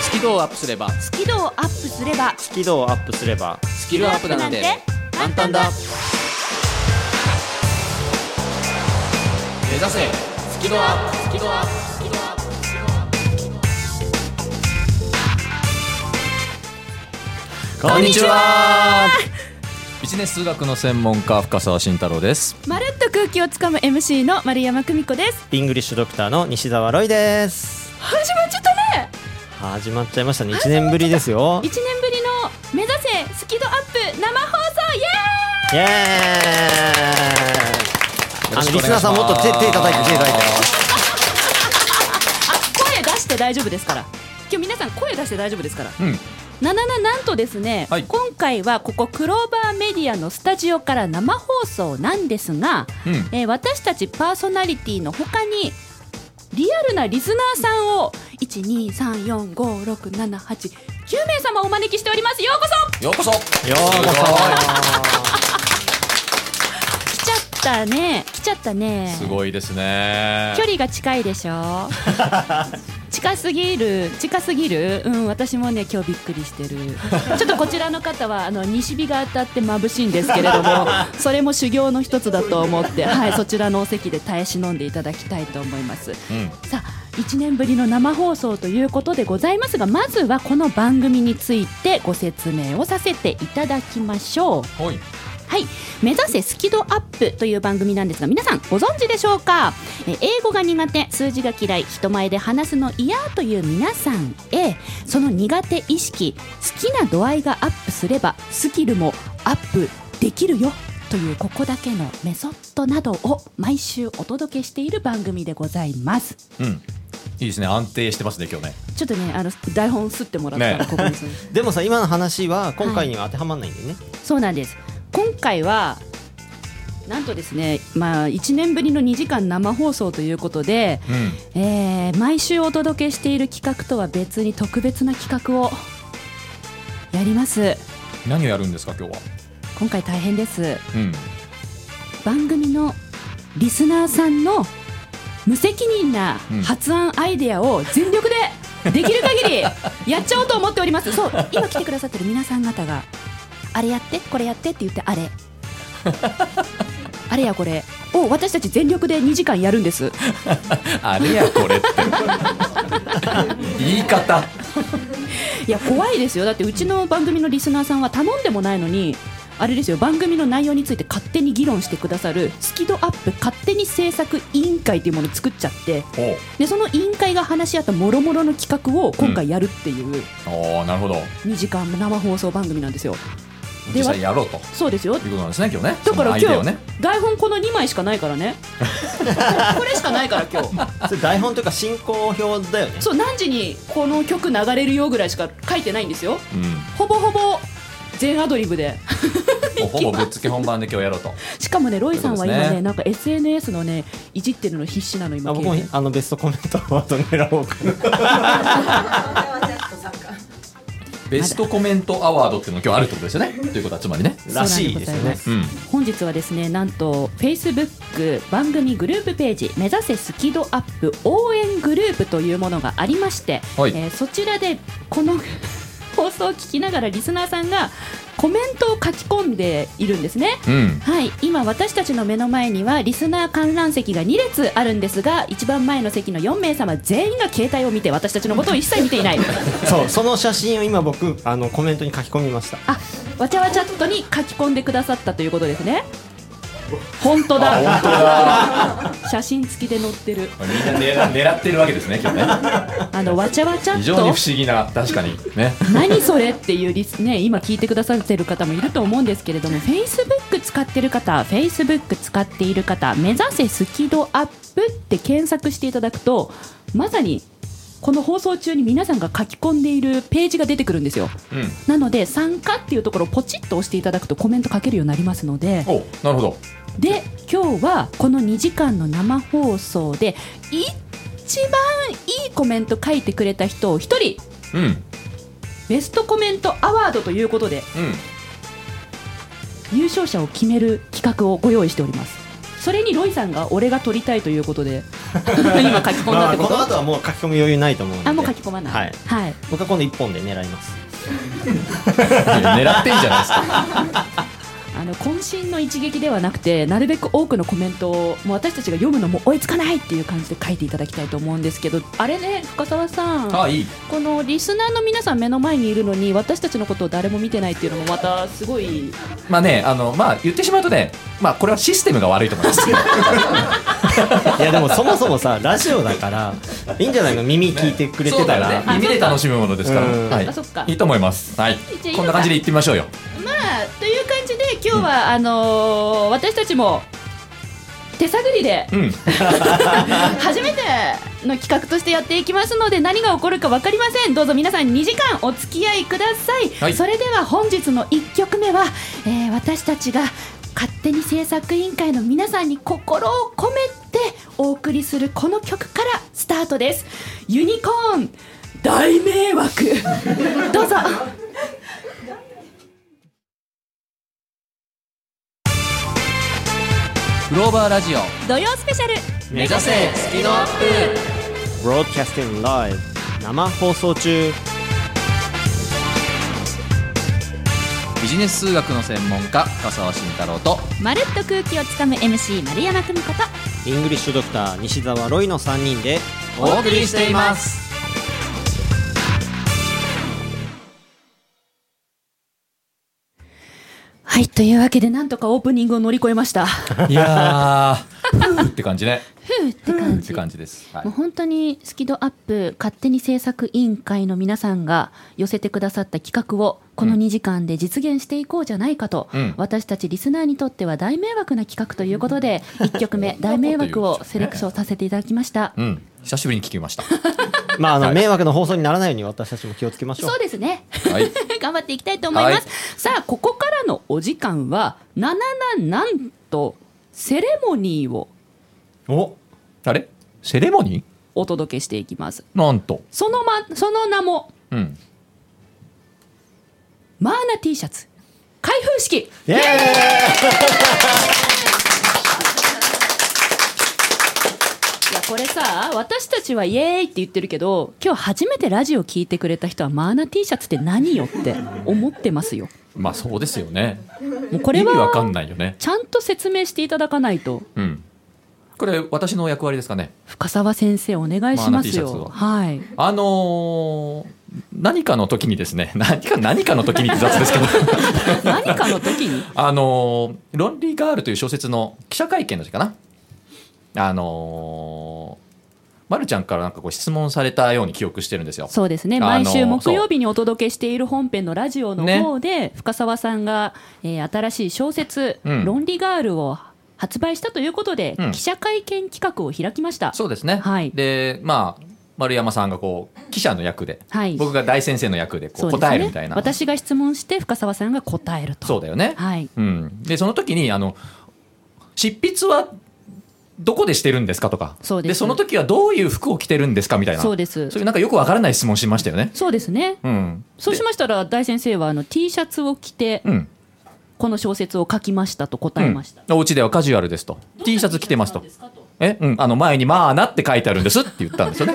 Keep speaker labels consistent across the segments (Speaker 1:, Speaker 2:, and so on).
Speaker 1: スキルをアップすれば
Speaker 2: スキルをアップすれば
Speaker 3: スキルをアップすれば
Speaker 1: スキルアップなんて簡単だ目指せスキルアップスキルアップスキルアップスキルアップこんにちは ビジネス数学の専門家深澤慎太郎です
Speaker 2: まるっと空気をつかむ MC の丸山久美子です
Speaker 3: イングリッシュドクターの西澤ロイです
Speaker 2: 始まっちゃったね
Speaker 3: 始まっちゃいましたね1年ぶりですよ
Speaker 2: 1年ぶりの「目指せスキドアップ生放送イエ
Speaker 3: イエーイあのリスナーさんもっと手手叩いて手叩い
Speaker 2: ーイ!」
Speaker 3: て
Speaker 2: 声出して大丈夫ですから今日皆さん声出して大丈夫ですから
Speaker 1: うん
Speaker 2: ななななんとですね、
Speaker 1: はい
Speaker 2: 今回はここクローバーメディアのスタジオから生放送なんですが、
Speaker 1: うん
Speaker 2: えー私たちパーソナリティのほかにリアルなリスナーさんを123456789名様お招きしておりますようこ
Speaker 1: ようこそ
Speaker 3: ようこ
Speaker 2: そ来ちゃったね来ちゃったね
Speaker 1: すごいですね
Speaker 2: 距離が近いでしょ近すぎる近すぎるうん私もね今日びっくりしてるちょっとこちらの方はあの西日が当たって眩しいんですけれどもそれも修行の一つだと思って、はい、そちらのお席で耐え忍んでいただきたいと思います
Speaker 1: うん
Speaker 2: さあ1年ぶりの生放送ということでございますがまずはこの番組についてご説明をさせていただきましょう
Speaker 1: はい
Speaker 2: はい、目指せスキドアップという番組なんですが皆さんご存知でしょうかえー英語が苦手数字が嫌い人前で話すの嫌という皆さんへその苦手意識好きな度合いがアップすればスキルもアップできるよというここだけのメソッドなどを毎週お届けしている番組でございます
Speaker 1: うんいいですね安定してますね今日ね
Speaker 2: ちょっとねあの台本すってもらったら
Speaker 1: ね
Speaker 2: ここですね
Speaker 3: うでもさ今の話は今回には当てはまらないんでね、
Speaker 2: そうなんです今回はなんとですね、まあ、1年ぶりの2時間生放送ということで、
Speaker 1: うん
Speaker 2: えー毎週お届けしている企画とは別に特別な企画をやります
Speaker 1: 何をやるんですか今日は
Speaker 2: 今回大変です
Speaker 1: うん
Speaker 2: 番組のリスナーさんの無責任な
Speaker 1: うん
Speaker 2: 発案アイデアを全力でできる限りやっちゃおうと思っておりますそう 今来てくださってる皆さん方があれやってこれやってって言ってあ れあれやこれを私たち全力で2時間やるんです
Speaker 1: あれやこれって言い方
Speaker 2: いや怖いですよだってうちの番組のリスナーさんは頼んでもないのにあれですよ番組の内容について勝手に議論してくださるスキドアップ勝手に制作委員会というものを作っちゃって
Speaker 1: おう
Speaker 2: でその委員会が話し合ったもろもろの企画を今回やるっていう
Speaker 1: おーなるほど
Speaker 2: 2時間生放送番組なんですよで
Speaker 1: 実際やろうと
Speaker 2: そうですよ
Speaker 1: いうことなんですね今日ね
Speaker 2: だから
Speaker 1: そのアイ
Speaker 2: 今日
Speaker 1: デアをね
Speaker 2: 台本この2枚しかないからねこれしかないから今日
Speaker 3: それ台本というか進行表だよね
Speaker 2: そう何時にこの曲流れるよぐらいしか書いてないんですよ
Speaker 1: うん
Speaker 2: ほぼほぼ全アドリブで
Speaker 1: もうほぼぶっつけ本番で今日やろうと
Speaker 2: しかもねロイさんは今
Speaker 1: そうで
Speaker 2: ね
Speaker 1: すね
Speaker 2: なんか SNS のねいじってるの必死なの今
Speaker 3: あ僕も
Speaker 2: 携帯
Speaker 3: あのベストコメントを後狙おうかな
Speaker 1: ベストコメントアワードっていうのが今日あるってことですよねということはつまりね
Speaker 3: らしいです
Speaker 2: そうなんでございま
Speaker 3: ね
Speaker 2: す
Speaker 1: うん
Speaker 2: 本日はですねなんと Facebook 番組グループページ「目指せスキドアップ応援グループ」というものがありまして、
Speaker 1: はい
Speaker 2: えーそちらでこの 放送を聞きながらリスナーさんがコメントを書き込んでいるんですね。
Speaker 1: うん
Speaker 2: はい、今私たちの目の前にはリスナー観覧席が2列あるんですが一番前の席の4名様全員が携帯を見て私たちのことを一切見 ていない
Speaker 3: そうその写真を今僕あのコメントに書き込みました
Speaker 2: あわちゃわちゃっとに書き込んでくださったということですね本当だ
Speaker 1: 本当だ
Speaker 2: 写真付きで載ってる
Speaker 1: みんな狙狙ってるわけですね今日 ね
Speaker 2: あのわちゃわちゃっ
Speaker 1: 非常に
Speaker 2: と
Speaker 1: 不思議な確かにね
Speaker 2: 何それっていうリスね今聞いてくださってる方もいると思うんですけれども Facebook 使ってる方 Facebook 使っている方目指せスキドアップって検索していただくとまさにこの放送中に皆さんが書き込んでいるページが出てくるんですよ
Speaker 1: うん
Speaker 2: なので参加っていうところをポチッと押していただくとコメント書けるようになりますので
Speaker 1: おなるほど
Speaker 2: で今日はこの2時間の生放送で一番いいコメント書いてくれた人を1人
Speaker 1: うんうん
Speaker 2: ベストコメントアワードということで優 勝者を決める企画をご用意しておりますそれにロイさんが俺が取りたいということで今書き込んだ
Speaker 3: ま
Speaker 2: っ
Speaker 3: あ
Speaker 2: てこ
Speaker 3: ことの後はもう書き込む余裕ないと思うので
Speaker 2: あもう書き込まない
Speaker 3: はい
Speaker 2: はい
Speaker 3: 僕は今度一本で狙います
Speaker 1: 狙ってんじゃないですか
Speaker 2: あの渾身の一撃ではなくてなるべく多くのコメントをもう私たちが読むのも追いつかないっていう感じで書いていただきたいと思うんですけどあれね深澤さん
Speaker 1: あいい
Speaker 2: このリスナーの皆さん目の前にいるのに私たちのことを誰も見てないっていうのもまたすごい
Speaker 1: まあねあのまあ言ってしまうとねまあこれはシステムが悪いと思います
Speaker 3: いやでもそもそもさラジオだからいいんじゃないの耳聞いてくれてたら、
Speaker 1: そうだよね耳で楽しむものですから
Speaker 3: うん
Speaker 1: はい
Speaker 2: あそっか
Speaker 1: いいと思いますはい
Speaker 2: じゃあ
Speaker 1: こんな感じで行ってみましょうよ
Speaker 2: まあという感じで今日は、あのー私たちも手探りで
Speaker 1: うん
Speaker 2: 初めての企画としてやっていきますので何が起こるか分かりませんどうぞ皆さん2時間お付き合いください、
Speaker 1: はい
Speaker 2: それでは本日の1曲目は、えー私たちが勝手に制作委員会の皆さんに心を込めてお送りするこの曲からスタートですユニコーン大迷 惑どうぞ
Speaker 1: グローバーラジオ
Speaker 2: 土曜スペシャル
Speaker 1: 目指せスキドアップ
Speaker 3: ブロードキャスティングライブ生放送中
Speaker 1: ビジネス数学の専門家深澤慎太郎と
Speaker 2: まるっと空気をつかむ MC 丸山久美子と
Speaker 3: イングリッシュドクター西澤ロイの3人で
Speaker 1: お送りしています
Speaker 2: はいというわけでなんとかオープニングを乗り越えました
Speaker 1: いやーふーって感じね
Speaker 2: ふうって
Speaker 1: ふー
Speaker 2: 感
Speaker 1: って
Speaker 2: じ
Speaker 1: 感じですはい
Speaker 2: もう本当にスキドアップ勝手に制作委員会の皆さんが寄せてくださった企画をこの
Speaker 1: うん
Speaker 2: 2時間で実現していこうじゃないかと、
Speaker 1: うん
Speaker 2: 私たちリスナーにとっては大迷惑な企画というこ とで1曲目大迷惑をセレクションさせていただきました。
Speaker 1: うん久しぶりに聞きました
Speaker 3: まああの、
Speaker 1: はい
Speaker 3: 迷惑の放送にならないように私たちも気をつけましょう
Speaker 2: そうですね
Speaker 1: はい
Speaker 2: 頑張っていきたいと思います、
Speaker 1: はい
Speaker 2: さあここからのお時間はななななんとセレモニーを
Speaker 3: お
Speaker 1: あれセレモニ
Speaker 2: お届けしていきます
Speaker 1: ーなんと
Speaker 2: その,、ま、その名も
Speaker 1: うん
Speaker 2: マーナ T シャツ開封式
Speaker 3: イエーイ
Speaker 2: いやこれさ私たちはイエーイって言ってるけど今日初めてラジオ聞いてくれた人はマーナ T シャツって何よって思ってますよ
Speaker 1: まあそうですよね
Speaker 2: もうこれ
Speaker 1: 意味わかん
Speaker 2: は
Speaker 1: ないよね
Speaker 2: ちゃんと説明していただかないと
Speaker 1: うんこれ私の役割ですかね
Speaker 2: 深澤先生お願いします
Speaker 1: マー
Speaker 2: よ
Speaker 1: ナ T シャツを
Speaker 2: はい
Speaker 1: あのー何かの時にですね 何か何かの時にって雑ですけど
Speaker 2: 何かの時に
Speaker 1: あのーロンリーガール」という小説の記者会見の時かなあのー、まるちゃんからなんかこう質問されたように記憶してるんですよ
Speaker 2: そうですね
Speaker 1: あの
Speaker 2: 毎週木曜日にお届けしている本編のラジオの方で、深澤さんが、えー新しい小説「
Speaker 1: うん
Speaker 2: ロンリガール」を発売したということで、
Speaker 1: うん
Speaker 2: 記者会見企画を開きました。
Speaker 1: そうですね、
Speaker 2: はい
Speaker 1: でまあ丸山さんがこう記者の役で、
Speaker 2: はい
Speaker 1: 僕が大先生の役でこ
Speaker 2: そううですね
Speaker 1: 答えるみたいな
Speaker 2: 私が質問して深澤さんが答えると
Speaker 1: そうだよね、
Speaker 2: はい
Speaker 1: うん、でその時にあの執筆はどこでしてるんですかとか
Speaker 2: そうです
Speaker 1: その時はどういう服を着てるんですかみたいな
Speaker 2: そうです
Speaker 1: そういうなんかよくわからない質問しましたよね。
Speaker 2: そうですね
Speaker 1: うん、
Speaker 2: そうしましたら大先生はあの T シャツを着て
Speaker 1: うん
Speaker 2: この小説を書きましたと
Speaker 1: う
Speaker 2: 答え
Speaker 1: ん
Speaker 2: ました、、
Speaker 1: お家ではカジュアルですと T シャツ着てますとえ、うん、あの前に「マーナ」って書いてあるんですって言ったんですよね。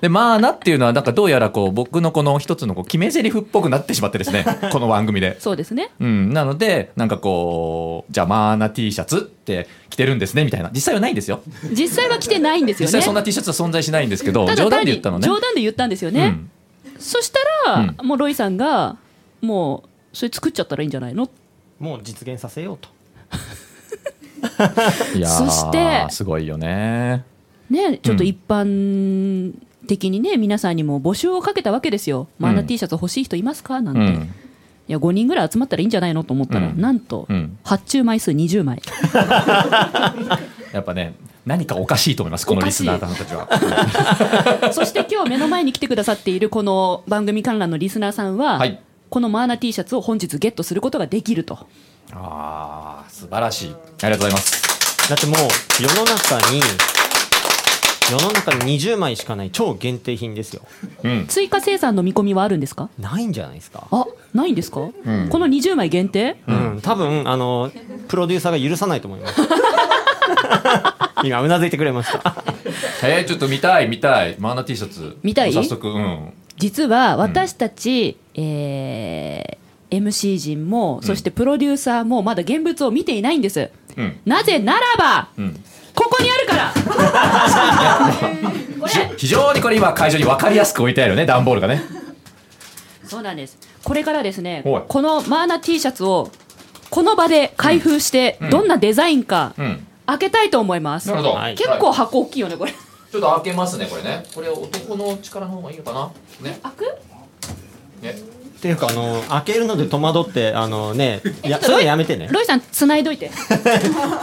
Speaker 1: で「マーナ」っていうのはなんかどうやらこう僕のこの一つのこう決め台詞っぽくなってしまって ですねこの番組で。
Speaker 2: そうですね
Speaker 1: うん、なのでなんかこうじゃあマーナ T シャツって着てるんですねみたいな実際はないんですよ
Speaker 2: 実際は着てないんですよ
Speaker 1: 実際
Speaker 2: ね
Speaker 1: そんな T シャツは存在しないんですけど
Speaker 2: ただ
Speaker 1: 冗談
Speaker 2: 単
Speaker 1: で
Speaker 2: に
Speaker 1: 言ったのね
Speaker 2: 冗談で言ったんですよね、そしたら、もうロイさんがもうそれ作っちゃったらいいんじゃないの
Speaker 3: もう実現させようと
Speaker 1: うん、いやー
Speaker 2: そして
Speaker 1: すごいよね
Speaker 2: ねちょっと一般的にね皆さんにも募集をかけたわけですよ、マーナ T シャツ欲しい人いますかなん
Speaker 1: う
Speaker 2: て、
Speaker 1: ん
Speaker 2: いや5人ぐらい集まったらいいんじゃないのと思ったら、
Speaker 1: うん
Speaker 2: なんと、
Speaker 1: うん
Speaker 2: 発注枚数20枚
Speaker 1: やっぱね何かおかしいと思いますこのリスナーさんたちは
Speaker 2: そして今日目の前に来てくださっているこの番組観覧のリスナーさんは、
Speaker 1: はい
Speaker 2: このマーナ T シャツを本日ゲットすることができると
Speaker 1: ああ素晴らしいありがとうございます
Speaker 3: だってもう世の中に世の中に20枚しかない超限定品ですよ
Speaker 1: うん
Speaker 2: 追加生産の見込みはあるんですか
Speaker 3: ないんじゃないですか
Speaker 2: あないんですか、
Speaker 1: ん
Speaker 2: この20枚限定
Speaker 3: うん多分あのプロデューサーが許さないと思います今うなずいてくれました
Speaker 1: えー、ちょっと見たい見たいマーナ T シャツ
Speaker 2: 見たい
Speaker 1: 早速うん
Speaker 2: 実は私たち、えー MC 陣もそしてプロデューサーもまだ現物を見ていないんです、
Speaker 1: うん
Speaker 2: なぜならば、
Speaker 1: うん
Speaker 2: ここにあ るからこれ
Speaker 1: 非常にこれ今会場に分かりやすく置いてあるよね段ボールがね
Speaker 2: そうなんですこれからですね
Speaker 1: おい
Speaker 2: このマーナ T シャツをこの場で開封して、
Speaker 1: うん
Speaker 2: どんなデザインか、
Speaker 1: うん
Speaker 2: 開けたいと思います
Speaker 1: なるほど、
Speaker 3: はい
Speaker 2: 結構箱大きいよねこれ
Speaker 1: ちょっと開けますねこれねこれ男の力の方がいいのかなね
Speaker 2: 開く
Speaker 1: ね
Speaker 3: っていうかあの開けるので戸惑ってあのねいや
Speaker 2: ちょっと
Speaker 3: そういうのやめてね
Speaker 2: ロイさん繋いどいて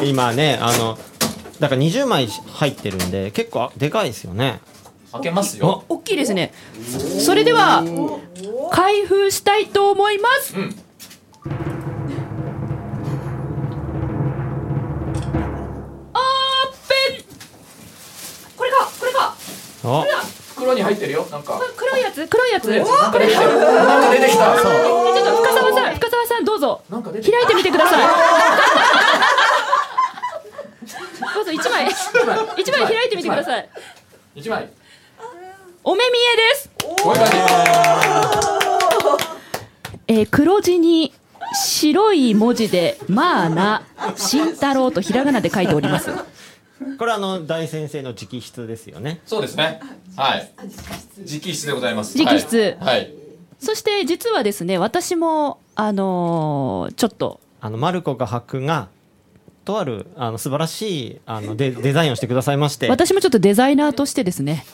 Speaker 3: 今ねあのだから20枚入ってるんで結構でかいですよね
Speaker 1: 開けますよ
Speaker 2: 大きいですねそれでは開封したいと思います
Speaker 1: うん
Speaker 2: オープンこれかこれか
Speaker 3: あ
Speaker 2: これだ
Speaker 1: 袋に入ってるよなんか
Speaker 2: これ黒いやつ黒いやつ
Speaker 1: 黒い
Speaker 2: えちょ
Speaker 1: や
Speaker 2: っ
Speaker 1: つなんか出てきたなんか出てきた
Speaker 2: と深澤さん深澤さんどうぞ
Speaker 1: なんか出
Speaker 2: 開
Speaker 1: てきた
Speaker 2: いてみてくだ さいどうぞ一枚一枚開いてみてください
Speaker 1: 一枚
Speaker 2: お目見えです
Speaker 1: こういう感じ
Speaker 2: えー黒地に白い文字で「まあな慎太郎」とひらがなで書いております
Speaker 3: これあの大先生の直筆ですよね
Speaker 1: そうですねはい直筆でございます
Speaker 2: 直筆
Speaker 1: はい、はい
Speaker 2: そして実はですね私もあのーちょっと
Speaker 3: あのマルコ画伯がとあるあの素晴らしいあのデデザインをしてくださいまして
Speaker 2: 私もちょっとデザイナーとしてですね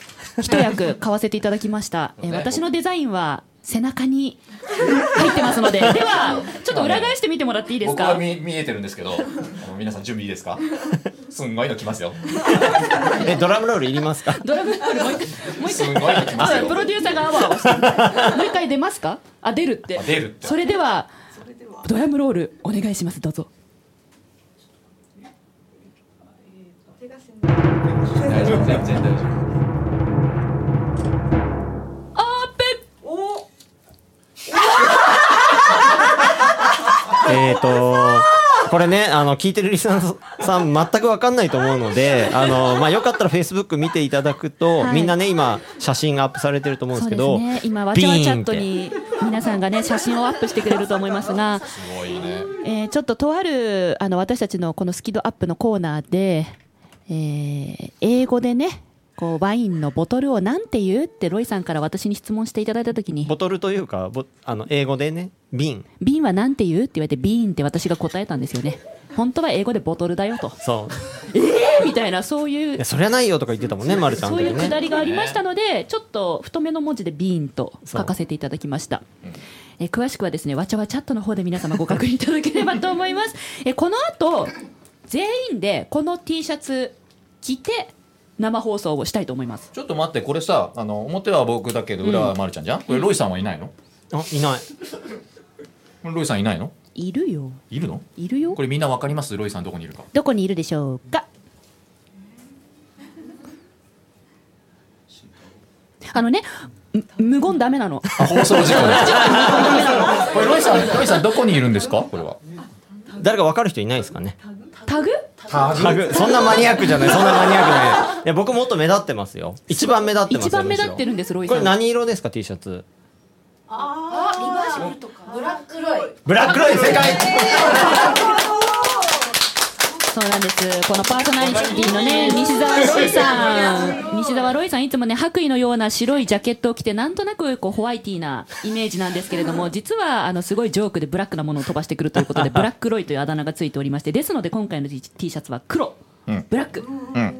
Speaker 2: 一役買わせていただきました、えー
Speaker 1: ね
Speaker 2: 私のデザインは背中に入ってますのでではちょっと裏返してみてもらっていいです
Speaker 1: 僕は
Speaker 2: か
Speaker 1: 見見えてるんですけどあの皆さん準備いいですかすんごいの来ますよ
Speaker 3: えドラムロールいりますか
Speaker 2: ドラムロールもう一回もう一
Speaker 1: すん
Speaker 2: 回
Speaker 1: ごいの来ます
Speaker 2: あ
Speaker 1: よ
Speaker 2: プロデューサーがあわあわしてもう一回出ますかあ出るって
Speaker 1: あ出るって
Speaker 2: それではドラムロールお願いしますどうぞ
Speaker 1: 大丈夫全然大丈夫
Speaker 2: オープ
Speaker 3: えっとこれねあの聞いてるリスナーさん全く分かんないと思うのであの、まあ、よかったらフェイスブック見ていただくと、
Speaker 2: はい
Speaker 3: みんなね今写真がアップされてると思うん
Speaker 2: ン
Speaker 3: ですけど
Speaker 2: ね今わ
Speaker 3: ピ
Speaker 2: ちゃわ
Speaker 3: ーン
Speaker 2: チャット
Speaker 3: って
Speaker 2: に皆さんがね写真をアップしてくれると思いますが
Speaker 1: すごいね
Speaker 2: えーちょっととあるあの私たちのこのスキドアップのコーナーで、えー英語でねこうワインのボトルをなんて言うってロイさんから私に質問していただいたときに
Speaker 3: ボトルというかボあの英語でね瓶
Speaker 2: 瓶はなんて言うって言われてビーンって私が答えたんですよ ね本当は英語でボトルだよと
Speaker 3: そう
Speaker 2: えーみたいなそうい
Speaker 3: いうやそりゃないよとか言ってたもんね、ま、るちゃん
Speaker 2: そ
Speaker 3: の
Speaker 2: うい
Speaker 3: 時
Speaker 2: うくだ
Speaker 3: ね。
Speaker 2: りがありましたのでちょっと太めの文字でビーンと書かせていただきました。えー詳しくはですねわちゃわちゃっとの方で皆様ご確認いただければと思います。えーこの後全員でこの T シャツ着て生放送をしたいと思います。
Speaker 1: ちょっと待ってこれさあの表は僕だけど裏はまるちゃんじゃん、これロイさんはいないの
Speaker 3: あ、いない。
Speaker 1: これロイさんいないの
Speaker 2: いるよ
Speaker 1: いるの
Speaker 2: いるよ
Speaker 1: こ。れみんなわかりますロイさんどこにいるか
Speaker 2: どこにいるでしょうか。あのねむ無言ダメなの。
Speaker 1: あ放送事故ですこれロイさんロイさんどこにいるんですかこれは
Speaker 3: 誰か分かる人いないですかね。
Speaker 2: タグ？
Speaker 1: タ
Speaker 3: タグ、そんなマニアックじゃない、そんなマニアックじゃない。いや、僕もっと目立ってますよ。一番目立ってますよ。
Speaker 2: 一番目立ってるんですロ
Speaker 3: む
Speaker 2: イ
Speaker 3: しろ
Speaker 2: さ
Speaker 3: これ
Speaker 2: ん。
Speaker 3: 何色ですか、T シャツ。
Speaker 4: ブラックロイ。
Speaker 3: ブラックロイ正解
Speaker 2: そうなんです。このパーソナリティのね、西澤ロイさん。西澤ロイさん、いつもね、白衣のような白いジャケットを着て、なんとなくこうホワイティーなイメージなんですけれ ども、実は、あの、すごいジョークでブラックなものを飛ばしてくるということで、ブラックロイというあだ名がついておりまして、ですので、今回の T- T シャツは黒、
Speaker 1: うん
Speaker 2: ブラック、
Speaker 1: うん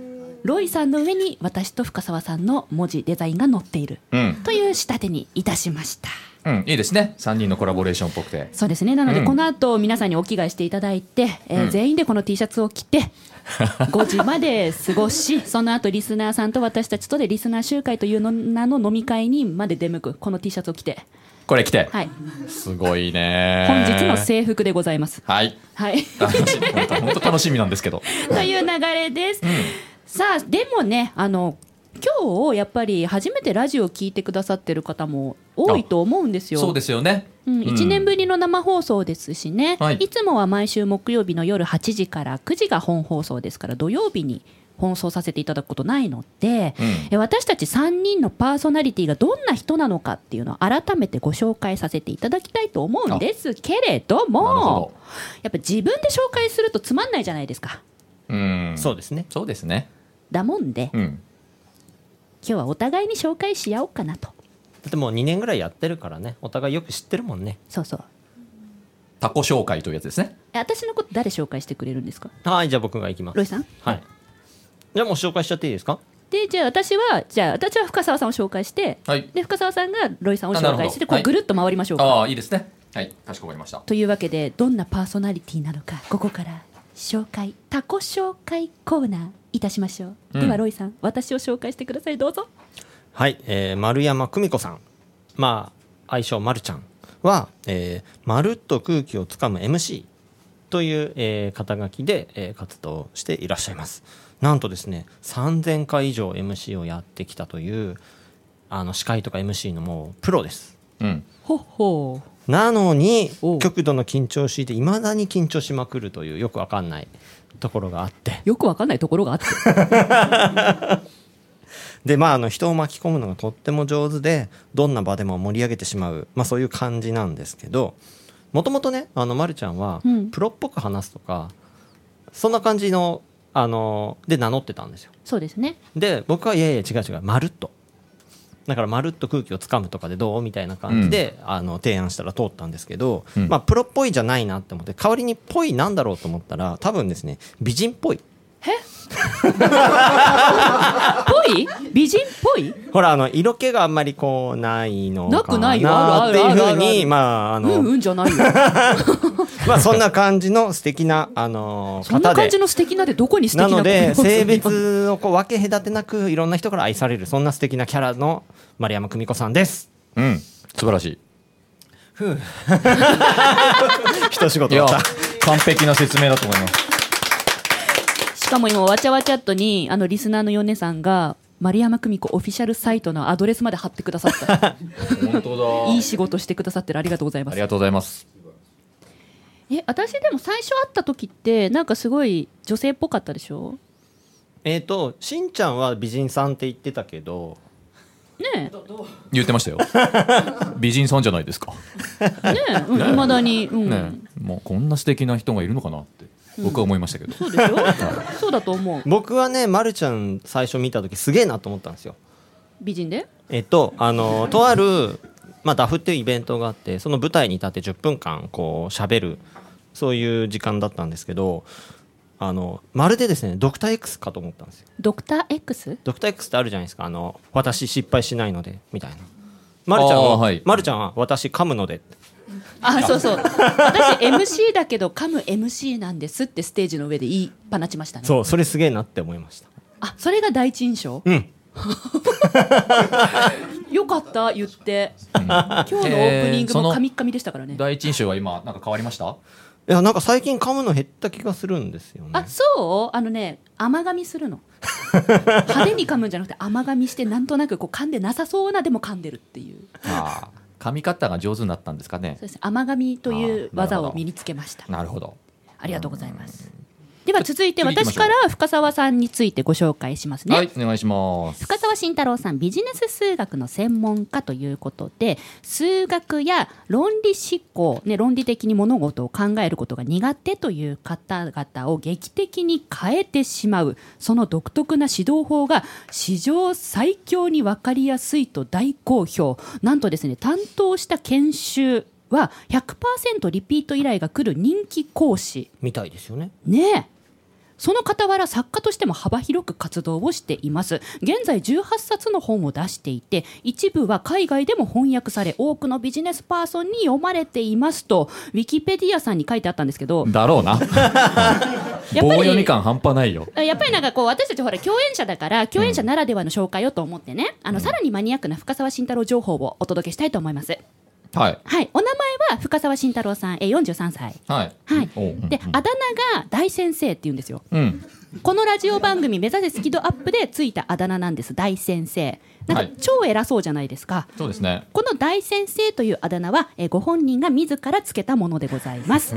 Speaker 2: ロイさんの上に、私と深澤さんの文字、デザインが載っている。
Speaker 1: うん
Speaker 2: という仕立てにいたしました。
Speaker 1: うんいいですね三人のコラボレーションっぽくて
Speaker 2: そうですね。なので、
Speaker 1: うん
Speaker 2: この後、皆さんにお着替えしていただいて、えー全員でこの T シャツを着て、5時まで過ごし、その後、リスナーさんと私たちとで、リスナー集会というの名の飲み会にまで出向く、この T シャツを着て、
Speaker 1: これ来て、
Speaker 2: はい。
Speaker 1: すごいね
Speaker 2: 本日の制服でございます。
Speaker 1: はい
Speaker 2: はい。
Speaker 1: 楽しみ本当本当楽しみなんですけ ど
Speaker 2: という流れです。さあ、でもね、あの、今日やっぱり初めてラジオを聞いてくださってる方も多いと思うんですよ。
Speaker 1: そうですよね
Speaker 2: うん、1年ぶりの生放送ですしね、
Speaker 1: はい
Speaker 2: い、つもは毎週木曜日の夜8時から9時が本放送ですから土曜日に放送させていただくことないので、
Speaker 1: うん
Speaker 2: え私たち3人のパーソナリティがどんな人なのかっていうのを改めてご紹介させていただきたいと思うんですけれど
Speaker 1: なるほど
Speaker 2: もやっぱ自分で紹介するとつまんないじゃないですか。
Speaker 1: うん
Speaker 3: そうですね。
Speaker 1: そうですね
Speaker 2: だもんで、今
Speaker 1: うん
Speaker 2: 日はお互いに紹介し合おうかなと。
Speaker 3: だってもう2年ぐらいやってるからね、お互いよく知ってるもんね。
Speaker 2: そうそう。
Speaker 1: タコ紹介というやつですね
Speaker 2: え私のこと誰紹介してくれるんですか
Speaker 3: はい、じゃあ僕が行きます
Speaker 2: ロイ。さん
Speaker 3: はい。じゃあもう紹介しちゃっていいですか
Speaker 2: でじゃあ私はじゃあ私は深澤さんを紹介して、
Speaker 1: はい
Speaker 2: で深澤さんがロイさんを
Speaker 1: あなる
Speaker 2: 紹
Speaker 1: ほ
Speaker 2: 介
Speaker 1: ど
Speaker 2: してこ
Speaker 1: は
Speaker 2: う
Speaker 1: い
Speaker 2: ぐるっと回りましょうか、
Speaker 1: ああいいですねはいかしこまりました
Speaker 2: というわけでどんなパーソナリティなのかここから紹介タコ紹介コーナーいたしましょう、
Speaker 1: うん
Speaker 2: ではロイさん私を紹介してくださいどうぞ
Speaker 3: はい、えー丸山久美子さん、まあ、愛称丸ちゃんは、えーまるっと空気をつかむ MC という、えー肩書きで、えー活動していらっしゃいます。なんとですね、3000回以上 MC をやってきたという、あの司会とか MC のもうプロです。
Speaker 1: うん
Speaker 2: ほっほー
Speaker 3: なのに
Speaker 2: おう
Speaker 3: 極度の緊張を強いていまだに緊張しまくるというよくわかんないところがあって
Speaker 2: よくわかんないところがあって
Speaker 3: でまああの人を巻き込むのがとっても上手でどんな場でも盛り上げてしまう、まあ、そういう感じなんですけどもともとねあの、ま、るちゃんは
Speaker 2: うん
Speaker 3: プロっぽく話すとか、そんな感じのあので名乗ってたんですよ
Speaker 2: そうですね
Speaker 3: で僕はいやいや違う違うまるっとだからまるっと空気をつかむとかでどうみたいな感じで、あの提案したら通ったんですけど、
Speaker 1: うん
Speaker 3: まあ、プロっぽいじゃないなって思って代わりにっぽいなんだろうと思ったら多分ですね美人っぽい
Speaker 2: ぽい美人っぽい
Speaker 3: ほらあの色気があんまりこうないの
Speaker 2: なく
Speaker 3: かな
Speaker 2: ないよ
Speaker 3: ーっていう
Speaker 2: あるあるあるあ
Speaker 3: ふう
Speaker 2: る
Speaker 3: にまああ
Speaker 2: う
Speaker 3: の、
Speaker 2: んうんじゃないよ
Speaker 3: まあそんな感じの素敵なあの
Speaker 2: そん
Speaker 3: 方
Speaker 2: な感
Speaker 3: で
Speaker 2: じの素敵なでどこに素敵
Speaker 3: な
Speaker 2: な
Speaker 3: ので
Speaker 2: ことを
Speaker 3: 性別をこう分け隔てなくいろんな人から愛されるそんな素敵なキャラの丸山久美子さんです。
Speaker 1: うん素晴らしい
Speaker 3: 一仕事
Speaker 1: いや
Speaker 3: だった。
Speaker 1: 完璧な説明だと思います
Speaker 2: しかも今わちゃわちゃっとにあのリスナーのヨネさんが丸山久美子オフィシャルサイトのアドレスまで貼ってくださった
Speaker 1: 本当
Speaker 2: いい仕事してくださってるありがとうございま
Speaker 1: あ
Speaker 2: す
Speaker 1: りがとうございます
Speaker 2: え私でも最初会った時ってなんかすごい女性っぽかったでしょ
Speaker 3: えっ、としんちゃんは美人さんって言ってたけど
Speaker 2: ね
Speaker 1: 言ってましたよ美人さんじゃないですか
Speaker 2: えねえ、うん、未だに、うん
Speaker 1: ねえもうこんな素敵な人がいるのかなって僕は思いましたけど、
Speaker 2: そうでしょそうだと思う
Speaker 3: 僕はねまるちゃん最初見た時すげえなと思ったんですよ。
Speaker 2: 美人で
Speaker 3: えっと、あの、とある、まあ、ダフっていうイベントがあって、その舞台に立って10分間、こう、喋る、そういう時間だったんですけど、あの、まるでですね、ドクター X かと思ったんですよ。
Speaker 2: ドクター X?
Speaker 3: ドクター X ってあるじゃないですか、あの、私失敗しないので、みたいな。まるちゃんは、
Speaker 1: あーはい
Speaker 3: まるちゃんは私噛むので。
Speaker 2: あそうそう私 MC だけど噛む MC なんですってステージの上で言い放ちましたね
Speaker 3: そう、それすげえなって思いました。
Speaker 2: あそれが第一印象
Speaker 3: うん。
Speaker 2: よかった言って、今日のオープニ
Speaker 1: え
Speaker 2: ング
Speaker 1: ーそ
Speaker 2: も
Speaker 1: の
Speaker 2: カミッカミでしたからね、
Speaker 1: 第一印象は今なんか変わりました
Speaker 3: いや、なんか最近噛むの減った気がするんですよね。
Speaker 2: あそうあのね甘噛みす るの派手に噛むんじゃなくて甘噛みしてなんとなくこう噛んでなさそうなでも噛んでるっていう
Speaker 1: ああ噛み方が上手になったんですかね
Speaker 2: そうですね甘噛みという
Speaker 1: あーなるほど
Speaker 2: 技を身につけました
Speaker 1: なるほど
Speaker 2: ありがとうございますでは続いて
Speaker 1: 次行きま
Speaker 2: 私
Speaker 1: しょう
Speaker 2: から深澤さんについてご紹介しますね、
Speaker 1: はいお願いします
Speaker 2: 深澤慎太郎さんビジネス数学の専門家ということで数学や論理思考、ね、論理的に物事を考えることが苦手という方々を劇的に変えてしまうその独特な指導法が史上最強に分かりやすいと大好評なんとですね担当した研修は100%リピート依頼が来る人気講師
Speaker 3: みたいですよね。
Speaker 2: ねえその傍ら作家としても幅広く活動をしています現在18冊の本を出していて一部は海外でも翻訳され多くのビジネスパーソンに読まれていますとウィキペディアさんに書いてあったんですけど
Speaker 1: だろ うな
Speaker 2: やっ
Speaker 1: 棒
Speaker 2: ぱ
Speaker 1: 読み
Speaker 2: り
Speaker 1: 感半端ないよ
Speaker 2: やっぱりなんかこう私たちほら共演者だから共演者ならではの紹介をと思ってね、あのさらにマニアックな深沢慎太郎情報をお届けしたいと思います
Speaker 1: はい
Speaker 2: はいお名前は深沢慎太郎さんえ43歳
Speaker 1: はい
Speaker 2: はい
Speaker 1: おううん
Speaker 2: であだ名が大先生って言うんですよ
Speaker 1: うん
Speaker 2: このラジオ番組「目指せスキドアップ」でついたあだ名なんです大先生な
Speaker 1: は
Speaker 2: んか
Speaker 1: い
Speaker 2: 超偉そうじゃないですか、
Speaker 1: そうですね
Speaker 2: この大先生というあ だ名は、えーご本人が自らつけたものでございます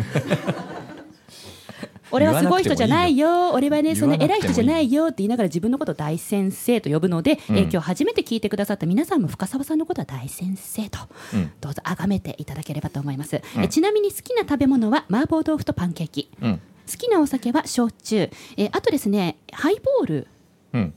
Speaker 2: お俺はすごい人じゃないよ俺はねそんな
Speaker 1: 言わ
Speaker 2: 偉
Speaker 1: なくてもいい
Speaker 2: い人じゃないよって言いながら自分のことを大先生と呼ぶので、
Speaker 1: うん
Speaker 2: えー今日初めて聞いてくださった皆さんも深澤さんのことは大先生と、
Speaker 1: うん
Speaker 2: どうぞ崇めていただければと思います、
Speaker 1: うん
Speaker 2: えーちなみに好きな食べ物は麻婆豆腐とパンケーキ
Speaker 1: うん
Speaker 2: 好きなお酒は焼酎、えーあとですねハイボール
Speaker 1: うん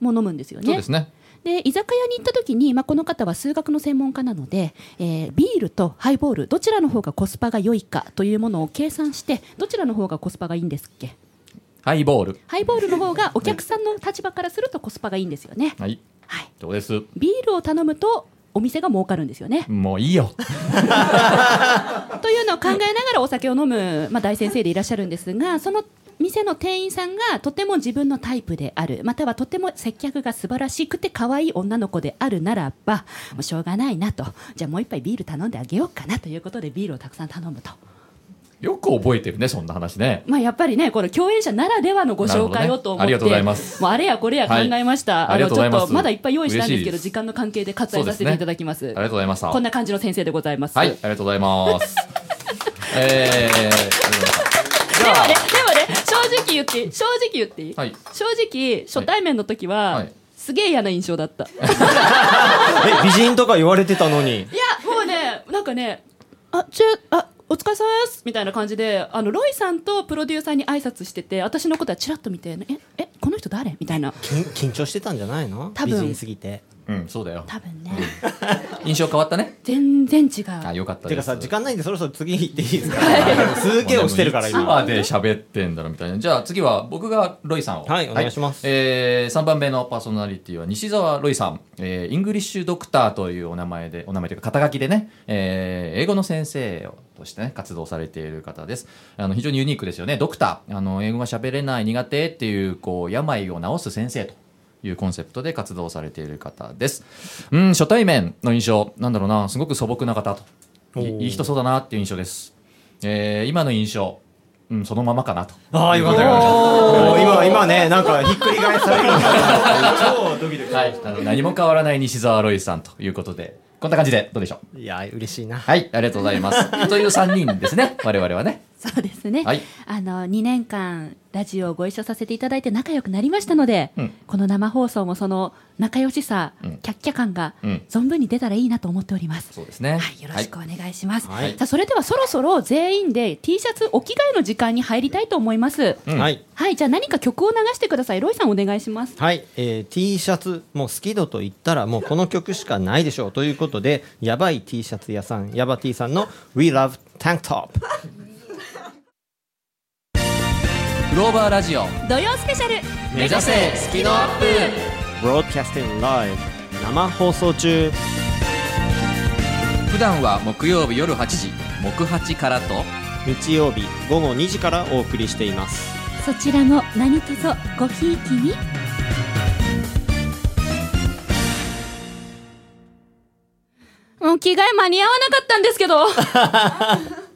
Speaker 2: も飲むんですよね
Speaker 1: そうですね
Speaker 2: で居酒屋に行った時に、まあ、この方は数学の専門家なので、えービールとハイボールどちらの方がコスパが良いかというものを計算してどちらの方がコスパがいいんですっけ
Speaker 1: ハイボール
Speaker 2: ハイボールの方がお客さんの立場からするとコスパがいいんですよね、
Speaker 1: はい
Speaker 2: はい、
Speaker 1: どうです
Speaker 2: ビールを頼むとお店が儲かるんですよね
Speaker 1: もういいよ
Speaker 2: というのを考えながらお酒を飲む、まあ、大先生でいらっしゃるんですがその店の店員さんがとても自分のタイプであるまたはとても接客が素晴らしくて可愛い女の子であるならばもうしょうがないなとじゃあもう一杯ビール頼んであげようかなということでビールをたくさん頼むと。
Speaker 1: よく覚えてるねそんな話ね
Speaker 2: まあやっぱりね、この共演者ならではのご紹
Speaker 1: なる
Speaker 2: 介
Speaker 1: ほどね
Speaker 2: をと思って、
Speaker 1: ありがとうございます
Speaker 2: もうあれやこれや考えました。
Speaker 1: はいありがとうございます
Speaker 2: のちょっとまだいっぱい用意したんです
Speaker 1: 嬉
Speaker 2: けど、
Speaker 1: しいです
Speaker 2: 時間の関係で割愛させていただきます。
Speaker 1: ありがとうございました
Speaker 2: こんな感じの先生でございます。
Speaker 1: はいありがとうございます えー、じ
Speaker 2: でも
Speaker 1: ゃあ
Speaker 2: ね、でもね、正直言っていい、正直言っていい。
Speaker 1: はい
Speaker 2: 正直、初対面の時は、
Speaker 1: はい
Speaker 2: すげえ嫌な印象 だった。いや、
Speaker 3: え美人とか言われてたのに
Speaker 2: もうね、なんかね、あ、ちゅ、あ、お疲れ様ですみたいな感じで、あのロイさんとプロデューサーに挨拶してて、私のことはちらっと見て、え、え、この人誰みたいな。
Speaker 3: 緊緊張してたんじゃ ないの
Speaker 2: 多
Speaker 3: 美
Speaker 2: 分
Speaker 3: 人すぎて
Speaker 1: うんそうだよ
Speaker 2: 多分ね、
Speaker 1: 印象変わったね
Speaker 2: 全然違う。
Speaker 1: あよかったです
Speaker 3: てかさ時間ないんでそろそろ次行っていいですかすげえ押してるから
Speaker 1: いつま
Speaker 3: 今
Speaker 1: で喋ってんだろうみたいなじゃあ次は僕がロイさんを
Speaker 3: はいお願いします
Speaker 1: えー、3番目のパーソナリティは西澤ロイさん、えーイングリッシュドクターというお名前でお名前というか肩書きでね、えー英語の先生をとしてね活動されている方ですあの非常にユニークですよねドクターあの英語が喋れない苦手っていうこう病を治す先生というコンセプトで活動されている方ですうん初対面の印象なんだろうなすごく素朴な方とい
Speaker 3: おー
Speaker 1: いい人そうだなっていう印象ですえー今の印象、うん、そのままかなと。
Speaker 3: ああよかったよかった今今ねなんかひっくり返されるのかな超ドキドキ
Speaker 1: はい、あの何も変わらない西澤ロイさんということで、こんな感じでどうでしょう。
Speaker 3: いや嬉しいな
Speaker 1: はい、ありがとうございます。 という3人ですね、 我々はね。
Speaker 2: そうですね、
Speaker 1: はい
Speaker 2: あの2年間ラジオをご一緒させていただいて仲良くなりましたので、
Speaker 1: うん
Speaker 2: この生放送もその仲良しさ、
Speaker 1: うん
Speaker 2: キャッキャ感が
Speaker 1: うん
Speaker 2: 存分に出たらいいなと思っております。
Speaker 1: そうですね。
Speaker 2: はい、よろしくお願いします。
Speaker 3: はい
Speaker 2: さあ、それではそろそろ全員で T シャツお着替えの時間に入りたいと思います。
Speaker 1: うん
Speaker 3: はい
Speaker 2: はい、じゃあ何か曲を流してください。ロイさんお願いします。
Speaker 3: はい、えー T シャツもう好き度と言ったらもうこの曲しかないでしょうということでやばい T シャツ屋さんやば T さんの「WeLoveTankTop」
Speaker 1: グローバーラジオ、
Speaker 2: 土曜スペシャル。
Speaker 1: 目指せスキドアップ
Speaker 3: Broadcasting Live 生放送中
Speaker 1: 普段は木曜日夜8時、木八からと、
Speaker 3: 日曜日午後2時からお送りしています
Speaker 2: そちらも何卒ごひいきに。もう着替え間に合わなかったんですけど。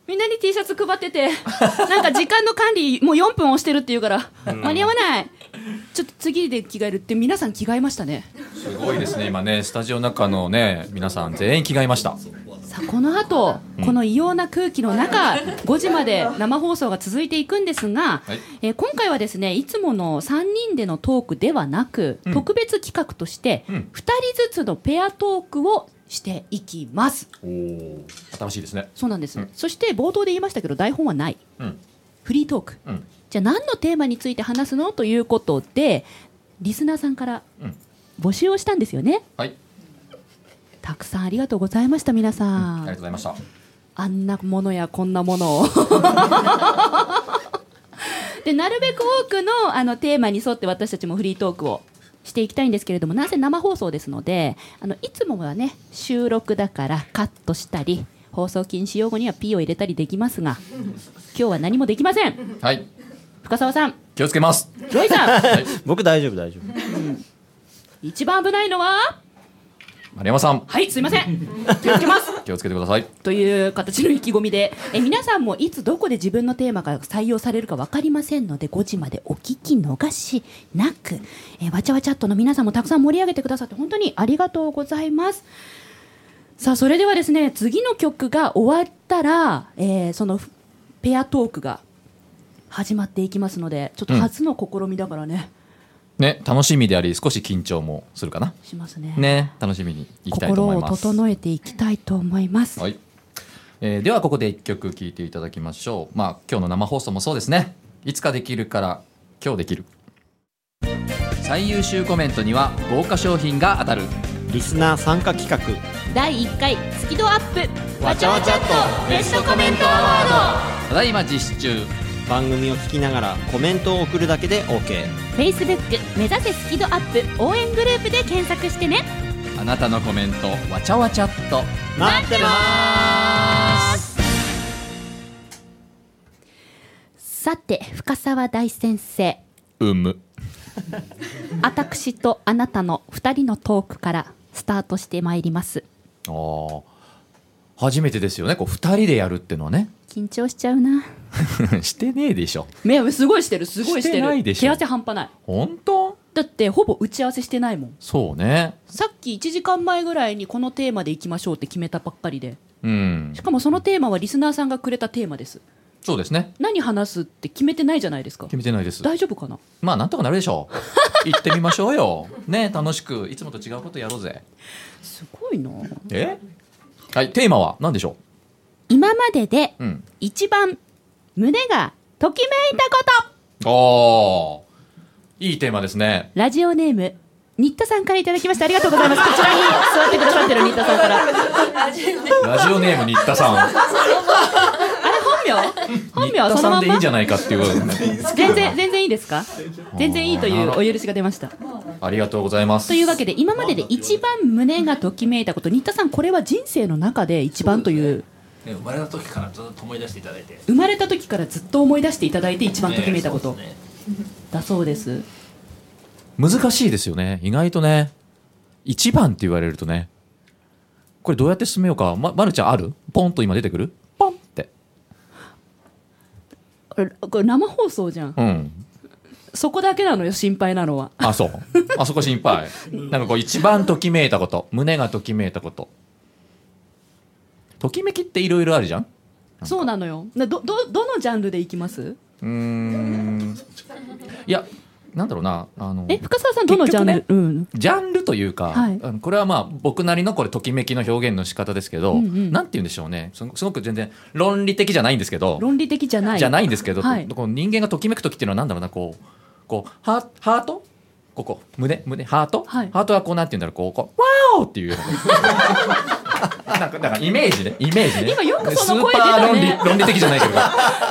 Speaker 2: みんなに T シャツ配ってて、なんか時間の管理もう4分押してるっていうから、間に合わない。ちょっと次で着替えるって皆さん着替えましたね。
Speaker 1: すごいですね、今ね、スタジオの中のね、皆さん全員着替えました。
Speaker 2: さあこの後、この異様な空気の中5時まで生放送が続いていくんですが、
Speaker 1: はい
Speaker 2: えー今回はですねいつもの3人でのトークではなく、
Speaker 1: うん
Speaker 2: 特別企画として
Speaker 1: う
Speaker 2: 2
Speaker 1: ん
Speaker 2: 人ずつのペアトークをしていきます。
Speaker 1: おお、新しいですね。
Speaker 2: そうなんです、
Speaker 1: うん
Speaker 2: そして冒頭で言いましたけど台本はない
Speaker 1: うん、
Speaker 2: フリートーク
Speaker 1: うん、
Speaker 2: じゃあ何のテーマについて話すのということでリスナーさんから
Speaker 1: うん
Speaker 2: 募集をしたんですよね
Speaker 1: はい、
Speaker 2: たくさんありがとうございました皆
Speaker 1: あり
Speaker 2: さ
Speaker 1: が
Speaker 2: ん、
Speaker 1: とうございました。
Speaker 2: あんなものやこんなものを。でなるべく多くのあのテーマに沿って私たちもフリートークをしていきたいんですけれどもなぜ生放送ですのであのいつもはね収録だからカットしたり放送禁止用語には P を入れたりできますが今日は何もできません
Speaker 1: はい、
Speaker 2: 深澤さん
Speaker 1: 気をつけます。
Speaker 2: ロイさん
Speaker 3: 僕大丈夫大丈夫
Speaker 2: 一番危ないのは
Speaker 1: 丸山さん、
Speaker 2: はいすいません気をつけます
Speaker 1: 気をつけてください。
Speaker 2: という形の意気込みでえ皆さんもいつどこで自分のテーマが採用されるか分かりませんので5時までお聞き逃しなくえわちゃわちゃっとの皆さんもたくさん盛り上げてくださって本当にありがとうございますさあそれではですね次の曲が終わったら、えーそのペアトークが始まっていきますのでちょっと初の試みだからね、
Speaker 1: ね、楽しみであり、少し緊張もするかな。
Speaker 2: しますね
Speaker 1: ね、楽しみにいきたいと
Speaker 2: 心
Speaker 1: 思い
Speaker 2: を
Speaker 1: ます。
Speaker 2: 整えていきたいと思います、
Speaker 1: はい。えーではここで一曲聴いていただきましょう。まあ今日の生放送もそうですね。いつかできるから今日できる。最優秀コメントには豪華商品が当たる。
Speaker 3: リスナー参加企画
Speaker 2: 第1回スキドアップ
Speaker 1: わちゃわちゃっとベストコメントア
Speaker 2: ワード
Speaker 1: ただいま実施中。
Speaker 3: 番組を聞きながらコメントを送るだけで OK
Speaker 2: Facebook 目指せスキドアップ応援グループで検索してね
Speaker 1: あなたのコメントわちゃわちゃっと。
Speaker 3: 待ってます
Speaker 2: さて深澤大先生
Speaker 1: うむ。
Speaker 2: 私とあなたの2人のトークからスタートしてまいります
Speaker 1: ああ。初めてですよね。こう二人でやるってのはね。
Speaker 2: 緊張しちゃうな
Speaker 1: してねえでしょ。
Speaker 2: 目すごいしてるす
Speaker 1: ごいしてるしてないでしょ手汗
Speaker 2: 半端ない
Speaker 1: 本当？
Speaker 2: だってほぼ打ち合わせしてないもん
Speaker 1: そうね。
Speaker 2: さっき1時間前ぐらいにこのテーマでいきましょうって決めたばっかりで
Speaker 1: うん
Speaker 2: し。かもそのテーマはリスナーさんがくれたテーマです
Speaker 1: そうですね。
Speaker 2: 何話すって決めてないじゃないですか
Speaker 1: 決めてないです。
Speaker 2: 大丈夫かな
Speaker 1: まあなんとかなるでしょ う。行ってみましょうよ。ね楽しくいつもと違うことやろうぜ。
Speaker 2: すごいな
Speaker 1: え？はいテーマは何でしょ
Speaker 2: 今までで
Speaker 1: う。うん。
Speaker 2: 一番胸がときめいたこと
Speaker 1: おいいテーマですね。
Speaker 2: ラジオネーム新田さんからいただきましたありがとうございますこちらに座ってくださってる新田さんからあれ
Speaker 1: ラジオネーム新田さん。
Speaker 2: 本名 本
Speaker 1: 新
Speaker 2: 名は
Speaker 1: 田
Speaker 2: その
Speaker 1: さん
Speaker 2: まん
Speaker 1: でいい
Speaker 2: ま
Speaker 1: んじゃないかって いう。
Speaker 2: 全然全然いいですか全然いいというお許しが出ました
Speaker 1: ありがとうございます。
Speaker 2: というわけで今までで一番胸がときめいたこと新田さんこれは人生の中で一番という
Speaker 4: ね、生まれた時からずっと思い出していただいて
Speaker 2: 生まれた時からずっと思い出していただいて一番ときめいたこと
Speaker 4: ね
Speaker 2: だそうです
Speaker 1: 難しいですよね。意外とね一番って言われるとね。これどうやって進めようか。ままるちゃんある？ポンと今出てくる？ポンって。
Speaker 2: これこれ生放送じゃん
Speaker 1: うん。
Speaker 2: そこだけなのよ心配なのは
Speaker 1: あそう。あそこ心配。なんかこう一番ときめいたこと、胸がときめいたこと。ときめきっていろいろあるじゃん。
Speaker 2: そうなのよなどどどのジャンルでいきます
Speaker 1: うーん。いや、なんだろうな、あの。
Speaker 2: え深澤さんどのジャンル、
Speaker 1: 結
Speaker 2: うん
Speaker 1: ジャンルというか、
Speaker 2: はい
Speaker 1: あのこれはまあ僕なりのこれときめきの表現の仕方ですけど、
Speaker 2: うんうん
Speaker 1: なんて言うんでしょうねすごすごく全然論理的じゃないんですけど
Speaker 2: 論理的じゃない
Speaker 1: じゃないんですけど、
Speaker 2: はい
Speaker 1: この人間がときめく時っていうのはなんだろうなこうこうハーハートここ胸胸ハート、
Speaker 2: はい
Speaker 1: ハートはこうなんて言うんだろうこうこうワーオって いうようななんかなんかイメージねイメージね
Speaker 2: 今よくその声
Speaker 1: スーパー論
Speaker 2: 出たね
Speaker 1: 理論理的じゃないけど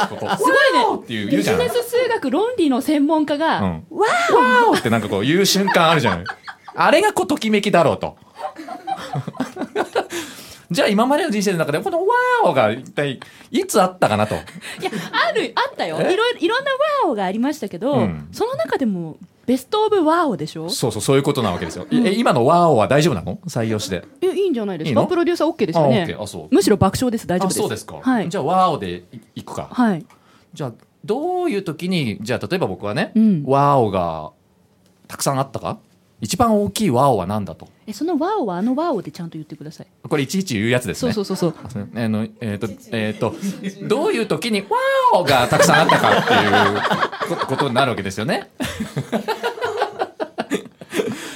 Speaker 1: ここ
Speaker 2: すごい
Speaker 1: ワーオ
Speaker 2: ね
Speaker 1: っていう言
Speaker 2: ビ
Speaker 1: うじゃ
Speaker 2: ジ
Speaker 1: な
Speaker 2: ネ
Speaker 1: い
Speaker 2: ス数学論理の専門家が、
Speaker 1: うんわーおってなんかこう言う瞬間あるじゃない。あれがこうときめきだろうと。 じゃあ今までの人生の中でこの「ワーオ!」が一体いつあったかなと
Speaker 2: いやあるあったよい
Speaker 1: え
Speaker 2: ろいろいろんな「ワーオ」がありましたけど、
Speaker 1: うん
Speaker 2: その中でもベスト・オブ・ワーオでしょ
Speaker 1: そうそうそういうことなわけですよ、いえ今の「ワーオ!」は大丈夫なの採用して
Speaker 2: えいいんじゃないですか
Speaker 1: いいの
Speaker 2: プロデューサー OK ですよ
Speaker 1: あオッケ
Speaker 2: ね
Speaker 1: ーあそう
Speaker 2: むしろ爆笑です大丈
Speaker 1: あ
Speaker 2: 夫です
Speaker 1: そうですか、
Speaker 2: はい
Speaker 1: じゃあ「ワーオ!」でいいくか
Speaker 2: はい
Speaker 1: じゃあどういう時にじゃあ例えば僕はね「
Speaker 2: うん
Speaker 1: ワーオ!」がたくさんあったか一番大きい「ワーオ!」は何だと
Speaker 2: えその「ワーオ」はあの「ワーオ」でちゃんと言ってください
Speaker 1: これいちいち言うやつです
Speaker 2: そう
Speaker 1: ね
Speaker 2: そうそうそう
Speaker 1: あのえっ、とえっ、とどういう時に「ワーオ!」がたくさんあったかっていうこ ことになるわけですよね。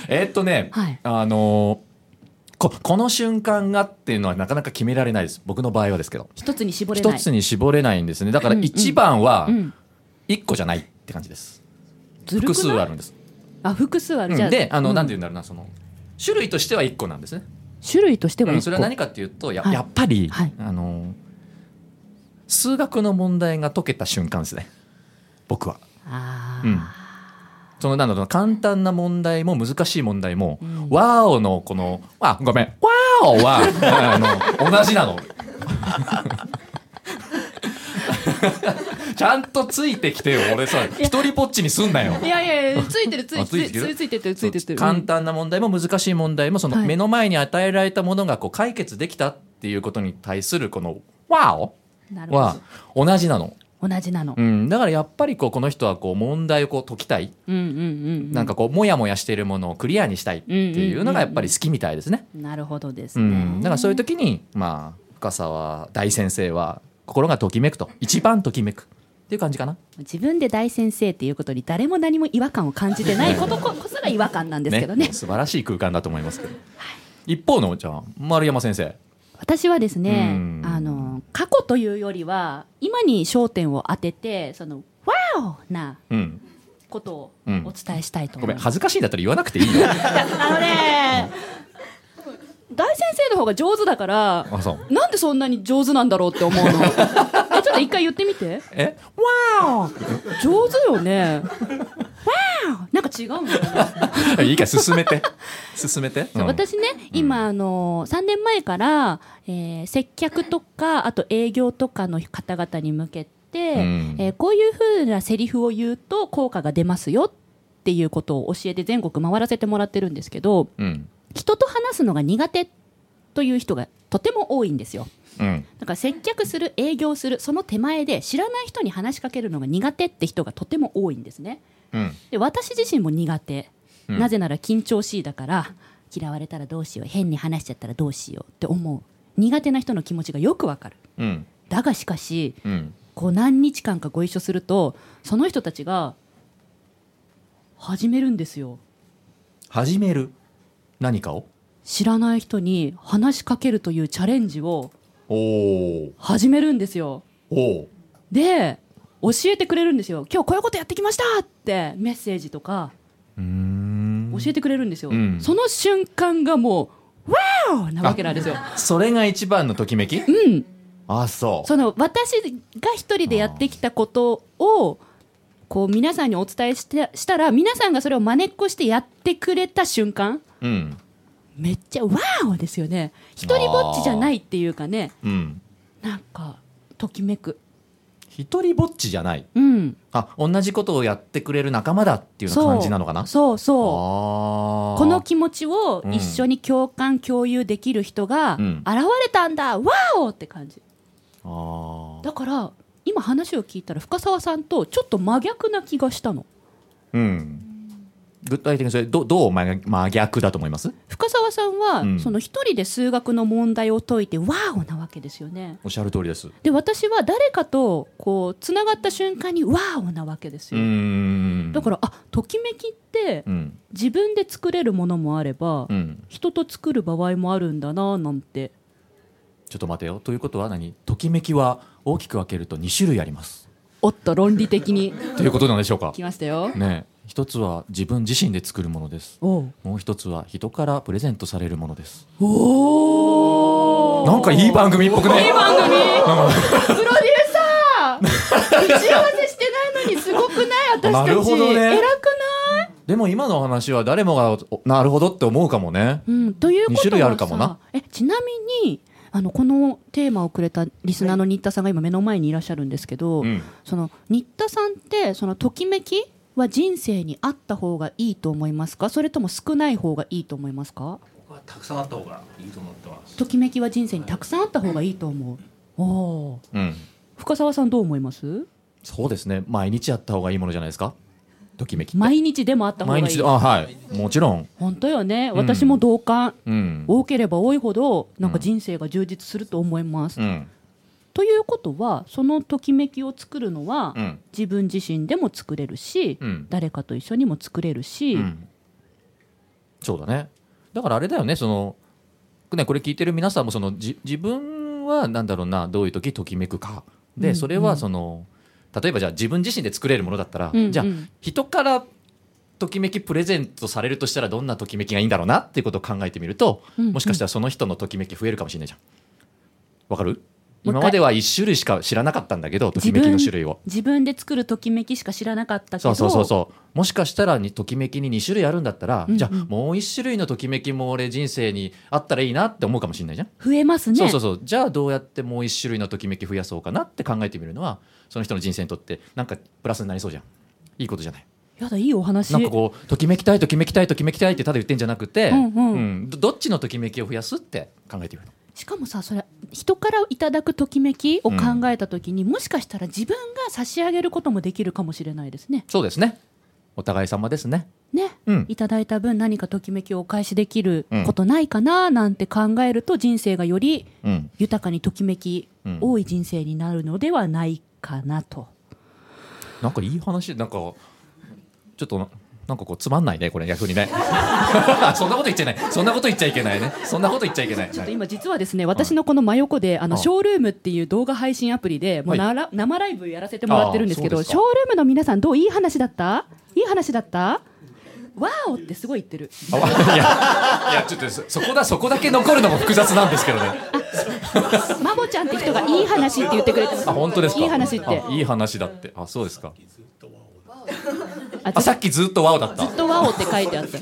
Speaker 1: えっとね、
Speaker 2: はい
Speaker 1: あのここの瞬間がっていうのはなかなか決められないです僕の場合はですけど
Speaker 2: 一つに絞れな
Speaker 1: 一
Speaker 2: い
Speaker 1: つに絞れないんですねだから
Speaker 2: うんうん
Speaker 1: 一番は
Speaker 2: うん、
Speaker 1: 一個じゃないって感じです、
Speaker 2: ずるくな
Speaker 1: 複
Speaker 2: い
Speaker 1: 数あるんです
Speaker 2: あ複数ある、じ
Speaker 1: う
Speaker 2: ゃあ
Speaker 1: んであの、
Speaker 2: う
Speaker 1: なんて言うんだろうなその種類としては一個なんですね
Speaker 2: 種類として
Speaker 1: う
Speaker 2: は一個、
Speaker 1: んそれは何かっていうとや,、
Speaker 2: はい
Speaker 1: やっぱり、
Speaker 2: はい
Speaker 1: あの数学の問題が解けた瞬間ですね僕は。
Speaker 2: あ
Speaker 1: うん
Speaker 2: あ、
Speaker 1: そのなんだろうな簡単な問題も難しい問題も、
Speaker 2: ん
Speaker 1: ワーオのこのあごめんワーオはあの同じなの。 ちゃんとついてきてよ俺さ一人ぼっちにすんなよ。
Speaker 2: いやいやいやついてるつい
Speaker 1: あついて
Speaker 2: て
Speaker 1: る
Speaker 2: るついてるついてるついてる
Speaker 1: 簡
Speaker 2: うん
Speaker 1: 単な問題も難しい問題もその
Speaker 2: はい
Speaker 1: 目の前に与えられたものがこう解決できたっていうことに対するこの「ワオ!」
Speaker 2: なるほ
Speaker 1: は同じなの、
Speaker 2: ど同じなの、
Speaker 1: うん、だからやっぱりこうこの人はこう問題をこう解きたい、
Speaker 2: うん、うんうんうん
Speaker 1: なんかこうモヤモヤしているものをクリアにしたいっていうのがやっぱり好きみたいですね、
Speaker 2: なるほどです
Speaker 1: う
Speaker 2: ね、
Speaker 1: ん、だからそういう時にまあ深沢大先生は心がときめくと一番ときめくっていう感じかな。
Speaker 2: 自分で大先生っていうことに誰も何も違和感を感じてないことここそが違和感なんですけどね
Speaker 1: 素晴らしい空間だと思いますけど。一方のじゃあ丸山先生。
Speaker 2: 私はですね
Speaker 1: うん
Speaker 2: あの過去というよりは今に焦点を当ててその「ワオ!」な
Speaker 1: うん。
Speaker 2: ことをお
Speaker 1: うん
Speaker 2: 伝えしたいと
Speaker 1: ご
Speaker 2: 思
Speaker 1: め
Speaker 2: い
Speaker 1: ん
Speaker 2: ます、
Speaker 1: 恥ずかしいんだったら言わなくていい よ。
Speaker 2: あのね大先生の方が上手だから
Speaker 1: あそう。
Speaker 2: なんでそんなに上手なんだろうって思う のえちょっと一回言ってみて
Speaker 1: え？
Speaker 2: わー上手よねわーなんか違うの、
Speaker 1: いいから進め て進めて。うん
Speaker 2: 私ね今あの3年前から、えー接客とかあと営業とかの方々に向けて、
Speaker 1: ん
Speaker 2: えーこういう風なセリフを言うと効果が出ますよっていうことを教えて全国回らせてもらってるんですけど
Speaker 1: うん
Speaker 2: 人と話すのが苦手という人がとても多いんですよ。
Speaker 1: うん
Speaker 2: だから接客する営業するその手前で知らない人に話しかけるのが苦手って人がとても多いんですね
Speaker 1: うん
Speaker 2: で私自身も苦手、
Speaker 1: うん
Speaker 2: なぜなら緊張しいだから嫌われたらどうしよう変に話しちゃったらどうしようって思う苦手な人の気持ちがよくわかる
Speaker 1: うん
Speaker 2: だがしかし
Speaker 1: うん
Speaker 2: こう何日間かご一緒するとその人たちが始めるんですよ
Speaker 1: 始める何かを。
Speaker 2: 知らない人に話しかけるというチャレンジを
Speaker 1: おお
Speaker 2: 始めるんですよ
Speaker 1: おお。
Speaker 2: で教えてくれるんですよ今日こういうことやってきましたってメッセージとか
Speaker 1: うーん
Speaker 2: 教えてくれるんですよ、
Speaker 1: うん
Speaker 2: その瞬間がもう「ワー!」なわけなんですよ。
Speaker 1: それが一番のときめき？
Speaker 2: うん、
Speaker 1: あそう。
Speaker 2: その私が一人でやってきたことをこう皆さんにお伝えしてしたら皆さんがそれをまねっこしてやってくれた瞬間
Speaker 1: うん
Speaker 2: めっちゃ「ワー!」ですよね一人ぼっちじゃないっていうかね
Speaker 1: うん。
Speaker 2: なんかときめく。
Speaker 1: 一人ぼっちじゃない。
Speaker 2: うん、
Speaker 1: あ同じことをやってくれる仲間だっていうような感じなのかな。
Speaker 2: そうそう
Speaker 1: あー
Speaker 2: この気持ちを一緒に共感、共有できる人が
Speaker 1: うん
Speaker 2: 現れたんだ、わおって感じ
Speaker 1: あー
Speaker 2: だから今話を聞いたら深澤さんとちょっと真逆な気がしたの
Speaker 1: うん具体的にそれどどう真逆真逆だと思います
Speaker 2: 深澤さんは、
Speaker 1: うん
Speaker 2: その一人で数学の問題を解いてわおなわけですよね
Speaker 1: おっしゃる通りですう
Speaker 2: で私は誰かとこうつながった瞬間にわおなわけです
Speaker 1: ー
Speaker 2: よ、
Speaker 1: ん
Speaker 2: だからあときめきって
Speaker 1: うん
Speaker 2: 自分で作れるものもあれば、
Speaker 1: うん
Speaker 2: 人と作る場合もあるんだななんて
Speaker 1: ちょっと待てよということは何ときめきは大きく分けると2種類あります
Speaker 2: おっと論理的に
Speaker 1: ということなんでしょうか
Speaker 2: 来ましたよ
Speaker 1: ねえ一つは自分自身で作るものです
Speaker 2: おう
Speaker 1: もう一つは人からプレゼントされるものです
Speaker 2: おお。
Speaker 1: なんかいい番組っぽくね
Speaker 2: いい番組。プロデューサー。打ち合わせしてないのにすごくない私たち。
Speaker 1: なるほどね
Speaker 2: 偉くない。
Speaker 1: でも今のお話は誰もがおなるほどって思うかもね
Speaker 2: うん。ということはさ
Speaker 1: 二種類あるかもな。
Speaker 2: えちなみにあのこのテーマをくれたリスナーの新田さんが今目の前にいらっしゃるんですけど、
Speaker 1: うん
Speaker 2: その新田さんってそのときめきは人生にあった方がいいと思いますか。それとも少ない方がいいと思いますか。
Speaker 4: 僕はたくさんあった方がいいと思ってます
Speaker 2: ときめきは人生にたくさんあった方がいいと思う。おおー。
Speaker 1: うん
Speaker 2: 深澤さんどう思います。
Speaker 1: そうですね毎日やった方がいいものじゃないですかときめきって
Speaker 2: 毎日でもあった方がい
Speaker 1: 毎
Speaker 2: い
Speaker 1: 日あはいもちろん
Speaker 2: 本当よね私も同感、
Speaker 1: うん
Speaker 2: 多ければ多いほどなんか人生が充実すると思います、
Speaker 1: うん
Speaker 2: ということはそのときめきを作るのは、
Speaker 1: うん
Speaker 2: 自分自身でも作れるし、
Speaker 1: うん
Speaker 2: 誰かと一緒にも作れるし、
Speaker 1: うんそうだねだからあれだよねそのねこれ聞いてる皆さんもそのじ自分はなんだろうなどういう時ときめくかで、
Speaker 2: うん
Speaker 1: それはその例えばじゃあ自分自身で作れるものだったら、
Speaker 2: うんうん
Speaker 1: じゃあ人からときめきプレゼントされるとしたらどんなときめきがいいんだろうなっていうことを考えてみると、
Speaker 2: うんうん
Speaker 1: もしかしたらその人のときめき増えるかもしれないじゃんわかる
Speaker 2: もう一
Speaker 1: 今
Speaker 2: 回
Speaker 1: までは1種類しか知らなかったんだけどときめきの種類を
Speaker 2: 自分で作るときめきしか知らなかったけ
Speaker 1: そ
Speaker 2: ど
Speaker 1: うそうそうそうもしかしたらにときめきに2種類あるんだったら、
Speaker 2: うんうん
Speaker 1: じゃあもう1種類のときめきも俺人生にあったらいいなって思うかもしれないじゃん、
Speaker 2: 増えますね
Speaker 1: そうそうそうじゃあどうやってもう1種類のときめき増やそうかなって考えてみるのはその人の人生にとってなんかプラスになりそうじゃんいいことじゃない
Speaker 2: やだいいお話
Speaker 1: なんかこうときめきたいときめきたいときめきたいってただ言ってんじゃなくて、
Speaker 2: うんうん
Speaker 1: どどっちのときめきを増やすって考えてみるの
Speaker 2: しかもさそれ人からいただくときめきを考えたときに、もしかしたら自分が差し上げることもできるかもしれないですね
Speaker 1: そうですねお互い様ですね
Speaker 2: ね、
Speaker 1: うん
Speaker 2: いただいた分何かときめきをお返しできることないかななんて考えると人生がより
Speaker 1: うん
Speaker 2: 豊かにときめき
Speaker 1: うん
Speaker 2: 多い人生になるのではないかなと、
Speaker 1: なんかいい話なんかちょっとなんかこうつまんないねこれ逆にね そんなこと言っちゃいけないそんなこと言っちゃいけないねそんなこと言っちゃいけない
Speaker 5: ちょっと今実はですね私のこの真横であの
Speaker 1: はい
Speaker 5: ショールームっていう動画配信アプリでもうなら生ライブやらせてもらってるんですけ
Speaker 1: あ
Speaker 5: ど
Speaker 1: ーそうです
Speaker 5: シ
Speaker 1: か
Speaker 5: ョールームの皆さんどういい話だったいい話だったわーおってすごい言ってる
Speaker 1: あわいやいやちょっとそそこだそこだけ残るのも複雑なんですけどね
Speaker 5: マボちゃんって人がいい話って言ってくれてます
Speaker 1: あ本当ですか
Speaker 5: いい話って
Speaker 1: あいい話だってあそうですか
Speaker 5: あ
Speaker 1: あさっきずっとワオだった
Speaker 5: ずっとワオって書いてあった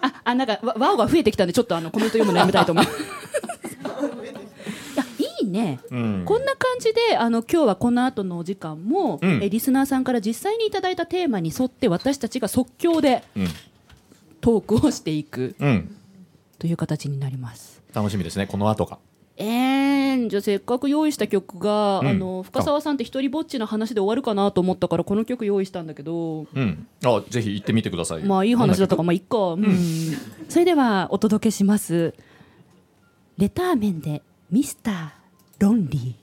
Speaker 5: ああなんかわワオが増えてきたんでちょっとあのコメント読むのやめたいと思ういやいいね
Speaker 1: うん
Speaker 5: こんな感じであの今日はこの後のお時間も、
Speaker 1: うん
Speaker 5: えリスナーさんから実際にいただいたテーマに沿って私たちが即興で
Speaker 1: うん
Speaker 5: トークをしていく
Speaker 1: うん
Speaker 5: という形になります。
Speaker 1: 楽しみですねこの後が
Speaker 5: えー、じゃあせっかく用意した曲が、
Speaker 1: うん
Speaker 5: あの深澤さんって一人ぼっちの話で終わるかなと思ったからこの曲用意したんだけど
Speaker 1: うんあぜひ行ってみてくださいよ
Speaker 5: まあいい話だったからまあいっか、うんそれではお届けしますレター面でミスターロンリ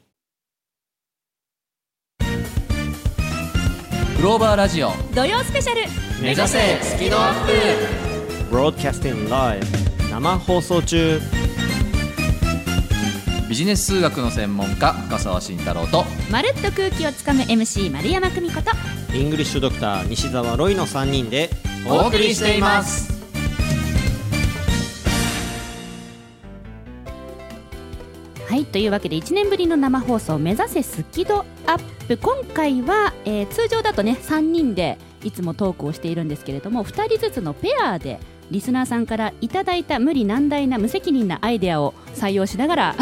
Speaker 5: ー
Speaker 1: グローバーラジオ
Speaker 5: 土曜スペシャル
Speaker 1: 目指せ
Speaker 5: スキドアップ
Speaker 3: Broadcasting Live 生放送中
Speaker 1: ビジネス数学の専門家深澤慎太郎と
Speaker 2: まるっと空気をつかむ MC 丸山久美子と
Speaker 3: イングリッシュドクター西澤ロイの3人で
Speaker 1: お送りしています
Speaker 2: はいというわけで1年ぶりの生放送「目指せスキドアップ」今回は、えー通常だとね3人でいつもトークをしているんですけれども2人ずつのペアでリスナーさんからいただいた無理難題な無責任なアイデアを採用しな がら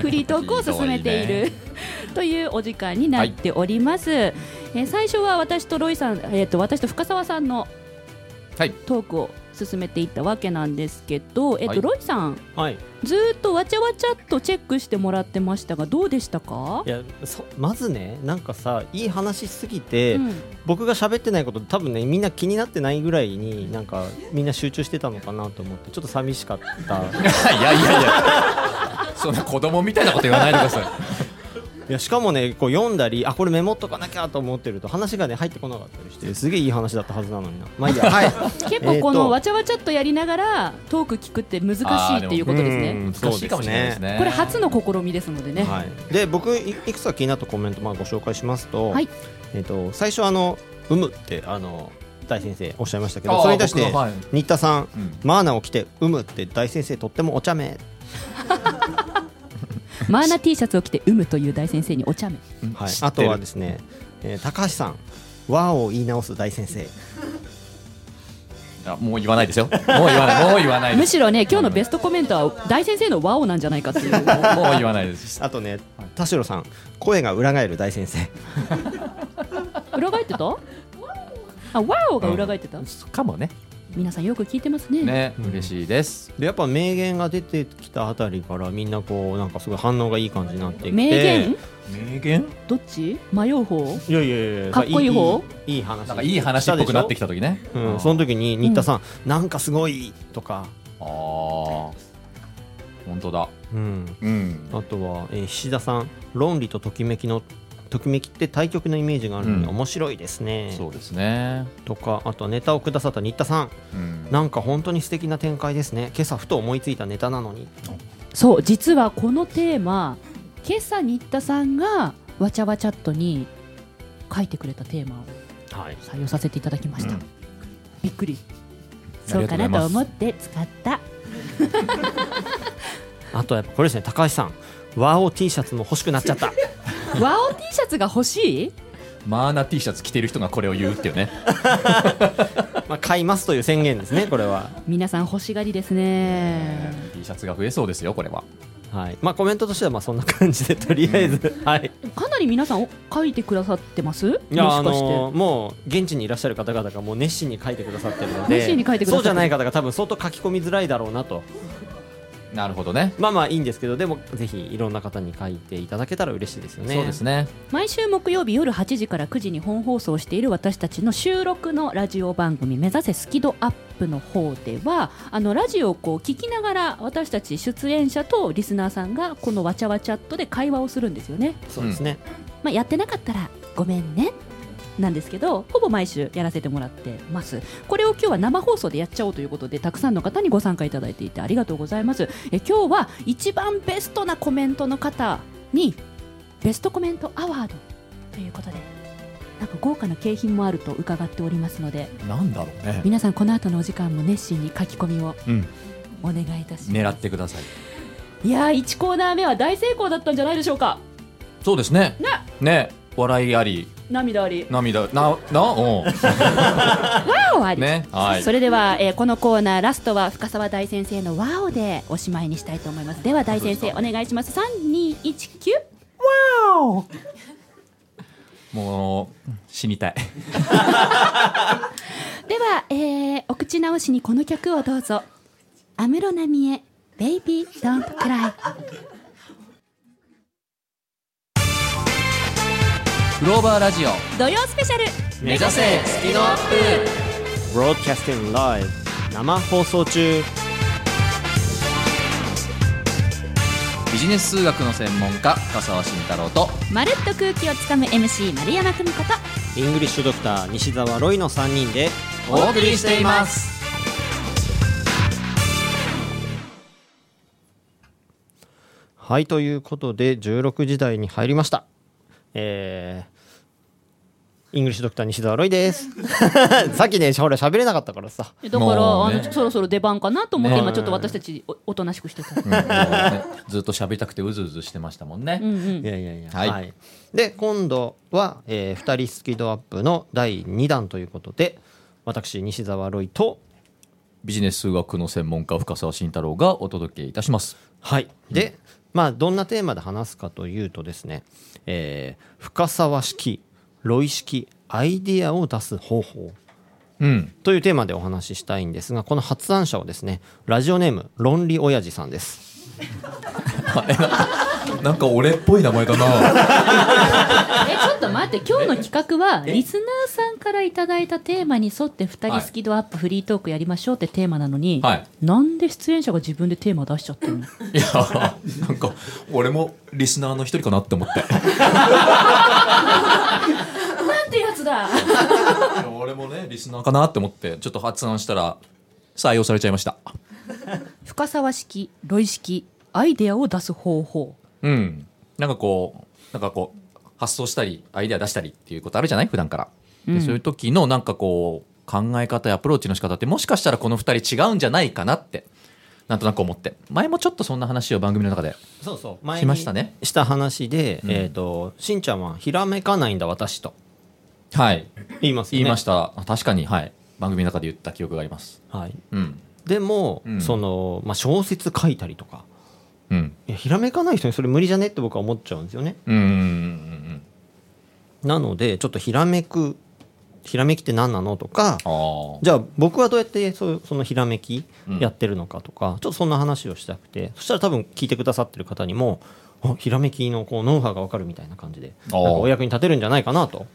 Speaker 2: フリートークを進めているというお時間になっております、えー最初は私とロイさん、えー、と私と深澤さんの
Speaker 1: はい
Speaker 2: トークを進めていったわけなんですけど、えーと
Speaker 1: はい
Speaker 2: ロイさん
Speaker 3: はい
Speaker 2: ずーっとわちゃわちゃっとチェックしてもらってましたがどうでしたか
Speaker 3: いやそまずねなんかさいい話しすぎて、
Speaker 2: うん
Speaker 3: 僕が喋ってないこと多分ねみんな気になってないぐらいになんかみんな集中してたのかなと思ってちょっと寂しかった
Speaker 1: いやいやいやそんな子供みたいなこと言わないでください
Speaker 3: いやしかもねこう読んだりあこれメモっとかなきゃと思ってると話がね入ってこなかったりしてすげえいい話だったはずなのになまあいいやはい
Speaker 5: 結構こ
Speaker 3: えー
Speaker 5: の
Speaker 3: と
Speaker 5: わちゃわちゃっとやりながらトーク聞くって難しいっていうことです
Speaker 3: あーでも
Speaker 5: ね
Speaker 3: うん
Speaker 1: 難しいかもしれないですね
Speaker 5: これ初の試みですのでね、
Speaker 3: はい、で僕いいくつか気になったコメントまあご紹介しますと,、
Speaker 5: はい
Speaker 3: えっと最初あの「産む」ってあの大先生おっしゃいましたけ
Speaker 1: あ
Speaker 3: ど
Speaker 1: ー
Speaker 3: それに対して
Speaker 1: 僕がはい
Speaker 3: 新田さん「
Speaker 1: うん
Speaker 3: マーナを着て産む」って大先生とってもお茶目
Speaker 5: マーナ T シャツを着て有無という大先生にお茶目
Speaker 3: はい
Speaker 1: 知、
Speaker 3: あ
Speaker 1: って
Speaker 3: と
Speaker 1: る
Speaker 3: はですね、えー高橋さん「和を言い直す大先生
Speaker 1: あもう言わないですよもう言わ ないもう言わないで
Speaker 5: む
Speaker 1: す
Speaker 5: しろね今日のベストコメントは大先生のワオなんじゃないかって いう
Speaker 1: もうもう言わないです」
Speaker 3: あとね田代さん「声が裏返る大先生
Speaker 5: 裏返ってたあワオが裏返ってた、
Speaker 1: かもね
Speaker 5: 皆さんよく聞いてますね
Speaker 1: ね嬉しいです」
Speaker 3: でやっぱ名言が出てきたあたりからみんなこうなんかすごい反応がいい感じになってきて
Speaker 5: 名言
Speaker 1: 名言
Speaker 5: どっち迷う方
Speaker 3: いやいやいや
Speaker 5: かっこいい方
Speaker 3: いいいい話
Speaker 1: なんかいい話っぽくなってき
Speaker 3: た
Speaker 1: た時ね
Speaker 3: でしょ、うん、その時に新田さん「なんかすごい」とか、
Speaker 1: あー本当だ
Speaker 3: うん、
Speaker 1: うん
Speaker 3: あとは、えー、菱田さん「論理とときめきのときめきって対局のイメージがあるので
Speaker 1: うん
Speaker 3: 面白いですね」
Speaker 1: そうですね
Speaker 3: とかあとはネタをくださった新田さん
Speaker 1: うん
Speaker 3: なんか本当に素敵な展開ですね今朝ふと思いついたネタなのに
Speaker 5: そう実はこのテーマ今朝新田さんがわちゃわちゃっとに書いてくれたテーマを
Speaker 3: はい
Speaker 5: 採用させていただきました、
Speaker 1: うん
Speaker 5: びっくり
Speaker 2: そうかな
Speaker 1: ありが
Speaker 2: と
Speaker 1: とうござ
Speaker 2: 思
Speaker 1: います
Speaker 2: って使った
Speaker 3: あとはやっぱこれですね高橋さんワオ T シャツも欲しくなっちゃった
Speaker 5: ワオ T シャツが欲しい
Speaker 1: マーナ T シャツ着てる人がこれを言うっていうね
Speaker 3: まあ買いますという宣言ですねこれ は
Speaker 5: 皆さん欲しがりですね
Speaker 1: T シャツが増えそうですよこれは
Speaker 3: はいまあコメントとしてはまあそんな感じでとりあえず、はい
Speaker 5: かなり皆さんお書いてくださってますもし
Speaker 3: いやあ
Speaker 5: かして、
Speaker 3: のーもう現地にいらっしゃる方々がもう熱心に書いてくださってるので
Speaker 5: 熱心に書いてくだ
Speaker 3: そ
Speaker 5: さってる
Speaker 3: うじゃない方が多分相当書き込みづらいだろうなと
Speaker 1: なるほどね
Speaker 3: まあまあいいんですけどでもぜひいろんな方に書いていただけたら嬉しいですよね
Speaker 1: そうですね
Speaker 2: 毎週木曜日夜8時から9時に本放送している私たちの収録のラジオ番組「目指せスキドアップ」の方ではあのラジオをこう聞きながら私たち出演者とリスナーさんがこのわちゃわちゃっとで会話をするんですよね、
Speaker 3: そうですね
Speaker 2: まあ、やってなかったら
Speaker 5: ごめんねなんですけどほぼ毎週やらせてもらってますこれを今日は生放送でやっちゃおうということでたくさんの方にご参加いただいていてありがとうございますえ今日は一番ベストなコメントの方にベストコメントアワードということでなんか豪華な景品もあると伺っておりますので
Speaker 1: なんだろうね。
Speaker 5: 皆さんこの後のお時間も熱心に書き込みを
Speaker 1: うん、
Speaker 5: お願いいたします
Speaker 1: 狙ってください。
Speaker 5: いやー1コーナー目は大成功だったんじゃないでしょうか
Speaker 1: そうですね。
Speaker 5: ね
Speaker 1: ね、笑いあり、
Speaker 5: 涙あり
Speaker 1: 涙、な、な、お
Speaker 5: わおあり、
Speaker 1: ね、はい
Speaker 2: そ。れでは、えーこのコーナーラストは深澤大先生の「ワオ!」でおしまいにしたいと思いますでは大先生お願いします3219
Speaker 1: もう死にたい。
Speaker 2: では、えーお口直しにこの曲をどうぞ安室奈美恵「ベイビー・ドント・クライ」
Speaker 1: クローバーラジオ
Speaker 2: 土曜スペシャル
Speaker 1: 目指せスピードアップ。
Speaker 3: Broadcasting Live 生放送中
Speaker 1: ビジネス数学の専門家深澤慎太郎と
Speaker 2: まるっと空気をつかむ MC 丸山久美子と
Speaker 3: イングリッシュドクター西澤ロイの3人で
Speaker 1: お送りしています。
Speaker 3: はいということで16時台に入りましたえーイングリッシュドクター西澤ロイです さっきねほら喋れなかったからさ
Speaker 2: だから、
Speaker 1: もう
Speaker 2: あ
Speaker 1: ね
Speaker 2: のそろそろ出番かなと思って、
Speaker 1: ね
Speaker 2: 今ちょっと私たちおおとなしくし てた、
Speaker 1: うんもうねずっと喋りたくてうずうずしてましたもんね。
Speaker 2: うんうん
Speaker 3: いやいやいや
Speaker 1: はい
Speaker 3: で今度は、え2人スキドアップの第2弾ということで私西澤ロイと
Speaker 1: ビジネス数学の専門家深澤慎太郎がお届けいたします。
Speaker 3: はい、で、まあ、どんなテーマで話すかというとですね、えー深沢式ロイ式アイディアを出す方法
Speaker 1: うん、
Speaker 3: というテーマでお話ししたいんですがこの発案者をですねラジオネーム論理親父さんです
Speaker 1: なんか俺っぽい名前だな。
Speaker 5: えちょっと待って今日の企画はリスナーさんからいただいたテーマに沿って2人スキドアップフリートークやりましょうってテーマなのに、
Speaker 1: はい
Speaker 5: なんで出演者が自分でテーマ出しちゃって るの
Speaker 1: いや、なんか俺もリスナーの一人かなって思って。
Speaker 5: なんてやつだ
Speaker 1: いや俺もねリスナーかなって思ってちょっと発案したら採用されちゃいました
Speaker 5: 深沢式ロイ式アイデアを出す方法
Speaker 1: うんなんかこうなんかこう発想したりアイデア出したりっていうことあるじゃない普段から、でそういう時のなんかこう考え方やアプローチの仕方ってもしかしたらこの2人違うんじゃないかなってなんとなく思って前もちょっとそんな話を番組の中で
Speaker 3: そうそう前
Speaker 1: にしましたね
Speaker 3: した話で、
Speaker 1: うん
Speaker 3: えー、としんちゃんはひらめかないんだ私と
Speaker 1: はい
Speaker 3: 言いますよ
Speaker 1: 言
Speaker 3: ね
Speaker 1: いました、あ確かにはい番組の中で言った記憶があります
Speaker 3: はい、
Speaker 1: うん
Speaker 3: でも、
Speaker 1: うん
Speaker 3: その、まあ、小説書いたりとか
Speaker 1: うん
Speaker 3: いやひらめかない人にそれ無理じゃねって僕は思っちゃうんですよね
Speaker 1: うんうんうん
Speaker 3: なのでちょっとひらめくひらめきって何なのとか
Speaker 1: ああ
Speaker 3: じゃあ僕はどうやってそうそのひらめき
Speaker 1: うん
Speaker 3: やってるのかとか、ちょっとそんな話をしたくてそしたら多分聞いてくださってる方にもあひらめきのこうノウハウが分かるみたいな感じで
Speaker 1: あ
Speaker 3: な
Speaker 1: ー
Speaker 3: んかお役に立てるんじゃないかなと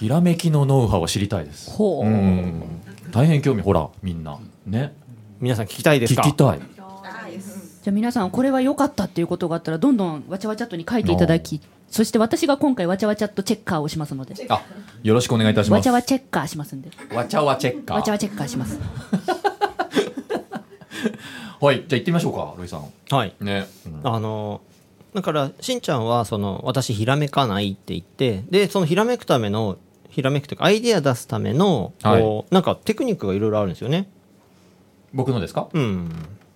Speaker 1: ひらめきのノウハウを知りたいです
Speaker 5: ほう、
Speaker 1: うん大変興味ほらみんなね
Speaker 3: 皆さん聞きたいです
Speaker 1: 聞
Speaker 3: か
Speaker 1: きたい
Speaker 5: じゃあ皆さんこれは良かったっていうことがあったらどんどんわちゃわちゃっとに書いていただきそして私が今回わちゃわちゃっとチェッカーをしますので
Speaker 1: あよろしくお願いいたします
Speaker 5: わちゃわチェッカーしますんで
Speaker 1: わちゃわチェッカー
Speaker 5: わちゃわチェッカーします
Speaker 1: はいじゃあ行ってみましょうかロイさん
Speaker 3: はい
Speaker 1: ね、うん
Speaker 3: あのだからしんちゃんはその私ひらめかないって言ってでそのひらめくためのひらめくというかアイデア出すためのこうなんかテクニックがいろいろあるんですよね
Speaker 1: 僕のですか
Speaker 3: うん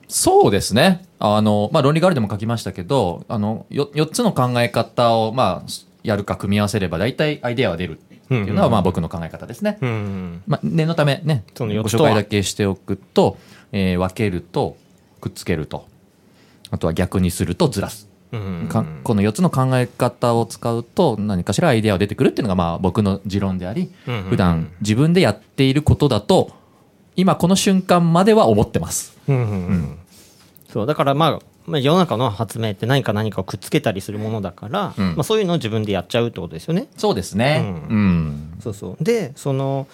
Speaker 1: そうですねあのまあ論理ガールでも書きましたけどあのよ4つの考え方をまあやるか組み合わせれば大体アイデアは出るっていうのはまあ僕の考え方ですね、
Speaker 3: うん
Speaker 1: まあ、念のためね
Speaker 3: そ
Speaker 1: ご
Speaker 3: の四つと
Speaker 1: 紹
Speaker 3: は
Speaker 1: 介だけしておくと、えー分けるとくっつけるとあとは逆にするとずらす
Speaker 3: うん
Speaker 1: かこの4つの考え方を使うと何かしらアイデアが出てくるっていうのがまあ僕の持論であり
Speaker 3: うんうん
Speaker 1: 普段自分でやっていることだと今この瞬間までは思ってます。
Speaker 3: うんうんうんそうだから、まあ、まあ世の中の発明って何か何かをくっつけたりするものだから、
Speaker 1: うん
Speaker 3: まあ、そういうのを自分でやっちゃうってことですよね。
Speaker 1: そうですね。
Speaker 3: う
Speaker 1: うん。
Speaker 3: そうそうでその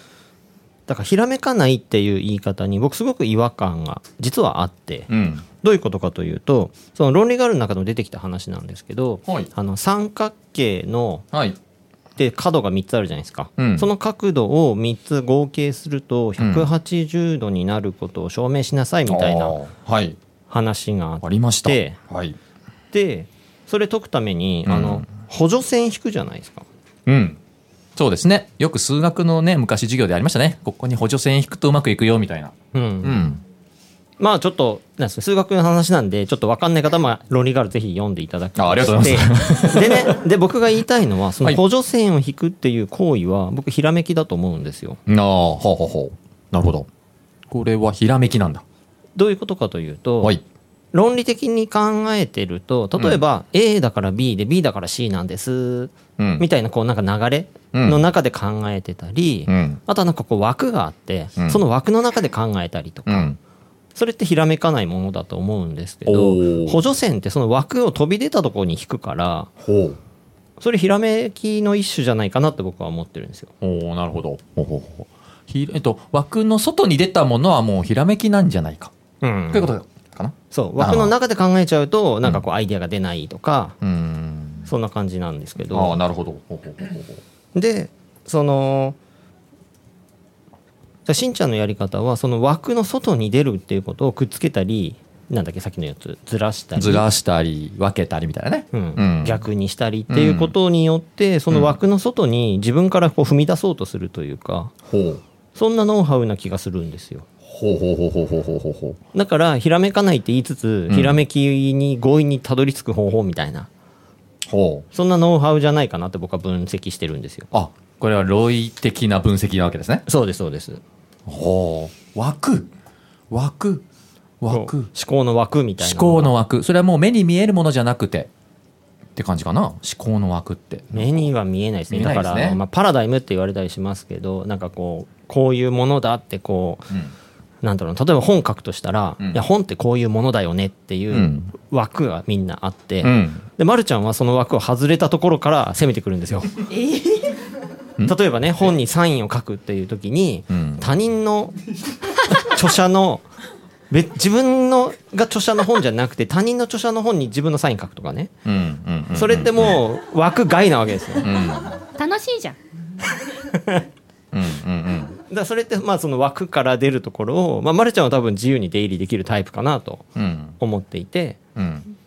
Speaker 3: だからひらめかないっていう言い方に僕すごく違和感が実はあって、
Speaker 1: うん。
Speaker 3: どういうことかというとその論理がある中でも出てきた話なんですけど、
Speaker 1: はい
Speaker 3: あの三角形の
Speaker 1: はい。
Speaker 3: って角が3つあるじゃないですか、
Speaker 1: うん
Speaker 3: その角度を3つ合計すると180度になることを証明しなさいみたい
Speaker 1: あ
Speaker 3: な
Speaker 1: ーはい
Speaker 3: 話があって
Speaker 1: ありました
Speaker 3: で
Speaker 1: はい
Speaker 3: でそれ解くために、
Speaker 1: うん
Speaker 3: あの補助線引くじゃないですか
Speaker 1: うんそうですねよく数学のね昔授業でありましたねここに補助線引くとうまくいくよみたいな
Speaker 3: うん、
Speaker 1: うん
Speaker 3: まあちょっとなんですか数学の話なんでちょっと分かんない方は論理があるぜひ読んでいただく
Speaker 1: あありがとうござい
Speaker 3: ますでねで僕が言いたいのはそ
Speaker 1: は
Speaker 3: の
Speaker 1: い
Speaker 3: 補助線を引くっていう行為は僕ひらめきだと思うんですよ
Speaker 1: ああほうほうほうなるほどこれはひらめきなんだ
Speaker 3: どういうことかというと、
Speaker 1: はい
Speaker 3: 論理的に考えてると例えば A だから B で B だから C なんです、
Speaker 1: うん
Speaker 3: みたいなこうなんか流れの中で考えてたり、
Speaker 1: うん
Speaker 3: あとはなんかこう枠があって、
Speaker 1: うん
Speaker 3: その枠の中で考えたりとか、
Speaker 1: うん
Speaker 3: それってひらめかないものだと思うんですけ
Speaker 1: お
Speaker 3: ど
Speaker 1: ー
Speaker 3: 補助線ってその枠を飛び出たところに引くから
Speaker 1: ほう
Speaker 3: それひらめきの一種じゃないかなって僕は思ってるんですよ。
Speaker 1: おおなるほどほうほうほうひえっと枠の外に出たものはもうひらめきなんじゃないか
Speaker 3: うん
Speaker 1: ということかな
Speaker 3: そう枠の中で考えちゃうとなんかこうアイデアが出ないとか、
Speaker 1: うん
Speaker 3: そんな感じなんですけど。
Speaker 1: ああなるほどほうほうほうほうほう
Speaker 3: でそのじゃあしんちゃんのやり方はその枠の外に出るっていうことをくっつけたりなんだっけさっきのやつずらしたり
Speaker 1: ずらしたり分けたりみたいなね、
Speaker 3: うん
Speaker 1: うん
Speaker 3: 逆にしたりっていうことによって、その枠の外に自分からこう踏み出そうとするというか
Speaker 1: ほう
Speaker 3: そんなノウハウな気がするんですよ
Speaker 1: ほうほうほうほうほうほうほうほう
Speaker 3: だからひらめかないって言いつつ、
Speaker 1: うん
Speaker 3: ひらめきに強引にたどり着く方法みたいな
Speaker 1: ほう
Speaker 3: そんなノウハウじゃないかなって僕は分析してるんですよ
Speaker 1: あこれはロイ的な分析なわけですね
Speaker 3: そうですそうです
Speaker 1: ほう枠枠
Speaker 3: こう
Speaker 1: 枠
Speaker 3: 思考の枠みたい
Speaker 1: 思
Speaker 3: な
Speaker 1: 考の枠それはもう目に見えるものじゃなくてって感じかな思考の枠って
Speaker 3: 目には見えないですね
Speaker 1: 見えないですね
Speaker 3: だから、まあ、パラダイムって言われたりしますけどなんかこうこういうものだってこうなんだろうな例えば本書くとしたら、
Speaker 1: うん
Speaker 3: いや本ってこういうものだよねっていううん枠がみんなあって、
Speaker 1: うん
Speaker 3: で、ま、るちゃんはその枠を外れたところから攻めてくるんですよ。例えばね本にサインを書くっていう時に、
Speaker 1: うん
Speaker 3: 他人の著者のべ自分のが著者の本じゃなくて他人の著者の本に自分のサイン書くとかね、
Speaker 1: うんうんうん
Speaker 3: それってもう枠外なわけですよ。
Speaker 1: うんうん
Speaker 2: 楽しいじゃん
Speaker 1: うんうん
Speaker 3: だからそれってまあその枠から出るところを、まあ、まるちゃんは多分自由に出入りできるタイプかなと
Speaker 1: うん
Speaker 3: 思っていて
Speaker 1: うん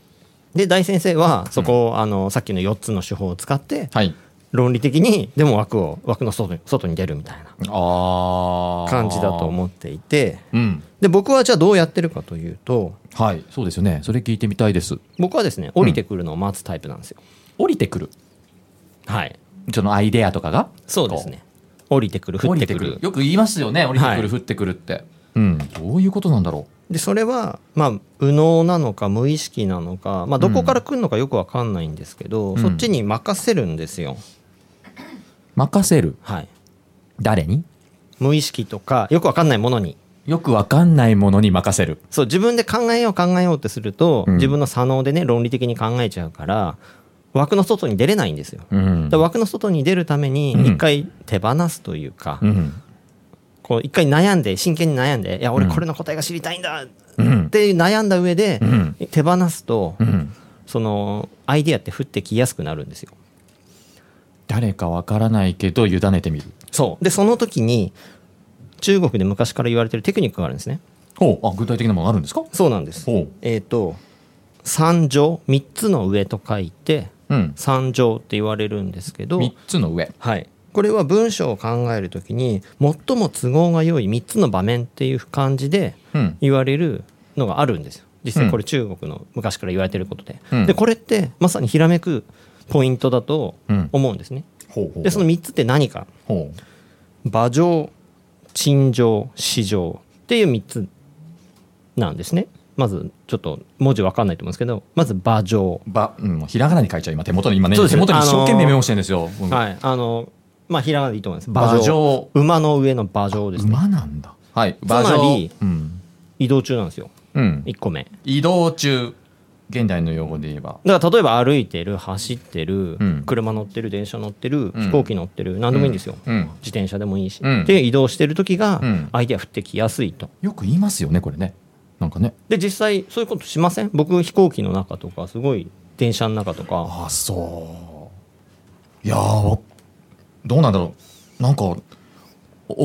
Speaker 3: で大先生はそこを、あのさっきの4つの手法を使って
Speaker 1: はい
Speaker 3: 論理的にでも枠を枠の外に外に出るみたいな
Speaker 1: ああ
Speaker 3: 感じだと思っていて
Speaker 1: うん
Speaker 3: で僕はじゃあどうやってるかというと
Speaker 1: はいそうですよねそれ聞いてみたいです
Speaker 3: 僕はですね降りてくるのを待つタイプなんですよ。
Speaker 1: 降りてくる
Speaker 3: はい
Speaker 1: そのアイデアとかが
Speaker 3: そうですね降りてくる降
Speaker 1: 降
Speaker 3: っ
Speaker 1: り
Speaker 3: て
Speaker 1: て
Speaker 3: く
Speaker 1: く
Speaker 3: る
Speaker 1: るよく言いますよね降りてく
Speaker 3: はい
Speaker 1: る降ってくるってうんどういうことなんだろ
Speaker 3: でそれはまあ右脳なのか無意識なのか、まあ、どこから来るのかよくわかんないんですけど、
Speaker 1: うん
Speaker 3: そっちに任せるんですよ。
Speaker 1: う任せる
Speaker 3: はい
Speaker 1: 誰に
Speaker 3: 無意識とかよくわかんないものに
Speaker 1: よくわかんないものに任せる
Speaker 3: そう自分で考えよう考えようってすると、
Speaker 1: うん
Speaker 3: 自分の左脳でね論理的に考えちゃうから枠の外に出れないんですよ。
Speaker 1: うん
Speaker 3: だから枠の外に出るために
Speaker 1: うん
Speaker 3: 一回手放すというか、
Speaker 1: うん
Speaker 3: こう一回悩んで真剣に悩んでいや俺
Speaker 1: うん
Speaker 3: これの答えが知りたいんだっ
Speaker 1: うん
Speaker 3: て悩んだ上で、
Speaker 1: うん
Speaker 3: 手放すと、
Speaker 1: うん
Speaker 3: そのアイデアって降ってきやすくなるんですよ。
Speaker 1: 誰かわからないけど委ねてみる
Speaker 3: そうでその時に中国で昔から言われてるテクニックがあるんですね。
Speaker 1: ほうあ具体的なものあるんですか
Speaker 3: そうなんです。
Speaker 1: ほう
Speaker 3: えっ、と三乗三つの上と書いて
Speaker 1: うん
Speaker 3: 三乗って言われるんですけど、
Speaker 1: 3つの上
Speaker 3: はい、これは文章を考えるときに最も都合が良い三つの場面っていう感じで
Speaker 1: うん
Speaker 3: 言われるのがあるんですよ実際こ
Speaker 1: う
Speaker 3: れ中国の昔から言われてることで、
Speaker 1: うん
Speaker 3: でこれってまさにひらめくポイントだと思うんですね、
Speaker 1: ほうほう
Speaker 3: でその3つって何か
Speaker 1: ほ
Speaker 3: 馬上陳情市場っていう3つなんですねまずちょっと文字わかんないと思うんですけどまず馬上
Speaker 1: うばうんひらがなに書いちゃう今手元に今ね
Speaker 3: そうです
Speaker 1: 手元に
Speaker 3: あ
Speaker 1: 一
Speaker 3: のー
Speaker 1: 生懸命メモしてるんですよ、うん
Speaker 3: はいあのまあひらがなでいいと思います馬上
Speaker 1: 馬上
Speaker 3: 馬の上の馬上ですね
Speaker 1: 馬なんだはい
Speaker 3: つま
Speaker 1: 馬
Speaker 3: り
Speaker 1: 上うん、
Speaker 3: 移動中なんですよ
Speaker 1: うん、
Speaker 3: 1個目
Speaker 1: 移動中現代の用語で言えば
Speaker 3: だから例えば歩いてる走って
Speaker 1: う
Speaker 3: る、
Speaker 1: ん
Speaker 3: 車乗ってる電車乗って
Speaker 1: う
Speaker 3: る、
Speaker 1: ん
Speaker 3: 飛行機乗ってる何でもいいんですよ、
Speaker 1: うん
Speaker 3: 自転車でもいいし、
Speaker 1: うん
Speaker 3: で移動してる時が
Speaker 1: うん
Speaker 3: アイデア降ってきやすいと
Speaker 1: よく言いますよねこれねなんかね
Speaker 3: で実際そういうことしません僕飛行機の中とかすごい電車の中とか
Speaker 1: あそういやーわどうなんだろうなんかお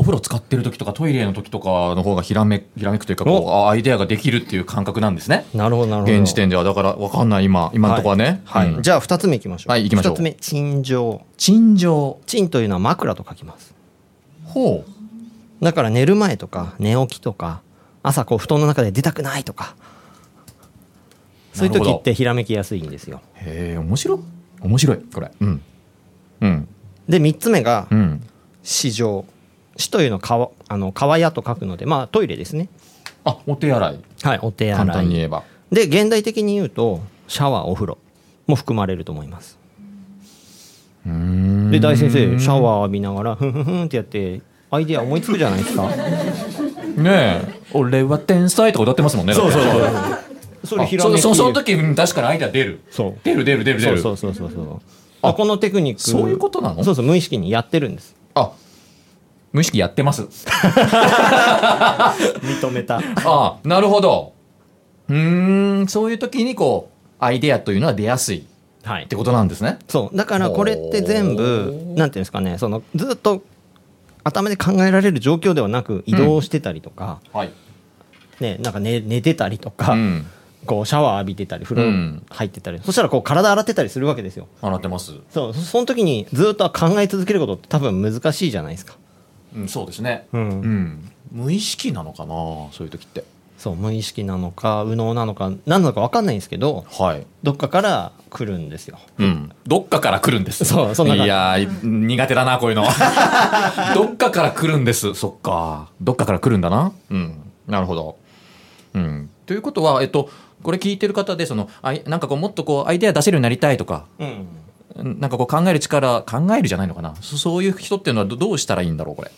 Speaker 1: お風呂使ってる時とかトイレの時とかの方がひらめひらめくというかこうあアイデアができるっていう感覚なんですね
Speaker 3: なるほどなるほど
Speaker 1: 現時点ではだからわかんない今今のところはね
Speaker 3: はい、
Speaker 1: うん
Speaker 3: じゃあ2つ目いきましょう
Speaker 1: はい行きましょう
Speaker 3: 2つ目陳情
Speaker 1: 陳情
Speaker 3: 陳というのは枕と書きます
Speaker 1: ほう
Speaker 3: だから寝る前とか寝起きとか朝こう布団の中で出たくないとかそういう時ってひらめきやすいんですよ
Speaker 1: へえ面白い面白いこれうんうん
Speaker 3: で3つ目が
Speaker 1: うん
Speaker 3: 市場市というのは川あの川屋と書くのでまあトイレですね
Speaker 1: あお手洗い
Speaker 3: はいお手
Speaker 1: 簡
Speaker 3: 洗
Speaker 1: 単に
Speaker 3: い
Speaker 1: 言えば
Speaker 3: で現代的に言うとシャワーお風呂も含まれると思いますで大先生シャワー浴びながらふんふんふんってやってアイデア思いつくじゃないですか
Speaker 1: ねえ俺は天才とか歌ってますもんねそうそうそう
Speaker 3: そ
Speaker 1: あそそその時うん確かにアイデア出る
Speaker 3: そう
Speaker 1: 出る出る出る出
Speaker 3: そう
Speaker 1: る
Speaker 3: そうそうそうそうあこのテクニック
Speaker 1: そういうことなの
Speaker 3: そうそう無意識にやってるんです
Speaker 1: あ無意識やってます
Speaker 3: 認めた
Speaker 1: あなるほどうーんそういう時にこうアイデアというのは出やすいっ
Speaker 3: はい
Speaker 1: てことなんですね
Speaker 3: そうだからこれって全部なんていうんですかねそのずっと頭で考えられる状況ではなく移動してたりとか、
Speaker 1: はい、
Speaker 3: ねなんか寝寝てたりとか、
Speaker 1: うん、
Speaker 3: こうシャワー浴びてたり風呂入ってたり、そしたらこう体洗ってたりするわけですよ
Speaker 1: 洗ってます、
Speaker 3: そうそその時にずっと考え続けることって多分難しいじゃないですか、
Speaker 1: うん、そうですね
Speaker 3: う、
Speaker 1: うんん無意識なのかなそういう時って
Speaker 3: そう無意識なのか右脳なのか何なのか分かんないんですけど
Speaker 1: はい
Speaker 3: どっかから来るんですよ
Speaker 1: うん、どっかから来るんです。
Speaker 3: そうそんな感じ
Speaker 1: いやー、苦手だな、こういう の。どっかから来るんです。そっか。どっかから来るんだな。うん。なるほど。うん。ということは、えっと、これ聞いてる方で、その、あいなんかこう、もっとこう、アイデア出せるようになりたいとか、
Speaker 3: うん
Speaker 1: うんなんかこう、考える力、考えるじゃないのかな。そそういう人っていうのはど、どうしたらいいんだろう、これ。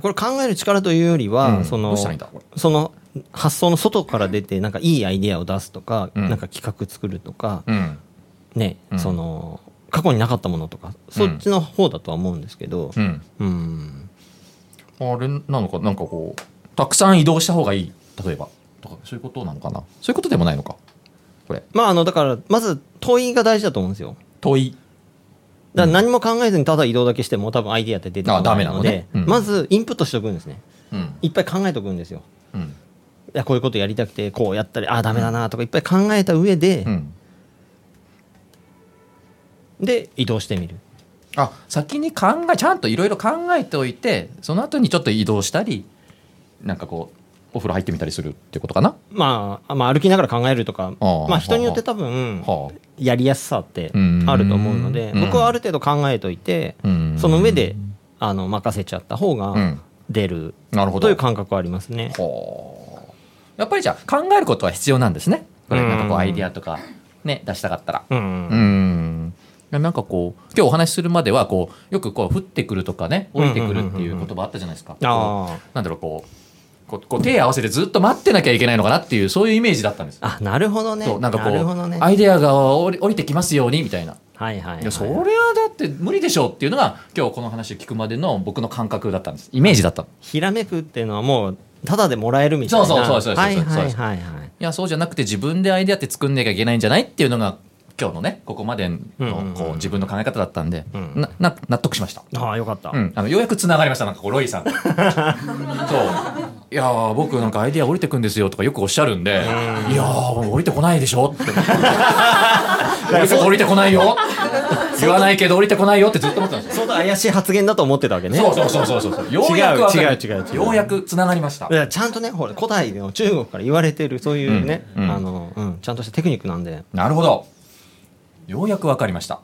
Speaker 3: これ考える力というよりは、
Speaker 1: うん
Speaker 3: そ
Speaker 1: ど
Speaker 3: の
Speaker 1: うしたらいいんだこ
Speaker 3: その発想の外から出てなんかいいアイデアを出すとか、
Speaker 1: うん
Speaker 3: なんか企画作るとか、
Speaker 1: うん。
Speaker 3: ね、
Speaker 1: うん
Speaker 3: その過去になかったものとかそっちの方だとは思うんですけど
Speaker 1: うん。
Speaker 3: うん、
Speaker 1: あれなのか、なんかこう、たくさん移動した方がいい。例えば。とか、そういうことなのかな。そういうことでもないのか。これ。
Speaker 3: まああのだからまず問いが大事だと思うんですよ
Speaker 1: 問い。
Speaker 3: だから何も考えずにただ移動だけしても多分アイデアって出てこ
Speaker 1: あダ
Speaker 3: な
Speaker 1: メ
Speaker 3: い
Speaker 1: なの
Speaker 3: ので
Speaker 1: ねうん
Speaker 3: まずインプットしておくんですね
Speaker 1: うん。
Speaker 3: いっぱい考えておくんですよ
Speaker 1: うん。
Speaker 3: いやこういうことやりたくてこうやったりああダメだなとかいっぱい考えた上で、
Speaker 1: うん。
Speaker 3: で移動してみる
Speaker 1: あ先に考えちゃんといろいろ考えておいてその後にちょっと移動したりなんかこうお風呂入ってみたりするってことかな、
Speaker 3: まあ、まあ歩きながら考えるとか
Speaker 1: ああ
Speaker 3: まあ、人によって多分
Speaker 1: はあ
Speaker 3: やりやすさってあると思うので
Speaker 1: うん
Speaker 3: 僕はある程度考えといて
Speaker 1: うん
Speaker 3: その上であの任せちゃった方
Speaker 1: う
Speaker 3: が
Speaker 1: ん
Speaker 3: 出る
Speaker 1: なるほど
Speaker 3: という感覚はありますね。
Speaker 1: はあやっぱりじゃあ考えることは必要なんですねこれ
Speaker 3: うん
Speaker 1: なんかこうアイディアとか、ね、出したかったら
Speaker 3: う
Speaker 1: うんんなんかこう今日お話しするまではこうよくこう降ってくるとかね降りてくるっていう言葉あったじゃないですか、
Speaker 3: あ
Speaker 1: なんだろうこうこうこう手合わせてずっと待ってなきゃいけないのかなっていうそういうイメージだったんです
Speaker 3: ああなるほどね
Speaker 1: そうなんかこ
Speaker 3: るほど
Speaker 1: う、
Speaker 3: ね
Speaker 1: アイデアが降り降りてきますようにみたいな、い
Speaker 3: はいはいはい
Speaker 1: やそれはだって無理でしょうっていうのが今日この話を聞くまでの僕の感覚だったんですイメージだったのい
Speaker 3: ひらめくっていうのはもうただでもらえるみたいな
Speaker 1: そうそうそうそうそう
Speaker 3: はいはいはいはい
Speaker 1: やそうじゃなくて自分でアイデアって作んなきゃいけないんじゃないっていうのが今日のねここまでの
Speaker 3: うんうんうん
Speaker 1: こう自分の考え方だったんで、
Speaker 3: うん
Speaker 1: なな納得しました、
Speaker 3: ああよかった
Speaker 1: うん、あのようやくつながりましたなんかこうロイ さんとそういやー僕なんかアイデア降りてくんですよとかよくおっしゃるんで、いやー降りてこないでしょ って降りて降りてこないよ言わないけど降りてこないよってずっと思ってました
Speaker 3: 相当怪しい発言だと思ってたわけね
Speaker 1: そうそうそうそうそうそう。ようやくわかる
Speaker 3: 違う違う違う違う
Speaker 1: ようやくつながりました
Speaker 3: い。やちゃんとねほら古代の中国から言われてるそういうね、
Speaker 1: うんうん
Speaker 3: あのうん、ちゃんとしたテクニックなんで。
Speaker 1: なるほど。ようやくわかりました。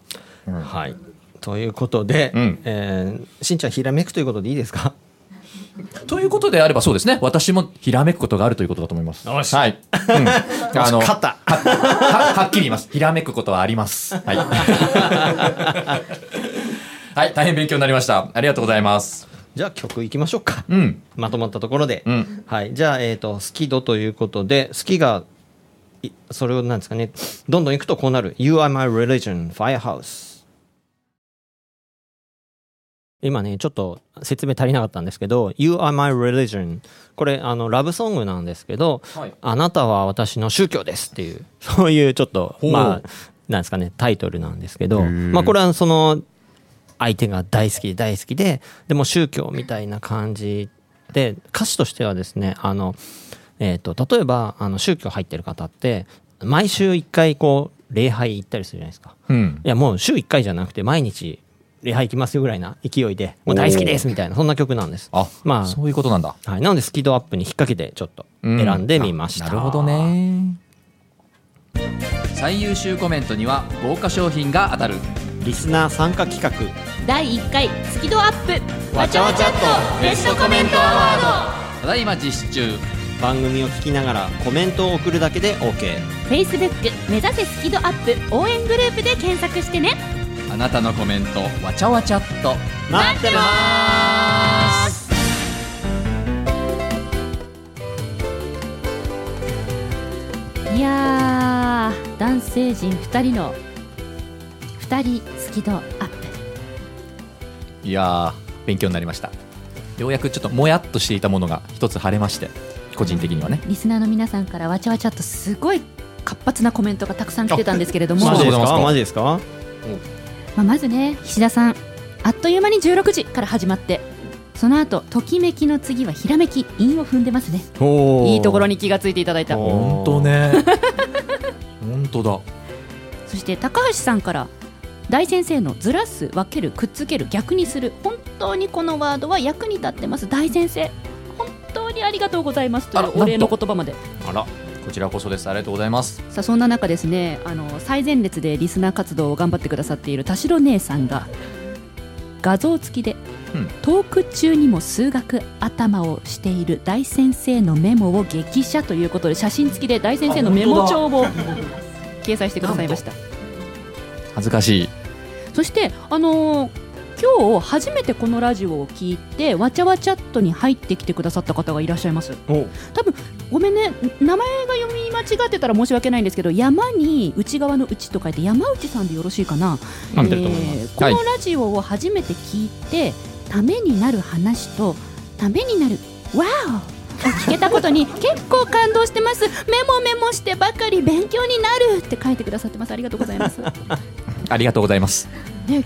Speaker 3: はいということで、
Speaker 1: うん
Speaker 3: えーしんちゃんひらめくということでいいですか
Speaker 1: ということであればそうですね。私もひらめくことがあるということだと思います。
Speaker 3: よし
Speaker 1: はい。うん、あの は
Speaker 3: 勝った
Speaker 1: ははっきり言います。ひらめくことはあります。 はい。はい、大変勉強になりました。ありがとうございます。
Speaker 3: じゃあ曲いきましょうか、
Speaker 1: うん。
Speaker 3: まとまったところで、
Speaker 1: うん
Speaker 3: はい、じゃあ、えーと「好き度」ということで好きがいそれをなんですかねどんどんいくとこうなる「You are my religion firehouse」今ねちょっと説明足りなかったんですけど「You are my religion」これあのラブソングなんですけど、
Speaker 1: はい
Speaker 3: あなたは私の宗教です」っていうそういうちょっと
Speaker 1: う
Speaker 3: まあなんですかねタイトルなんですけど、
Speaker 1: へー
Speaker 3: まあ、これはその相手が大好きで大好きででも宗教みたいな感じで歌詞としてはですねあの、えー、と例えばあの宗教入ってる方って毎週1回こう礼拝行ったりするじゃないですか。
Speaker 1: うん
Speaker 3: いやもう週1回じゃなくて毎日礼拝行きますよぐらいな勢いでもう大好きですみたいなそんな曲なんです。
Speaker 1: あ、
Speaker 3: まあ
Speaker 1: そういうことなんだ。
Speaker 3: はい、なのでスキドアップに引っ掛けてちょっと
Speaker 1: う
Speaker 3: 選んでみました、
Speaker 1: あなるほどね。最優秀コメントには豪華賞品が当たる。
Speaker 3: リスナー参加企画
Speaker 2: 第1回スキドアップ
Speaker 3: わちゃわちゃっと
Speaker 2: ベストコメントアワー
Speaker 1: ただいま実施中。
Speaker 3: 番組を聞きながらコメントを送るだけで OK
Speaker 2: ド Facebook 目指せスキドアップ応援グループで検索してね
Speaker 1: あなたのコメントわちゃわちゃっと。
Speaker 3: 待ってます
Speaker 2: いやー男性陣2人の2人スキドアップ
Speaker 1: いやー勉強になりました。ようやくちょっともやっとしていたものが一つ晴れまして、個人的にはね。
Speaker 2: リスナーの皆さんからわちゃわちゃっとすごい活発なコメントがたくさん来てたんですけれども、
Speaker 1: あ
Speaker 3: マ
Speaker 1: そ
Speaker 3: ジ
Speaker 1: う
Speaker 3: です
Speaker 1: ありがと
Speaker 3: か
Speaker 1: うございます
Speaker 3: マジですか
Speaker 2: まあ、まずね菱田さんあっという間に16時から始まってその後ときめきの次はひらめき韻を踏んでますねい
Speaker 3: い
Speaker 2: いところに気がついていただいた
Speaker 1: 本
Speaker 3: おー
Speaker 1: 当 ね。本当だ。
Speaker 2: そして高橋さんから大先生のずらす分けるくっつける逆にする本当にこのワードは役に立ってます大先生本当にありがとうございますとい
Speaker 1: あら
Speaker 2: うお礼の
Speaker 1: なん
Speaker 2: 言葉まで
Speaker 1: あら、こちらこそです。ありがとうございます。
Speaker 2: さあそんな中ですねあの最前列でリスナー活動を頑張ってくださっている田代姉さんが画像付きで、
Speaker 1: うん
Speaker 2: トーク中にも数学頭をしている大先生のメモを激写ということで写真付きで大先生のメモ帳を掲載してくださいました
Speaker 1: 恥ずかしい。
Speaker 2: そしてあのー今日初めてこのラジオを聞いてわちゃわちゃっとに入ってきてくださった方がいらっしゃいます
Speaker 3: お
Speaker 2: 多分ごめんね名前が読み間違ってたら申し訳ないんですけど山に内側の内と書いて山内さんでよろしいかな、
Speaker 1: 合ってると思います
Speaker 2: ーこのラジオを初めて聞いて、ためになる話とためになるわおを聞けたこ とに結構感動してますメモメモしてばかり勉強になるって書いてくださってますありがとうございます、ね、
Speaker 1: ありがとうございます。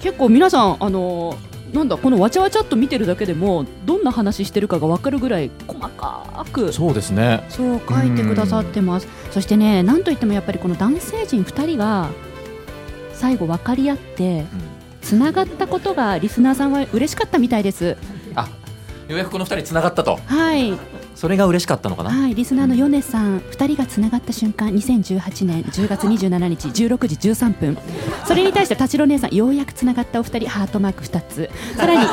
Speaker 2: 結構皆さんあのーなんだこのわちゃわちゃっと見てるだけでもどんな話してるかがわかるぐらい細かく
Speaker 1: そうですね。
Speaker 2: そう書いてくださってます。そしてね、なんといってもやっぱりこの男性陣2人が最後分かり合ってつながったことがリスナーさんは嬉しかったみたいです。
Speaker 1: あ、ようやくこの二人繋がったと。
Speaker 2: はい、
Speaker 1: それが嬉しかったのか な。
Speaker 2: はい、リスナーのヨネさん2人がつながった瞬間、2018年10月27日16時13分。それに対して達郎姉さんようやくつながったお二人ハートマーク2つ。さら に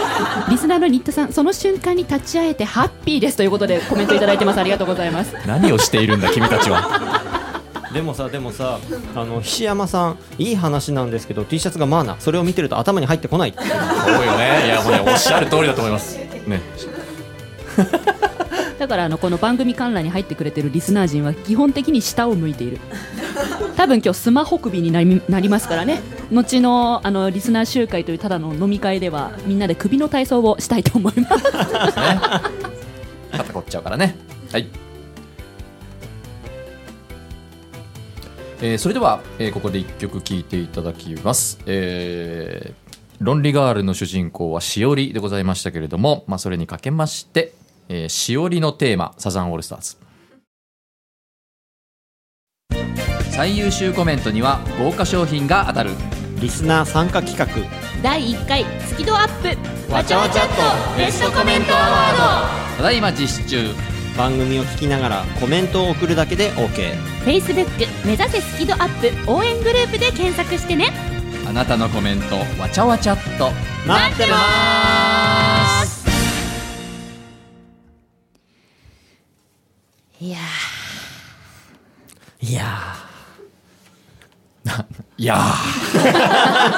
Speaker 2: リスナーの新田さんその瞬間に立ち会えてハッピーですということでコメントいただいてます。ありがとうございます。
Speaker 1: 何をしているんだ君たちは。
Speaker 3: でもさでもさあの菱山さんいい話なんですけど T シャツがマーナそれを見てると頭に入ってこな い
Speaker 1: そうよね。いやもうねおっしゃる通りだと思います。ね。
Speaker 2: だからあのこの番組観覧に入ってくれてるリスナー陣は基本的に下を向いている多分今日スマホ首になりなりますからね後のあのリスナー集会というただの飲み会ではみんなで首の体操をしたいと思います
Speaker 1: ね。肩こっちゃうからね。はい。えーそれでは、えーここで一曲聴いていただきます。えーロンリガールの主人公はしおりでございましたけれども、まあ、それにかけまして、えーしおりのテーマ、サザンオールスターズ。最優秀コメントには豪華賞品が当たる。
Speaker 3: リスナー参加企画
Speaker 2: 第1回スキドアップ
Speaker 1: わちゃわちゃっとベストコメントア
Speaker 2: ワー
Speaker 1: ただいま実施中。
Speaker 3: 番組を聞きながらコメントを送るだけで OK
Speaker 2: ド Facebook 目指せスキドアップ応援グループで検索してね
Speaker 1: あなたのコメント、わちゃわちゃっと。
Speaker 3: 待ってます
Speaker 2: いや
Speaker 3: いや
Speaker 1: いやー。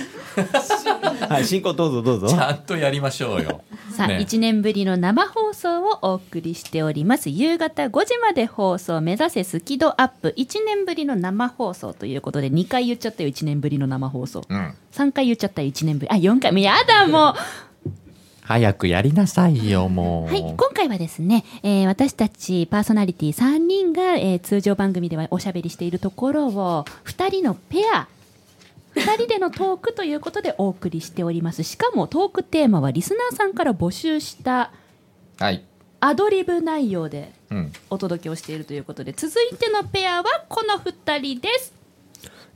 Speaker 3: ーはい進行どうぞどうぞ
Speaker 1: ちゃんとやりましょうよ。
Speaker 2: さあ、
Speaker 1: ね
Speaker 2: 1年ぶりの生放送をお送りしております夕方5時まで放送目指せスキドアップ1年ぶりの生放送ということで2回言っちゃったよ1年ぶりの生放送
Speaker 1: うん。
Speaker 2: 3回言っちゃったよ1年ぶりあ4回もうやだもう
Speaker 1: 早くやりなさいよ、もう。
Speaker 2: はい、今回はですね、えー私たちパーソナリティ3人が、えー通常番組ではおしゃべりしているところを2人のペア2人でのトークということでお送りしておりますしかもトークテーマはリスナーさんから募集した
Speaker 1: はい。
Speaker 2: アドリブ内容で
Speaker 1: うん。
Speaker 2: お届けをしているということで続いてのペアはこの2人です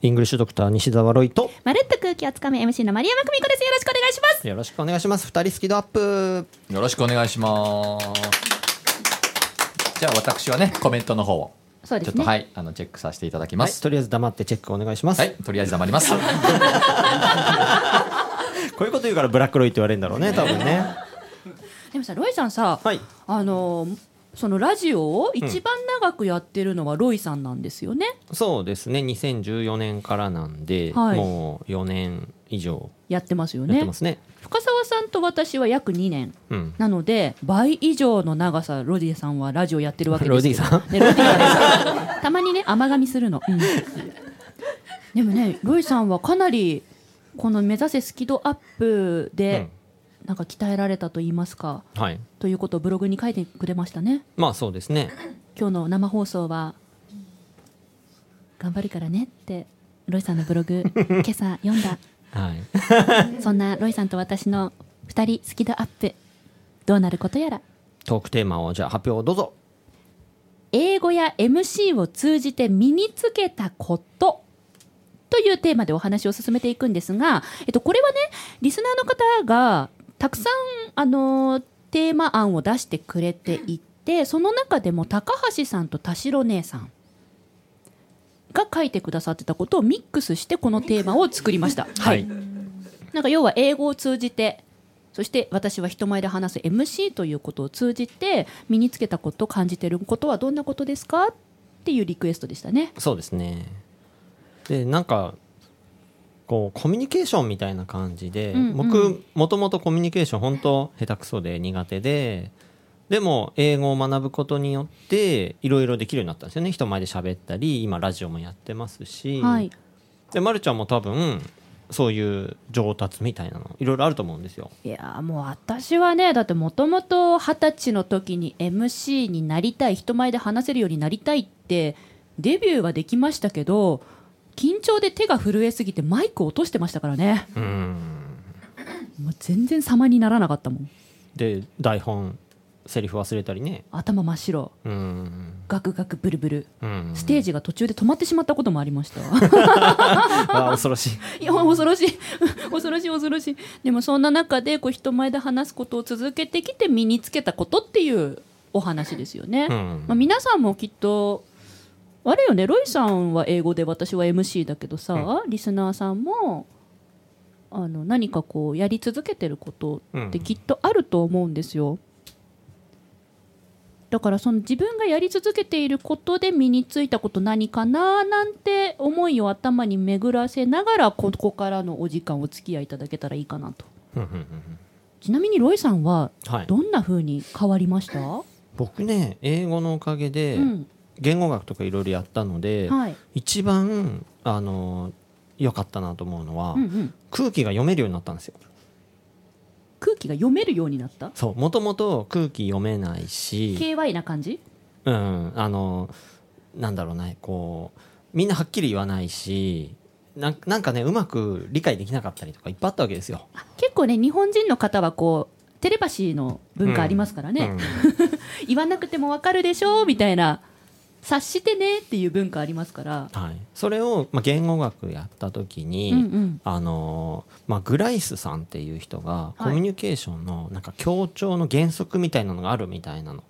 Speaker 3: イングリッシュドクター西澤ロイと
Speaker 2: まるっと空気をつかむ MC の丸山久美子ですよろしくお願いします
Speaker 3: よろしくお願いします二人スキドアップ
Speaker 1: よろしくお願いします。じゃあ私はねコメントの方を
Speaker 2: そうで
Speaker 1: ちょ
Speaker 2: す
Speaker 1: っと
Speaker 2: ね
Speaker 1: はいあのチェックさせていただきま
Speaker 3: はい
Speaker 1: す。
Speaker 3: とりあえず黙ってチェックお願いします、
Speaker 1: はい、とりあえず黙ります。
Speaker 3: こういうこと言うからブラックロイって言われるんだろうね多分 ね
Speaker 2: でもさロイさんさ、
Speaker 3: はい
Speaker 2: あのーそのラジオを一番長くやってるのはロイさんなんですよね、
Speaker 3: そうですね2014年からなんで、
Speaker 2: はい
Speaker 3: もう4年以上
Speaker 2: やってますよ
Speaker 3: やっ
Speaker 2: ね
Speaker 3: てますね
Speaker 2: 深澤さんと私は約2年
Speaker 3: うん
Speaker 2: なので倍以上の長さロディさんはラジオやってるわけです
Speaker 3: ロディさん
Speaker 2: ねロディさんたまにね甘噛みするの、うんでもねロイさんはかなりこの「目指せスキドアップで」なんか鍛えられたと言いますか
Speaker 3: うん、はい
Speaker 2: ということをブログに書いてくれましたね
Speaker 3: まあそうですね
Speaker 2: 今日の生放送は頑張るからねってロイさんのブログ今朝読んだ
Speaker 3: はい
Speaker 2: そんなロイさんと私の2人スキドアップどうなることやら
Speaker 3: トークテーマをじゃあ発表をどうぞ
Speaker 2: 英語や MC を通じて身につけたことというテーマでお話を進めていくんですが、えっと、これはねリスナーの方がたくさん、あのテーマ案を出してくれていてその中でも高橋さんと田代姉さんが書いてくださってたことをミックスしてこのテーマを作りました。
Speaker 1: はい。
Speaker 2: なんか要は英語を通じてそして私は人前で話す MC ということを通じて身につけたこと感じてることはどんなことですかっていうリクエストでしたね。
Speaker 3: そうですねでなんかこうコミュニケーションみたいな感じで、
Speaker 2: うんうん
Speaker 3: 僕もともとコミュニケーション本当下手くそで苦手ででも英語を学ぶことによっていろいろできるようになったんですよね人前で喋ったり今ラジオもやってますし、
Speaker 2: はい、
Speaker 3: で、ま、るちゃんも多分そういう上達みたいなのいろいろあると思うんですよ。
Speaker 2: いやーもう私はねだってもともと二十歳の時に MC になりたい人前で話せるようになりたいってデビューはできましたけど緊張で手が震えすぎてマイクを落としてましたからね
Speaker 3: うん
Speaker 2: もう全然様にならなかったもん
Speaker 3: で台本セリフ忘れたりね。
Speaker 2: 頭真っ白
Speaker 3: うん
Speaker 2: ガクガクブルブル
Speaker 3: うん
Speaker 2: ステージが途中で止まってしまったこともあり ました。
Speaker 3: あ恐ろしい。
Speaker 2: いや恐ろしい 恐ろしい恐ろしい。でもそんな中でこう人前で話すことを続けてきて身につけたことっていうお話ですよね。
Speaker 3: うん
Speaker 2: まあ、皆さんもきっとあれよねロイさんは英語で私は MC だけどさ、リスナーさんもあの何かこうやり続けてることってきっとあると思うんですよ。だからその自分がやり続けていることで身についたこと何かななんて思いを頭に巡らせながらここからのお時間お付き合いいただけたらいいかなと
Speaker 3: うんうんうんうん
Speaker 2: ちなみにロイさんは
Speaker 3: はい、
Speaker 2: どんな風に変わりました、
Speaker 3: 僕ね英語のおかげで
Speaker 2: うん
Speaker 3: 言語学とかいろいろやったので、
Speaker 2: はい
Speaker 3: 一番あの良かったなと思うのは、
Speaker 2: うんうん、
Speaker 3: 空気が読めるようになったんですよ。
Speaker 2: 空気が読めるようになった
Speaker 3: そうもともと空気読めないし、
Speaker 2: KY な感じ
Speaker 3: うん、あのなんだろうなこうみんなはっきり言わないしなんなんかねうまく理解できなかったりとかいっぱいあったわけですよ。
Speaker 2: あ結構ね日本人の方はこうテレパシーの文化ありますからね、
Speaker 3: うん
Speaker 2: 言わなくてもわかるでしょみたいな察してねっていう文化ありますから、
Speaker 3: はい、それを、まあ、言語学やった時に、
Speaker 2: うんうん
Speaker 3: あのーまあ、グライスさんっていう人が
Speaker 2: い
Speaker 3: コミュニケーションのなんか協調の原則みたいなのがあるみたいなの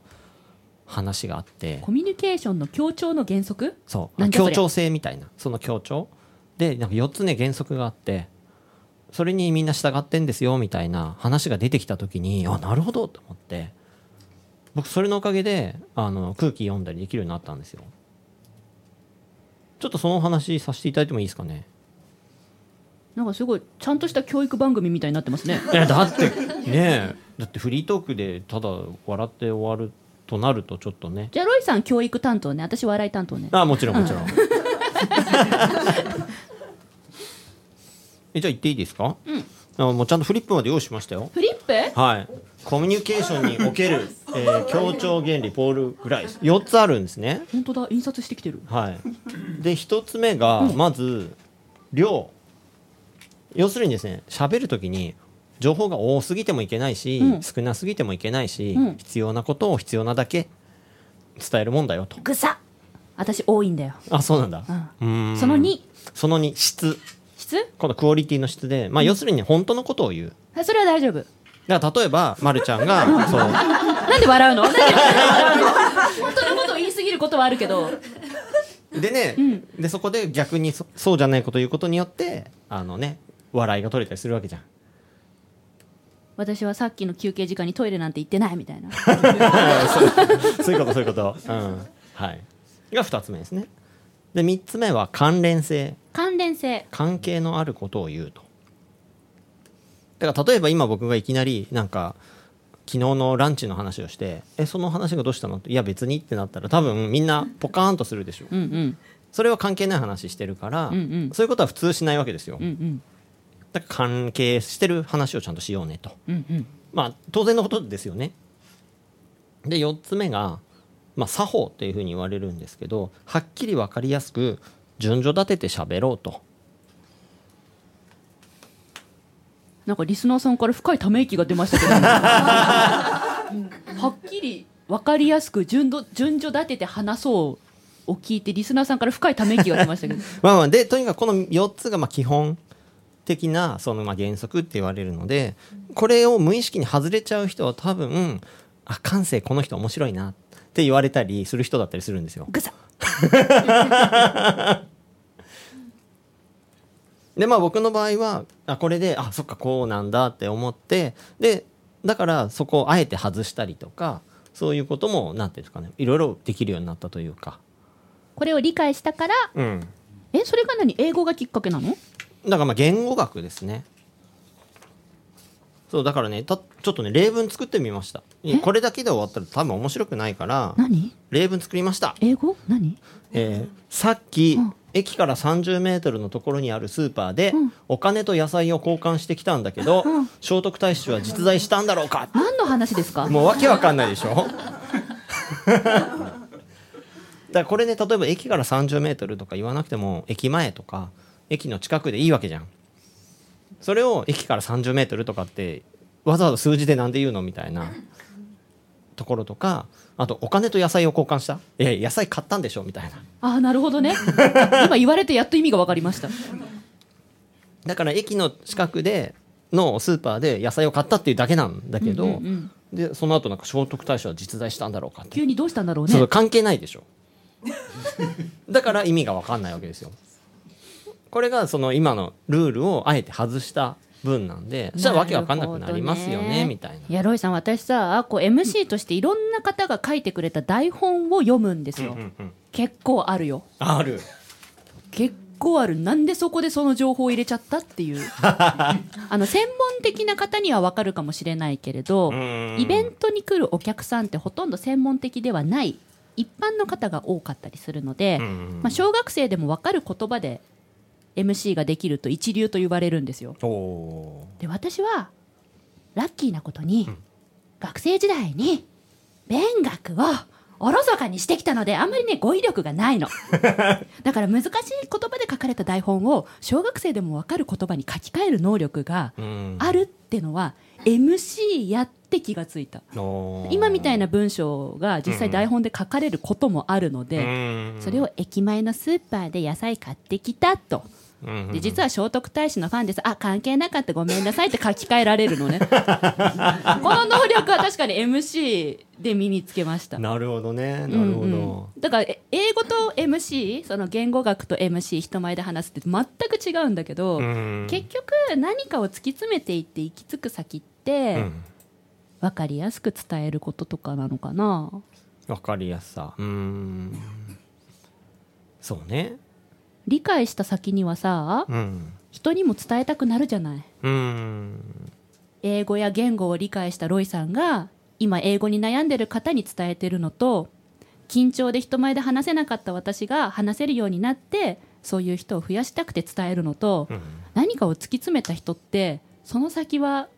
Speaker 3: 話があって
Speaker 2: コミュニケーションの協調の原則
Speaker 3: そう
Speaker 2: なんじゃそり
Speaker 3: 協
Speaker 2: ゃ
Speaker 3: 調性みたいなその協調でなんか4つね原則があってそれにみんな従ってんですよみたいな話が出てきた時にあなるほどと思って僕それのおかげであの空気読んだりできるようになったんですよちょっとそのお話させていただいてもいいですかね
Speaker 2: なんかすごいちゃんとした教育番組みたいになってます ね
Speaker 3: いやだってねえだってフリートークでただ笑って終わるとなるとちょっとね
Speaker 2: じゃあロイさん教育担当ね私笑い担当ね
Speaker 3: あもちろんもちろん えじゃあ言っていいですか、あもうちゃんとフリップまで用意しましたよ
Speaker 2: フリップ
Speaker 3: はいコミュニケーションにおける、えー協調原理ポール・グライス4つあるんですね
Speaker 2: 本当だ印刷してきてる
Speaker 3: はいで1つ目がまず量要するにですね喋るときに情報が多すぎてもいけないし、
Speaker 2: うん
Speaker 3: 少なすぎてもいけないし、
Speaker 2: うん
Speaker 3: 必要なことを必要なだけ伝えるもんだよと
Speaker 2: ぐさ私多いんだよ、
Speaker 3: あそうなんだ、うーん
Speaker 2: その2
Speaker 3: その2質
Speaker 2: 質
Speaker 3: このクオリティの質で、まあ、要するに本当のことを言う
Speaker 2: あそれは大丈夫
Speaker 3: だから例えば、ま、るちゃんがそう
Speaker 2: なんで笑うのなんで笑うの本当のことを言いすぎることはあるけど
Speaker 3: でね、でそこで逆にそそうじゃないことを言うことによってあのね笑いが取れたりするわけじゃん
Speaker 2: 私はさっきの休憩時間にトイレなんて行ってないみたいな
Speaker 3: そういうことそういうこと、うんはい、が2つ目ですねで3つ目は関連性
Speaker 2: 関連性
Speaker 3: 関係のあることを言うとだから例えば今僕がいきなりなんか昨日のランチの話をして「えその話がどうしたの?」って「いや別に」ってなったら多分みんなポカーンとするでしょ
Speaker 2: うんうん
Speaker 3: それは関係ない話してるから、
Speaker 2: んうん
Speaker 3: そういうことは普通しないわけですよ、
Speaker 2: うんうん
Speaker 3: だから関係してる話をちゃんとしようねと
Speaker 2: うんうん
Speaker 3: まあ当然のことですよね。で4つ目が、まあ、作法っていうふうに言われるんですけどはっきり分かりやすく順序立てて喋ろうと。
Speaker 2: なんかリスナーさんから深いため息が出ましたけど、はっきり分かりやすく順ど順序立てて話そうを聞いてリスナーさんから深いため息が出ましたけど
Speaker 3: まあまあ、でとにかくこの4つがまあ基本的なそのまあ原則って言われるのでこれを無意識に外れちゃう人は多分あ感性この人面白いなって言われたりする人だったりするんですよ。
Speaker 2: ぐさ
Speaker 3: でまあ僕の場合はあこれであそっかこうなんだって思ってでだからそこをあえて外したりとかそういうこともなんていうんですかねいろいろできるようになったというか、
Speaker 2: これを理解したから
Speaker 3: うん、
Speaker 2: えそれが何英語がきっかけなの
Speaker 3: だからまあ言語学ですねそうだからねたちょっとね例文作ってみましたいやこれだけで終わったら多分面白くないから
Speaker 2: 何
Speaker 3: 例文作りました、
Speaker 2: 英語何
Speaker 3: えーさっき、
Speaker 2: うん
Speaker 3: 駅から3 0ルのところにあるスーパーで、お金と野菜を交換してきたんだけど、聖徳太子は実在したんだろうか
Speaker 2: 何の話ですか
Speaker 3: もうわけわかんないでしょ だからこれね例えば駅から3 0ルとか言わなくても駅前とか駅の近くでいいわけじゃんそれを駅から3 0ルとかってわざわざ数字でなんで言うのみたいなところとかあとお金と野菜を交換したいやいや野菜買ったんでしょみたいな
Speaker 2: ああなるほど ね今言われてやっと意味が分かりました
Speaker 3: だから駅の近くでのスーパーで野菜を買ったっていうだけなんだけど、
Speaker 2: うんうんうん
Speaker 3: でその後なんか聖徳太子は実在したんだろうかって
Speaker 2: 急にどうしたんだろう
Speaker 3: そ
Speaker 2: ね
Speaker 3: う関係ないでしょ だから意味が分かんないわけですよこれがその今のルールをあえて外した分なんでそしたらわけ分かんなくなります
Speaker 2: な
Speaker 3: よね
Speaker 2: るほどね
Speaker 3: みたいない
Speaker 2: やロイさん私さこう MC としていろんな方が書いてくれた台本を読むんですよ、
Speaker 3: うんうん
Speaker 2: 結構あるよ
Speaker 3: ある
Speaker 2: 結構あるなんでそこでその情報を入れちゃったって いうあの専門的な方には分かるかもしれないけれど
Speaker 3: ん
Speaker 2: イベントに来るお客さんってほとんど専門的ではない一般の方が多かったりするので、
Speaker 3: ん
Speaker 2: まあ、小学生でも分かる言葉で MC ができると一流と言われるんですよ
Speaker 3: お
Speaker 2: で私はラッキーなことに、学生時代に勉学をおろそかにしてきたのであんまりね語彙力が ないのだから難しい言葉で書かれた台本を小学生でも分かる言葉に書き換える能力が
Speaker 3: うん
Speaker 2: あるってのは MC やって気がついた
Speaker 3: お
Speaker 2: 今みたいな文章が実際台本で書かれることもあるので、それ
Speaker 3: を
Speaker 2: を駅前のスーパーで野菜買ってきたとで実は聖徳太子のファンですあ関係なかったごめんなさいって書き換えられるの ねこの能力は確かに MC で身につけました
Speaker 3: なるほどねなるほど、
Speaker 2: うんうんだからえ英語と MC その言語学と MC 人前で話すって全く違うんだけど、
Speaker 3: うん
Speaker 2: 結局何かを突き詰めていって行き着く先って、
Speaker 3: うん
Speaker 2: 分かりやすく伝えることとかなのかな
Speaker 3: わかりやすさうんそうね
Speaker 2: 理解した先にはさ
Speaker 3: うん
Speaker 2: 人にも伝えたくなるじゃない
Speaker 3: うん
Speaker 2: 英語や言語を理解したロイさんが今英語に悩んでる方に伝えてるのと緊張で人前で話せなかった私が話せるようになってそういう人を増やしたくて伝えるのと、何かを突き詰めた人ってその先は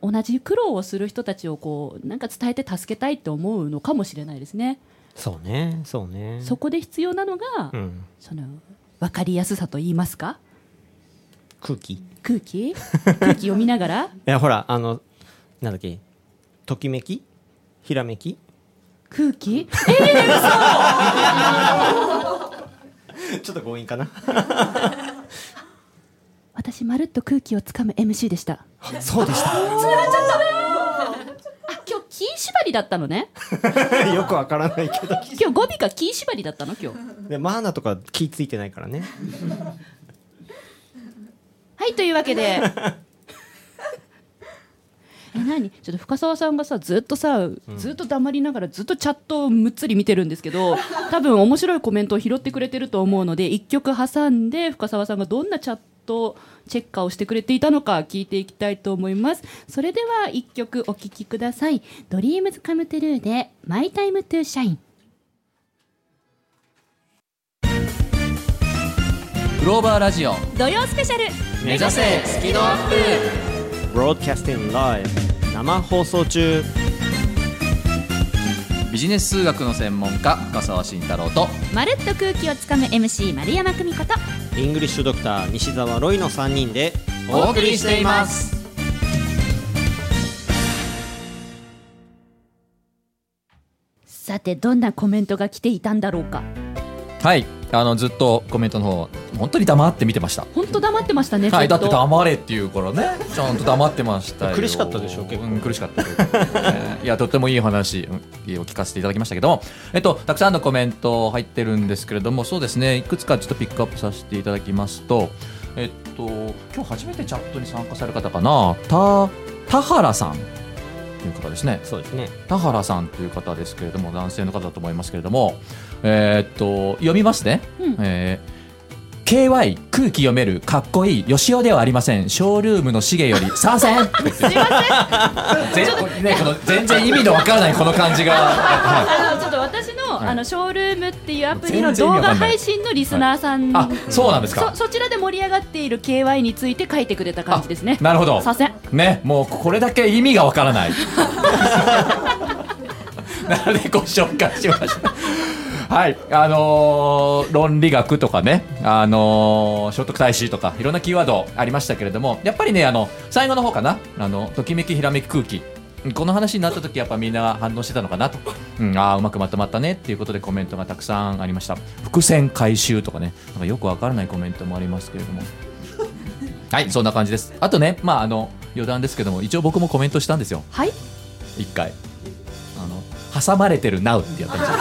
Speaker 2: 同じ苦労をする人たちをこうなんか伝えて助けたいって思うのかもしれないですね。
Speaker 3: そうねそうね
Speaker 2: そこで必要なのが、
Speaker 3: うん
Speaker 2: その分かりやすさと言いますか
Speaker 3: 空気い
Speaker 2: 空 気空気読みながら
Speaker 3: やほらあのなんだっけときめきひらめき
Speaker 2: 空気
Speaker 3: ちょっと強引かな
Speaker 2: 私まるっと空気をつかむ MC でした
Speaker 3: そうでした
Speaker 2: あ今日キー縛りだったのね
Speaker 3: よくわからないけど
Speaker 2: 今日語尾がキー縛りだったの今日
Speaker 3: でマーナとか気ついてないからね
Speaker 2: はいというわけで え何ちょっと深澤さんがさずっとさずっと黙りながらずっとチャットをむっつり見てるんですけど多分面白いコメントを拾ってくれてると思うので1曲挟んで深澤さんがどんなチャットチェッカーをしてくれていたのか聞いていきたいと思いますそれでは1曲お聴きください「ドリームズカムトゥルーで「マイタイムトゥシャイン
Speaker 1: グローバーラジオ
Speaker 2: 土曜スペシャル
Speaker 1: 目指せスキドアップ
Speaker 3: Broadcasting Live 生放送中
Speaker 1: ビジネス数学の専門家深澤慎太郎と
Speaker 6: まるっと空気をつかむ MC 丸山久美子と
Speaker 3: イングリッシュドクター西澤ロイの3人で
Speaker 1: お送りしています
Speaker 2: さてどんなコメントが来ていたんだろうか
Speaker 1: はいあのずっとコメントの方本当に黙って見てました
Speaker 2: 本当黙ってましたね
Speaker 1: はい、
Speaker 2: ず
Speaker 1: だ
Speaker 2: っ
Speaker 1: って
Speaker 2: と
Speaker 1: 黙れっていうからね、ちゃんと黙ってましたよ。
Speaker 3: 苦しかったでしょ結構
Speaker 1: うん苦しかった結構ね。いや、とってもいいお話うんを聞かせていただきましたけども、えっと、たくさんのコメント入ってるんですけれども、そうですね、いくつかちょっとピックアップさせていただきますと、えっと、今日初めてチャットに参加される方かな、た、田原さんという方ですね。
Speaker 3: そうですね
Speaker 1: 田原さんという方ですけれども男性の方だと思いますけれども、えーっと読みますね、
Speaker 2: うん
Speaker 1: えー KY 空気読めるかっこいいよしおではありませんショールームのしげより参戦すいません全,、ね、この全然意味のわからないこの感じが、はい
Speaker 2: あのちょっと私の,、
Speaker 1: はい
Speaker 2: あのショールームっていうアプリ
Speaker 1: も
Speaker 2: の
Speaker 1: う全然意
Speaker 2: 動
Speaker 1: 味わか
Speaker 2: 画
Speaker 1: んない
Speaker 2: 配信のリスナーさん、
Speaker 1: あそうなんですか
Speaker 2: そそちらで盛り上がっている KY について書いてくれた感じですね。
Speaker 1: なるほど
Speaker 2: 左遷
Speaker 1: ねもうこれだけ意味がわからないなのでご紹介しましたはいあのー論理学とかね、あのー聖徳太子とかいろんなキーワードありましたけれどもやっぱりねあの最後の方かなあのときめきひらめき空気この話になった時やっぱみんな反応してたのかなと、うん、ああうまくまとまったねっていうことでコメントがたくさんありました伏線回収とかねなんかよくわからないコメントもありますけれどもはいそんな感じですあとねまああの余談ですけども一応僕もコメントしたんですよ
Speaker 2: はい。
Speaker 1: 一回あの挟まれてる Now ってやったんですよ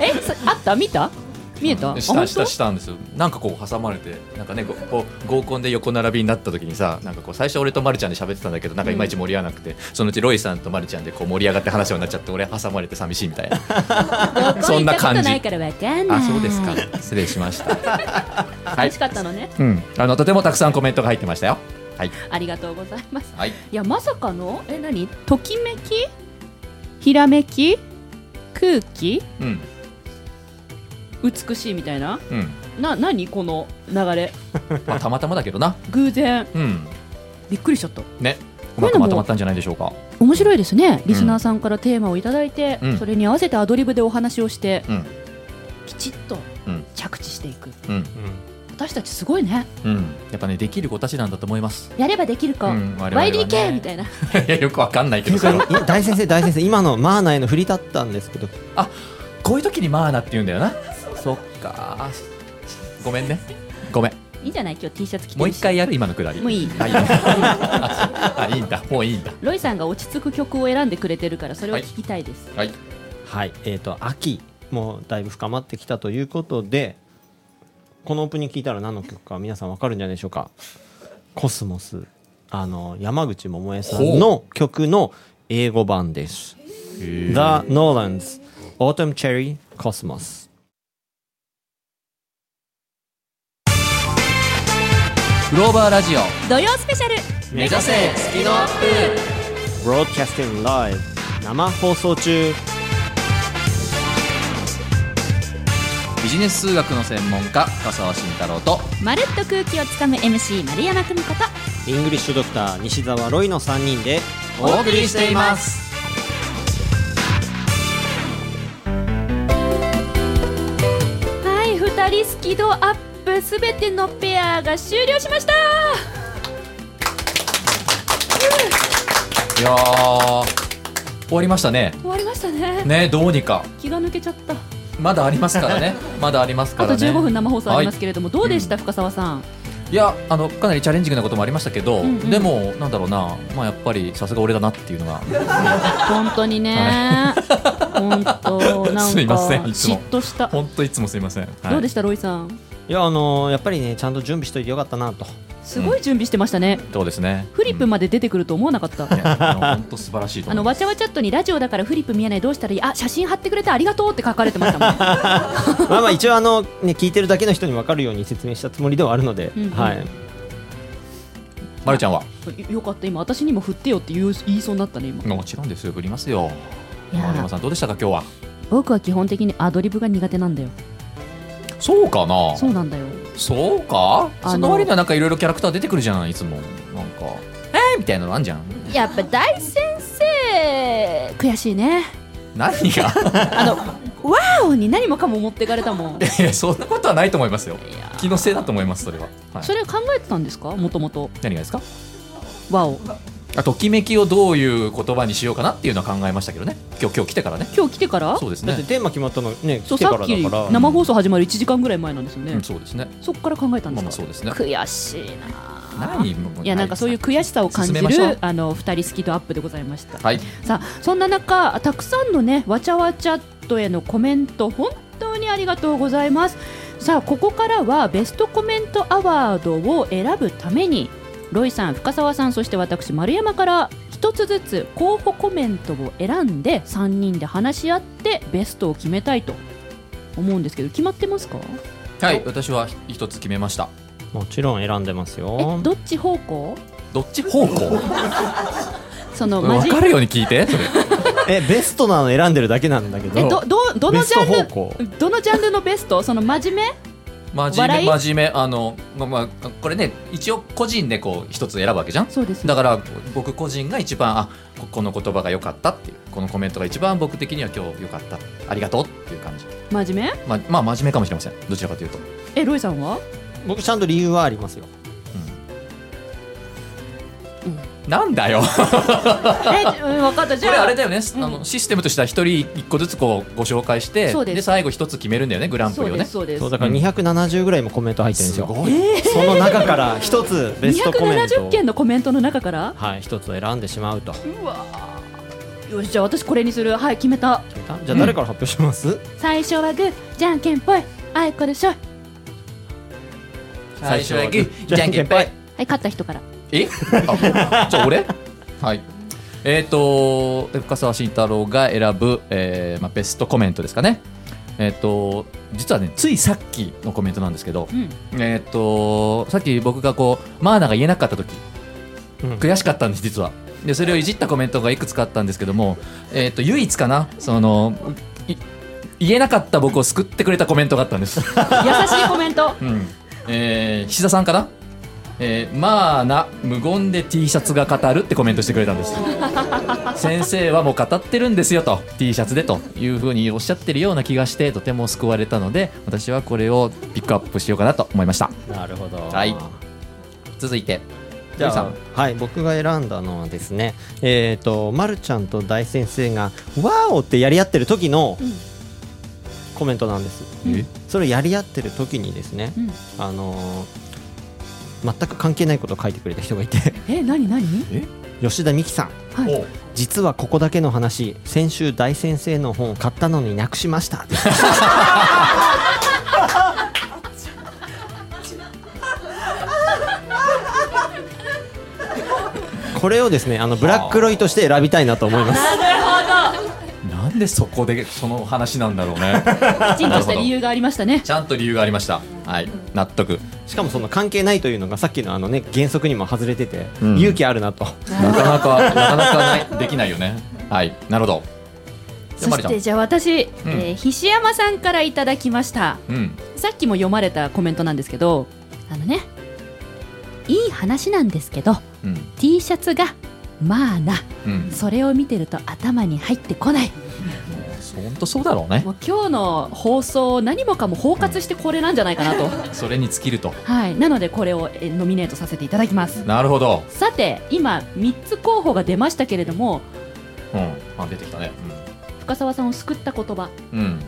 Speaker 2: え、そあった見た？見えた？あ
Speaker 1: した
Speaker 2: 本
Speaker 1: し
Speaker 2: 当
Speaker 1: たしたんですよなんかこう挟まれてなんかねこうこう合コンで横並びになった時にさなんかこう最初俺とまるちゃんで喋ってたんだけどなんかいまいち盛り上がらなくて、そのうちロイさんとまるちゃんでこう盛り上がって話になっちゃって俺挟まれて寂しいみたいな
Speaker 2: 合コン
Speaker 1: そんな感じ
Speaker 2: 行ったことないからわかんない。
Speaker 1: あそうですか失礼しましたは
Speaker 2: 楽
Speaker 1: い
Speaker 2: しかったのね。
Speaker 1: うんあのとてもたくさんコメントが入ってましたよはい
Speaker 2: ありがとうございます。
Speaker 1: はい
Speaker 2: いやまさかのえ何？ときめき？ひらめき？空気？
Speaker 1: うん
Speaker 2: 美しいみたいな？
Speaker 1: うん、
Speaker 2: な何この流れ？
Speaker 1: まあ、たまたまだけどな
Speaker 2: 偶然
Speaker 1: うん
Speaker 2: びっくりしちゃった。
Speaker 1: ねう
Speaker 2: こう
Speaker 1: ま
Speaker 2: いう
Speaker 1: く
Speaker 2: のも
Speaker 1: まとまったんじゃないでしょうか
Speaker 2: 面白いですねリスナーさんからテーマをいただいて、
Speaker 1: うん
Speaker 2: それに合わせてアドリブでお話をして、
Speaker 1: うん
Speaker 2: きちっと
Speaker 1: うん
Speaker 2: 着地していく、
Speaker 1: うん
Speaker 2: 私たちすごいね
Speaker 1: うん、やっぱねできる子たちなんだと思います。
Speaker 2: やればできるか、
Speaker 1: うん我々はね
Speaker 2: YDK みたいな
Speaker 1: いやよくわかんないけどそれは
Speaker 3: うん、大先生大先生今のマーナへの振りだったんですけど
Speaker 1: こういう時にマーナって言うんだよな。そっか。ごめんね。ごめん。
Speaker 2: いいんじゃない今日 T シャツ着てるし
Speaker 1: もう一回やる今のくだり。
Speaker 2: もういい
Speaker 1: あいいのあいいんだ。もういいんだ。
Speaker 2: ロイさんが落ち着く曲を選んでくれてるからそれを聞きたいです、
Speaker 1: はい。
Speaker 3: はいえっ、と秋もだいぶ深まってきたということでこのオープニング聞いたら何の曲か皆さんわかるんじゃないでしょうかコスモスあの山口百恵さんの曲の英語版です「The Norlands Autumn Cherry Cosmos
Speaker 1: グローバーラジオ
Speaker 2: 土曜スペシャル
Speaker 1: 目指せスキドアップ。」
Speaker 3: Broadcasting Live 生放送中
Speaker 1: ビジネス数学の専門家深澤慎太郎と
Speaker 6: まるっと空気をつかむ MC 丸山久美子と
Speaker 3: イングリッシュドクター西澤ロイの3人で
Speaker 1: お送りしています。
Speaker 2: はい2人スキドアッ
Speaker 7: プすべてのペアが終了しました
Speaker 1: いやー終わりましたね
Speaker 7: 終わりましたね
Speaker 1: ねどうにか
Speaker 7: 気が抜けちゃった
Speaker 1: まだありますから ねまだありますか
Speaker 2: あと
Speaker 1: らね
Speaker 2: 15分生放送ありますけれども、どうでした、深澤さん。
Speaker 1: いやあのかなりチャレンジングなこともありましたけど、
Speaker 2: んうん
Speaker 1: でもなんだろうなまあやっぱりさすが俺だなっていうのが
Speaker 2: 本当にね。本当、なんか。
Speaker 1: すいませんいつも
Speaker 2: 嫉妬した。
Speaker 1: 本当いつもすいません、はい
Speaker 2: どうでした、ロイさん。
Speaker 3: いやあのーやっぱりねちゃんと準備しといてよかったなと
Speaker 2: すごい準備してましたね。
Speaker 1: どうですね
Speaker 2: フリップ
Speaker 1: うん
Speaker 2: まで出てくると思わなかった。
Speaker 1: いやでも本当素晴らしいと
Speaker 2: あ
Speaker 1: 思
Speaker 2: の
Speaker 1: いま
Speaker 2: わちゃわちゃっとにラジオだからフリップ見えないどうしたらいいあ写真貼ってくれてありがとうって書かれてましたもん
Speaker 3: まあまあ一応あの、ね、聞いてるだけの人に分かるように説明したつもりではあるので、
Speaker 2: うんうん
Speaker 3: はい、
Speaker 1: すまるちゃんは
Speaker 2: よよかった今私にも振ってよって言う言いそうになったね今
Speaker 1: もちろんですよ振りますよ
Speaker 2: いやー
Speaker 1: 丸山さんどうでしたか今日は
Speaker 2: 僕は基本的にアドリブが苦手なんだよ
Speaker 1: そうかな
Speaker 2: そうなんだよ
Speaker 1: そうか
Speaker 2: あの
Speaker 1: その割にはなんかいろいろキャラクター出てくるじゃんいつもなんかえー、みたいなのあんじゃん
Speaker 7: やっぱ大先生
Speaker 2: 悔しいね
Speaker 1: 何が
Speaker 2: あのワーオに何もかも持ってかれたもん
Speaker 1: いやそんなことはないと思いますよ気のせいだと思いますそれは、はい、
Speaker 2: それ考えてたんですかもともと
Speaker 1: 何がですか
Speaker 2: ワオ
Speaker 1: あときめきをどういう言葉にしようかなっていうのは考えましたけどね今日今日来てからね
Speaker 2: 今日来てから
Speaker 1: そうです
Speaker 3: だって
Speaker 1: ね
Speaker 3: テーマ決まったのね
Speaker 2: そ
Speaker 3: 来
Speaker 2: う
Speaker 3: て
Speaker 2: さ
Speaker 3: か
Speaker 2: っ
Speaker 3: ら
Speaker 2: き
Speaker 3: だから
Speaker 2: 生放送始まる1時間ぐらい前なんですよね、
Speaker 1: うんそうですね
Speaker 2: そっから考えたん
Speaker 1: ま
Speaker 2: で
Speaker 1: あまあ
Speaker 2: すか、
Speaker 1: そうですね
Speaker 7: 悔しいな
Speaker 1: 何
Speaker 2: いやなんかそういう悔しさを感じ
Speaker 1: 進めましょう
Speaker 2: るあの2人スキートアップでございました
Speaker 1: はい
Speaker 2: さあそんな中たくさんのねわちゃわちゃっとへのコメント本当にありがとうございますさあここからはベストコメントアワードを選ぶためにロイさん深澤さんそして私丸山から一つずつ候補コメントを選んで3人で話し合ってベストを決めたいと思うんですけど決まってますか
Speaker 1: はい私は一つ決めました
Speaker 3: もちろん選んでますよ
Speaker 2: えどっち方向
Speaker 1: どっち方向
Speaker 2: その マジ
Speaker 1: 分かるように聞いて それ
Speaker 3: えベストなの選んでるだけなんだけど
Speaker 2: えどどど
Speaker 3: ベ
Speaker 2: の
Speaker 3: ス
Speaker 2: ジ
Speaker 3: ト
Speaker 2: ャン
Speaker 3: 方
Speaker 2: ル
Speaker 3: 向
Speaker 2: どのジャンルのベストその真面
Speaker 1: 真面
Speaker 2: 笑い
Speaker 1: 目真面目あのまあまあこれね一応個人でこう一つ選ぶわけじゃん
Speaker 2: 目そうです
Speaker 1: だから僕個人が一番あここの言葉が良かったっていうこのコメントが一番僕的には今日良かったありがとうっていう感じ
Speaker 2: 真面目
Speaker 1: まあまあ真面目かもしれませんどちらかというと
Speaker 2: えロイさんは
Speaker 3: 僕ちゃんと理由はありますよ
Speaker 1: なんだよ
Speaker 2: え、うん、分かったじ
Speaker 1: これ
Speaker 2: ゃあ
Speaker 1: あれだよね、あのシステムとしては一人一個ずつこうご紹介して
Speaker 2: そうです
Speaker 1: 最後一つ決めるんだよねグランプ
Speaker 2: そ
Speaker 1: リ
Speaker 2: う
Speaker 1: を
Speaker 2: で
Speaker 1: ね
Speaker 2: すそうです
Speaker 3: そうだから270ぐらいもコメント入ってるんです
Speaker 1: す
Speaker 3: よ、
Speaker 1: ごい、
Speaker 3: その中から一つベストコメント
Speaker 2: 270
Speaker 3: を
Speaker 2: 件のコメントの中から
Speaker 3: はい一つを選んでしまうと決
Speaker 2: うわよしじゃあ私これにするはい決めた
Speaker 3: めたじゃあ誰から発表します、
Speaker 2: 最初はグーじゃんけんぽいあいこでしょはい
Speaker 1: 最初はグーじゃんけんぽい
Speaker 2: 勝った人から
Speaker 1: えあじゃあ俺はいえっ、と深澤慎太郎が選ぶ、えーまあ、ベストコメントですかねえっ、と実はねついさっきのコメントなんですけど、
Speaker 2: うん
Speaker 1: えっ、とさっき僕がこうマーナが言えなかった時
Speaker 3: うん
Speaker 1: 悔しかったんです実はでそれをいじったコメントがいくつかあったんですけども、えっと唯一かなそのい言えなかった僕を救ってくれたコメントがあったん です
Speaker 2: 優しいコメント
Speaker 1: うん、えー、菱田さんかな、えー、まあな無言で T シャツが語るってコメントしてくれた んです先生はもう語ってるんですよと T シャツでというふうにおっしゃってるような気がしてとても救われたので私はこれをピックアップしようかなと思いました
Speaker 3: なるほど
Speaker 1: はい続いて
Speaker 3: じゃ
Speaker 1: ゆいさ
Speaker 3: あ
Speaker 1: ん、
Speaker 3: はい、僕が選んだのはですね、えっ、と、まるちゃんと大先生が、わーおってやり合ってる時のコメントなんです。
Speaker 1: え
Speaker 3: それをやり合ってる時にですね、
Speaker 2: うん
Speaker 3: あのー全く関係ないことを書いてくれた人がいて、
Speaker 2: え何何
Speaker 3: 吉田美希さん。
Speaker 2: はい
Speaker 3: 実はここだけの話先週大先生の本を買ったのになくしましたこれをですねあのブラックロイとして選びたいなと思います
Speaker 1: なんでそこでその話なんだろうね
Speaker 2: きちんとした理由がありましたね
Speaker 1: ちゃんと理由がありましたはい納得
Speaker 3: しかもその関係ないというのがさっきのあのね原則にも外れてて、
Speaker 1: うん
Speaker 3: 勇気あるなと
Speaker 1: なかなかなかなかないできないよねはいなるほどじゃあ
Speaker 7: そ
Speaker 1: まりち
Speaker 7: し
Speaker 1: ゃん
Speaker 7: てじゃあ私、え
Speaker 1: ん
Speaker 7: ー、菱山さんからいただきました
Speaker 1: うん
Speaker 2: さっきも読まれたコメントなんですけど
Speaker 7: あのねいい話なんですけど
Speaker 1: うん
Speaker 7: T シャツがまあな
Speaker 1: うん
Speaker 7: それを見てると頭に入ってこない
Speaker 1: 本当そうだろうね
Speaker 2: もう今日の放送何もかも包括してこれなんじゃないかなと、
Speaker 1: それに尽きると
Speaker 2: はい、なのでこれをえノミネートさせていただきます
Speaker 1: なるほど、
Speaker 2: さて今3つ候補が出ましたけれども
Speaker 1: うん、あ出てきたね
Speaker 2: 深澤さんを救った言葉
Speaker 1: うん、うん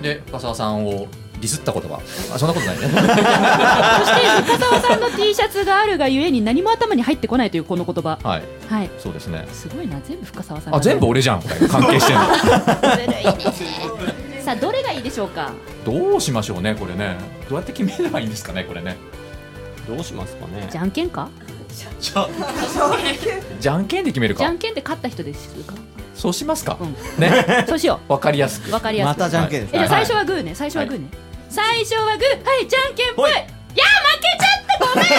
Speaker 1: で深澤さんをディスった言葉あそんなことないね
Speaker 2: そして深澤さんの T シャツがあるがゆえに何も頭に入ってこないというこの言葉
Speaker 1: はい
Speaker 2: はい
Speaker 1: そうですね
Speaker 2: すごいな全部深澤さん
Speaker 1: あ
Speaker 2: が
Speaker 1: 全部俺じゃんこれ関係 してん
Speaker 2: ずるいねさあどれがいいでしょうか
Speaker 1: のどうしましょうねこれねどうやって決めればいいんですかねこれね
Speaker 3: どうしますかね
Speaker 2: じゃんけんか
Speaker 1: じゃんけんで決める
Speaker 2: じゃ
Speaker 1: か
Speaker 2: んけんで勝った人でするか
Speaker 1: そうしますか、
Speaker 2: うん
Speaker 1: ね
Speaker 2: そうしよ
Speaker 1: わかりやすく
Speaker 2: うわかりやすく
Speaker 3: またじゃんけんです
Speaker 2: えじゃあ
Speaker 3: ね
Speaker 2: 最初はグーね最初はグーね、最初はグーはいじゃんけんぽいい
Speaker 3: ほ
Speaker 2: や
Speaker 3: い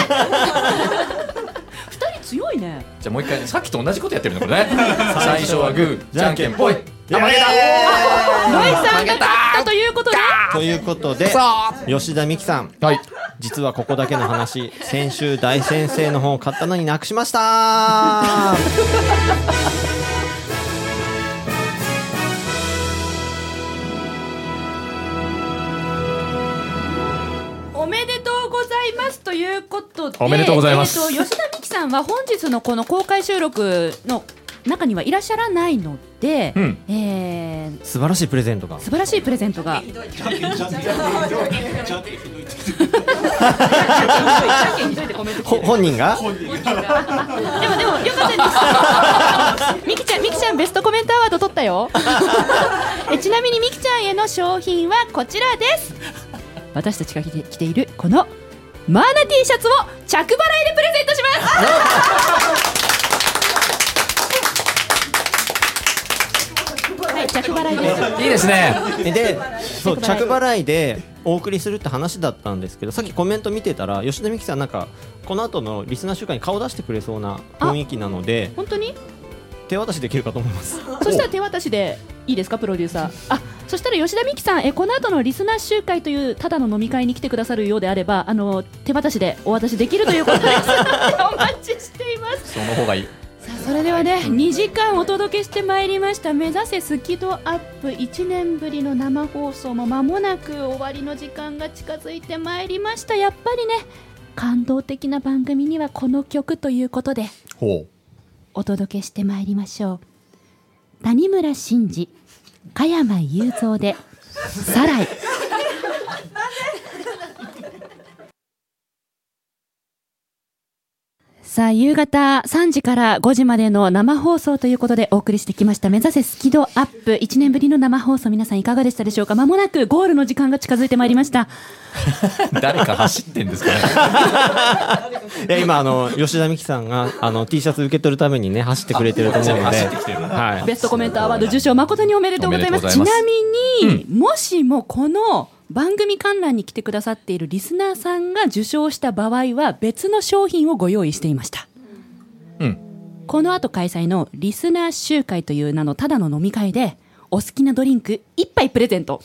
Speaker 2: 負けちゃったごめん二人強いね
Speaker 1: じゃあもう一回さっきと同じことやってるのこれね 最初はグーじゃんけんぽい
Speaker 3: あ負け
Speaker 2: ロイさんが勝ったということで
Speaker 3: たということで吉田美希さん
Speaker 1: はい
Speaker 3: 実はここだけの話先週大先生の本を買ったのになくしました
Speaker 2: おめでとうございますということで
Speaker 1: おめでとうございます
Speaker 2: えーと吉田美希さんは本日のこの公開収録の中にはいらっしゃらないので、
Speaker 1: うん
Speaker 2: えー
Speaker 3: 素晴らしいプレゼントが
Speaker 2: 素晴らしいプレゼントが
Speaker 3: ほ本人が
Speaker 2: でもでもよかった です。みきちゃんみきちゃんベストコメントアワード取った よ。えちなみにみきちゃんへの商品はこちらです。私たちが着て着ているこのマーナ T シャツを着払いでプレゼントします。 はい着払いです。
Speaker 1: いいですね
Speaker 3: でそう
Speaker 2: 着払い
Speaker 3: 着払いでお送りするって話だったんですけどさっきコメント見てたら吉田美希さんなんかこの後のリスナー集会に顔出してくれそうな雰囲気なので
Speaker 2: 本当に？
Speaker 3: 手渡しできるかと思います
Speaker 2: そしたら手渡しでいいですかプロデューサーあそしたら吉田美希さんえこの後のリスナー集会というただの飲み会に来てくださるようであればあの手渡しでお渡しできるということですお待ちしています
Speaker 1: その方がいい
Speaker 2: さあそれではね2時間お届けしてまいりました「目指せスキドアップ」1年ぶりの生放送も間もなく終わりの時間が近づいてまいりましたやっぱりね感動的な番組にはこの曲ということで
Speaker 1: ほう
Speaker 2: お届けしてまいりましょう谷村新司加山雄三で「サライ」 さあ夕方3時から5時までの生放送ということでお送りしてきました「目指せスキドアップ」1年ぶりの生放送皆さんいかがでしたでしょうかまもなくゴールの時間が近づいてまいりました
Speaker 1: 誰か走ってんです かね
Speaker 3: で今あの吉田美希さんがあの T シャツ受け取るためにね走ってくれてると思うので
Speaker 1: 走ってきてる
Speaker 3: はい
Speaker 2: ベストコメントアワード受賞誠におめでとうございます。
Speaker 1: おめで
Speaker 2: ち
Speaker 1: とうござ
Speaker 2: ない
Speaker 1: ま
Speaker 2: みに、もしもこの番組観覧に来てくださっているリスナーさんが受賞した場合は別の商品をご用意していました。
Speaker 1: うん
Speaker 2: この後開催のリスナー集会という名のただの飲み会でお好きなドリンク1杯プレゼント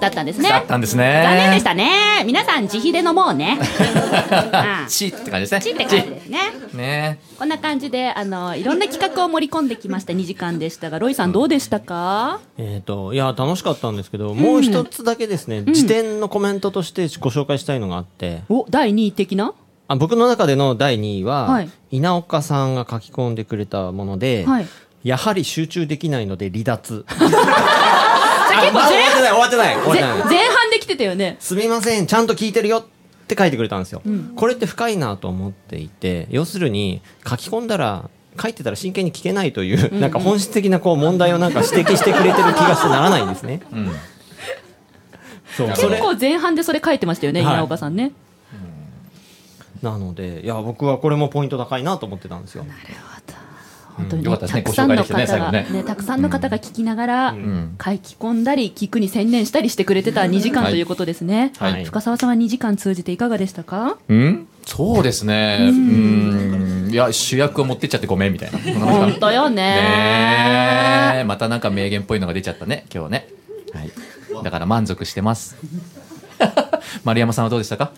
Speaker 2: だったんですね。
Speaker 1: だったんですね
Speaker 2: 残念でしたね。皆さん自費で飲も うね。うん
Speaker 1: チって感じですね
Speaker 2: チって感じですね。
Speaker 1: ね
Speaker 2: こんな感じであのいろんな企画を盛り込んできました2時間でしたがロイさんどうでしたか
Speaker 3: えっといや楽しかったんですけどもう一つだけですね辞典のコメントとしてご紹介したいのがあって
Speaker 2: お第2位的な
Speaker 3: あ僕の中での第2位
Speaker 2: は
Speaker 3: はい稲岡さんが書き込んでくれたもので
Speaker 2: はい
Speaker 3: やはり集中できないので離 脱
Speaker 2: あ結構
Speaker 3: 終
Speaker 2: 前
Speaker 3: わってない終わってない終わっ
Speaker 2: 前
Speaker 3: てない
Speaker 2: 前半で来てたよね
Speaker 3: すみませんちゃんと聞いてるよって書いてくれたんですよ、これって深いなと思っていて要するに書き込んだら書いてたら真剣に聞けないという、なんか本質的なこう問題をなんか指摘してくれてる気がしてならないんですね。
Speaker 1: ん
Speaker 3: そうそ
Speaker 2: 結
Speaker 3: れ
Speaker 2: 構前半でそれ書いてましたよね
Speaker 3: はい
Speaker 2: 稲岡さんね、
Speaker 3: なのでいや僕はこれもポイント高いなと思ってたんですよ。
Speaker 2: 本当に、
Speaker 1: よかったです
Speaker 2: た
Speaker 1: ね
Speaker 2: くさんの
Speaker 1: ご紹
Speaker 2: 方
Speaker 1: 介できてね
Speaker 2: が、
Speaker 1: 最後ね
Speaker 2: たくさんの方が聞きながら、
Speaker 1: ん
Speaker 2: 書き込んだり聞くに専念したりしてくれてた2時間
Speaker 1: はい
Speaker 2: ということですね、
Speaker 1: はい
Speaker 2: 深澤さんは2時間通じていかがでしたか
Speaker 1: うんそうですねうんいや主役を持ってっちゃってごめんみたいな
Speaker 2: 本当よね
Speaker 1: ねえまたなんか名言っぽいのが出ちゃったね今日ね、はい、だから満足してます 丸山さんはどうでしたか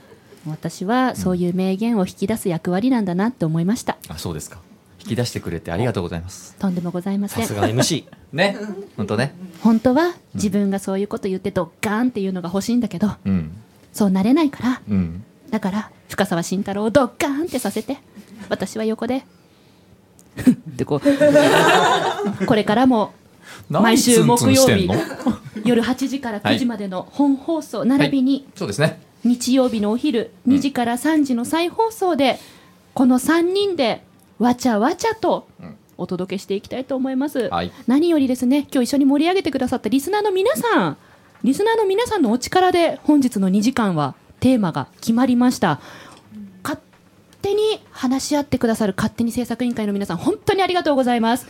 Speaker 2: 私はそういう名言を引き出す役割なんだなって思いました
Speaker 1: あそうですか引き出してくれてありがとうございます。
Speaker 2: とんでもございませ
Speaker 3: さ
Speaker 2: ん
Speaker 3: すが MC
Speaker 1: ね、本当ね。
Speaker 2: 本当は自分がそういうこと言ってドッカーンっていうのが欲しいんだけど
Speaker 1: うん、
Speaker 2: そうなれないから
Speaker 1: うん、
Speaker 2: だから深沢慎太郎をドッカーンってさせて私は横で ってこう これからも毎週
Speaker 1: 何ツンツン
Speaker 2: 木曜
Speaker 1: してん
Speaker 2: 日
Speaker 1: の
Speaker 2: 夜8時から9時までの本放送並びに
Speaker 1: そうですね。
Speaker 2: 日曜日のお昼2時から3時の再放送でこの3人でわちゃわちゃと
Speaker 1: うん
Speaker 2: お届けしていきたいと思います、
Speaker 1: はい
Speaker 2: 何よりですね今日一緒に盛り上げてくださったリスナーの皆さんリスナーの皆さんのお力で本日の2時間はテーマが決まりました勝手に話し合ってくださる勝手に制作委員会の皆さん本当にありがとうございます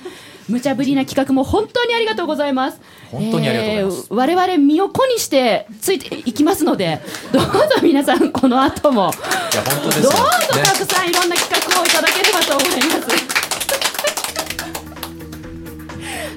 Speaker 2: 無茶ぶりな企画も本当にありがとうございます
Speaker 1: 本当にありがとうございます
Speaker 2: えー我々身を粉にしてついていきますのでどうぞ皆さんこの後も
Speaker 1: いや、本当で
Speaker 2: ど
Speaker 1: すよ
Speaker 2: うぞたく
Speaker 1: ね
Speaker 2: さんいろんな企画をいただければと思います。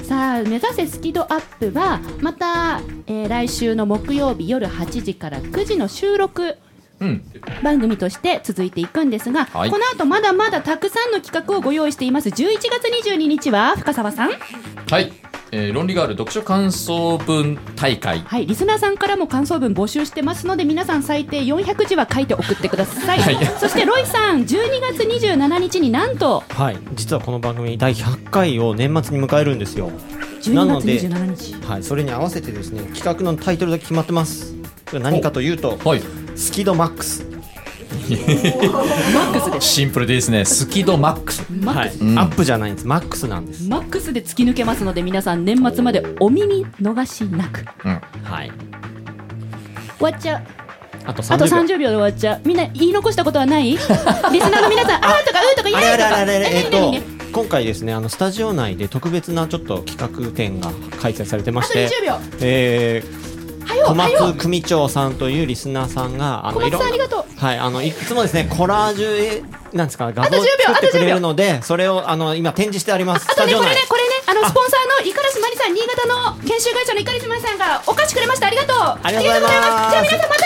Speaker 2: さあ目指せスキドアップはまた、えー来週の木曜日夜8時から9時の収録
Speaker 1: うん、
Speaker 2: 番組として続いていくんですが、
Speaker 1: はい
Speaker 2: この後まだまだたくさんの企画をご用意しています11月22日は深澤さん
Speaker 1: はい、えー、論理がある読書感想文大会。
Speaker 2: はい、リスナーさんからも感想文募集してますので皆さん最低400字は書いて送ってください、
Speaker 1: はい
Speaker 2: そしてロイさん12月27日になんと
Speaker 3: はい実はこの番組第100回を年末に迎えるんですよな
Speaker 2: 12
Speaker 3: の
Speaker 2: 月
Speaker 3: で
Speaker 2: 27日
Speaker 3: はい、それに合わせてですね企画のタイトルだけ決まってますそれ何かというと
Speaker 1: はい、
Speaker 3: スキドマックス
Speaker 5: マックスです。
Speaker 1: シンプルでいいですね。スキドマックス。
Speaker 2: マッ
Speaker 3: は
Speaker 2: ク
Speaker 3: い
Speaker 2: ス、
Speaker 1: ん
Speaker 3: アップじゃないんですマックスなんです
Speaker 5: マックスで突き抜けますので皆さん
Speaker 2: 年末までお耳逃しなく
Speaker 1: うん、
Speaker 3: はい
Speaker 2: 終わっちゃう
Speaker 3: あと30秒
Speaker 2: あと30秒で終わっちゃうみんな言い残したことはない リスナーの皆さんあーとかうーとかイエ
Speaker 3: あれ
Speaker 2: ー
Speaker 3: あ
Speaker 2: イと
Speaker 3: れ
Speaker 2: か
Speaker 3: あれあれ
Speaker 2: え
Speaker 3: えっ
Speaker 2: 何
Speaker 3: と
Speaker 2: 々ね
Speaker 3: 今回ですねあのスタジオ内で特別なちょっと企画展が開催されてま
Speaker 2: あ
Speaker 3: し
Speaker 2: と
Speaker 3: て
Speaker 2: 20秒
Speaker 3: え
Speaker 2: は
Speaker 3: ー
Speaker 2: よ
Speaker 3: 小
Speaker 2: は
Speaker 3: 松
Speaker 2: よ
Speaker 3: 組長さんというリスナーさんがあ
Speaker 2: 小松さんあり
Speaker 3: な
Speaker 2: がとう
Speaker 3: はいあのいつもですねコラージュえなんですか画像
Speaker 2: あ
Speaker 3: を
Speaker 2: と10秒
Speaker 3: 作ってくれ
Speaker 2: あと10秒
Speaker 3: るのでそれをあの今展示してあります
Speaker 2: あと
Speaker 3: スタ
Speaker 2: ね
Speaker 3: ジオ
Speaker 2: これ
Speaker 3: 内
Speaker 2: ねこれねあのスポンサーの五十嵐真理さん新潟の研修会社の五十嵐真理さんがお菓子くれましたありがとう
Speaker 3: ありがとうございま
Speaker 2: あ
Speaker 3: す
Speaker 2: りがとうございますじゃあ皆さんまた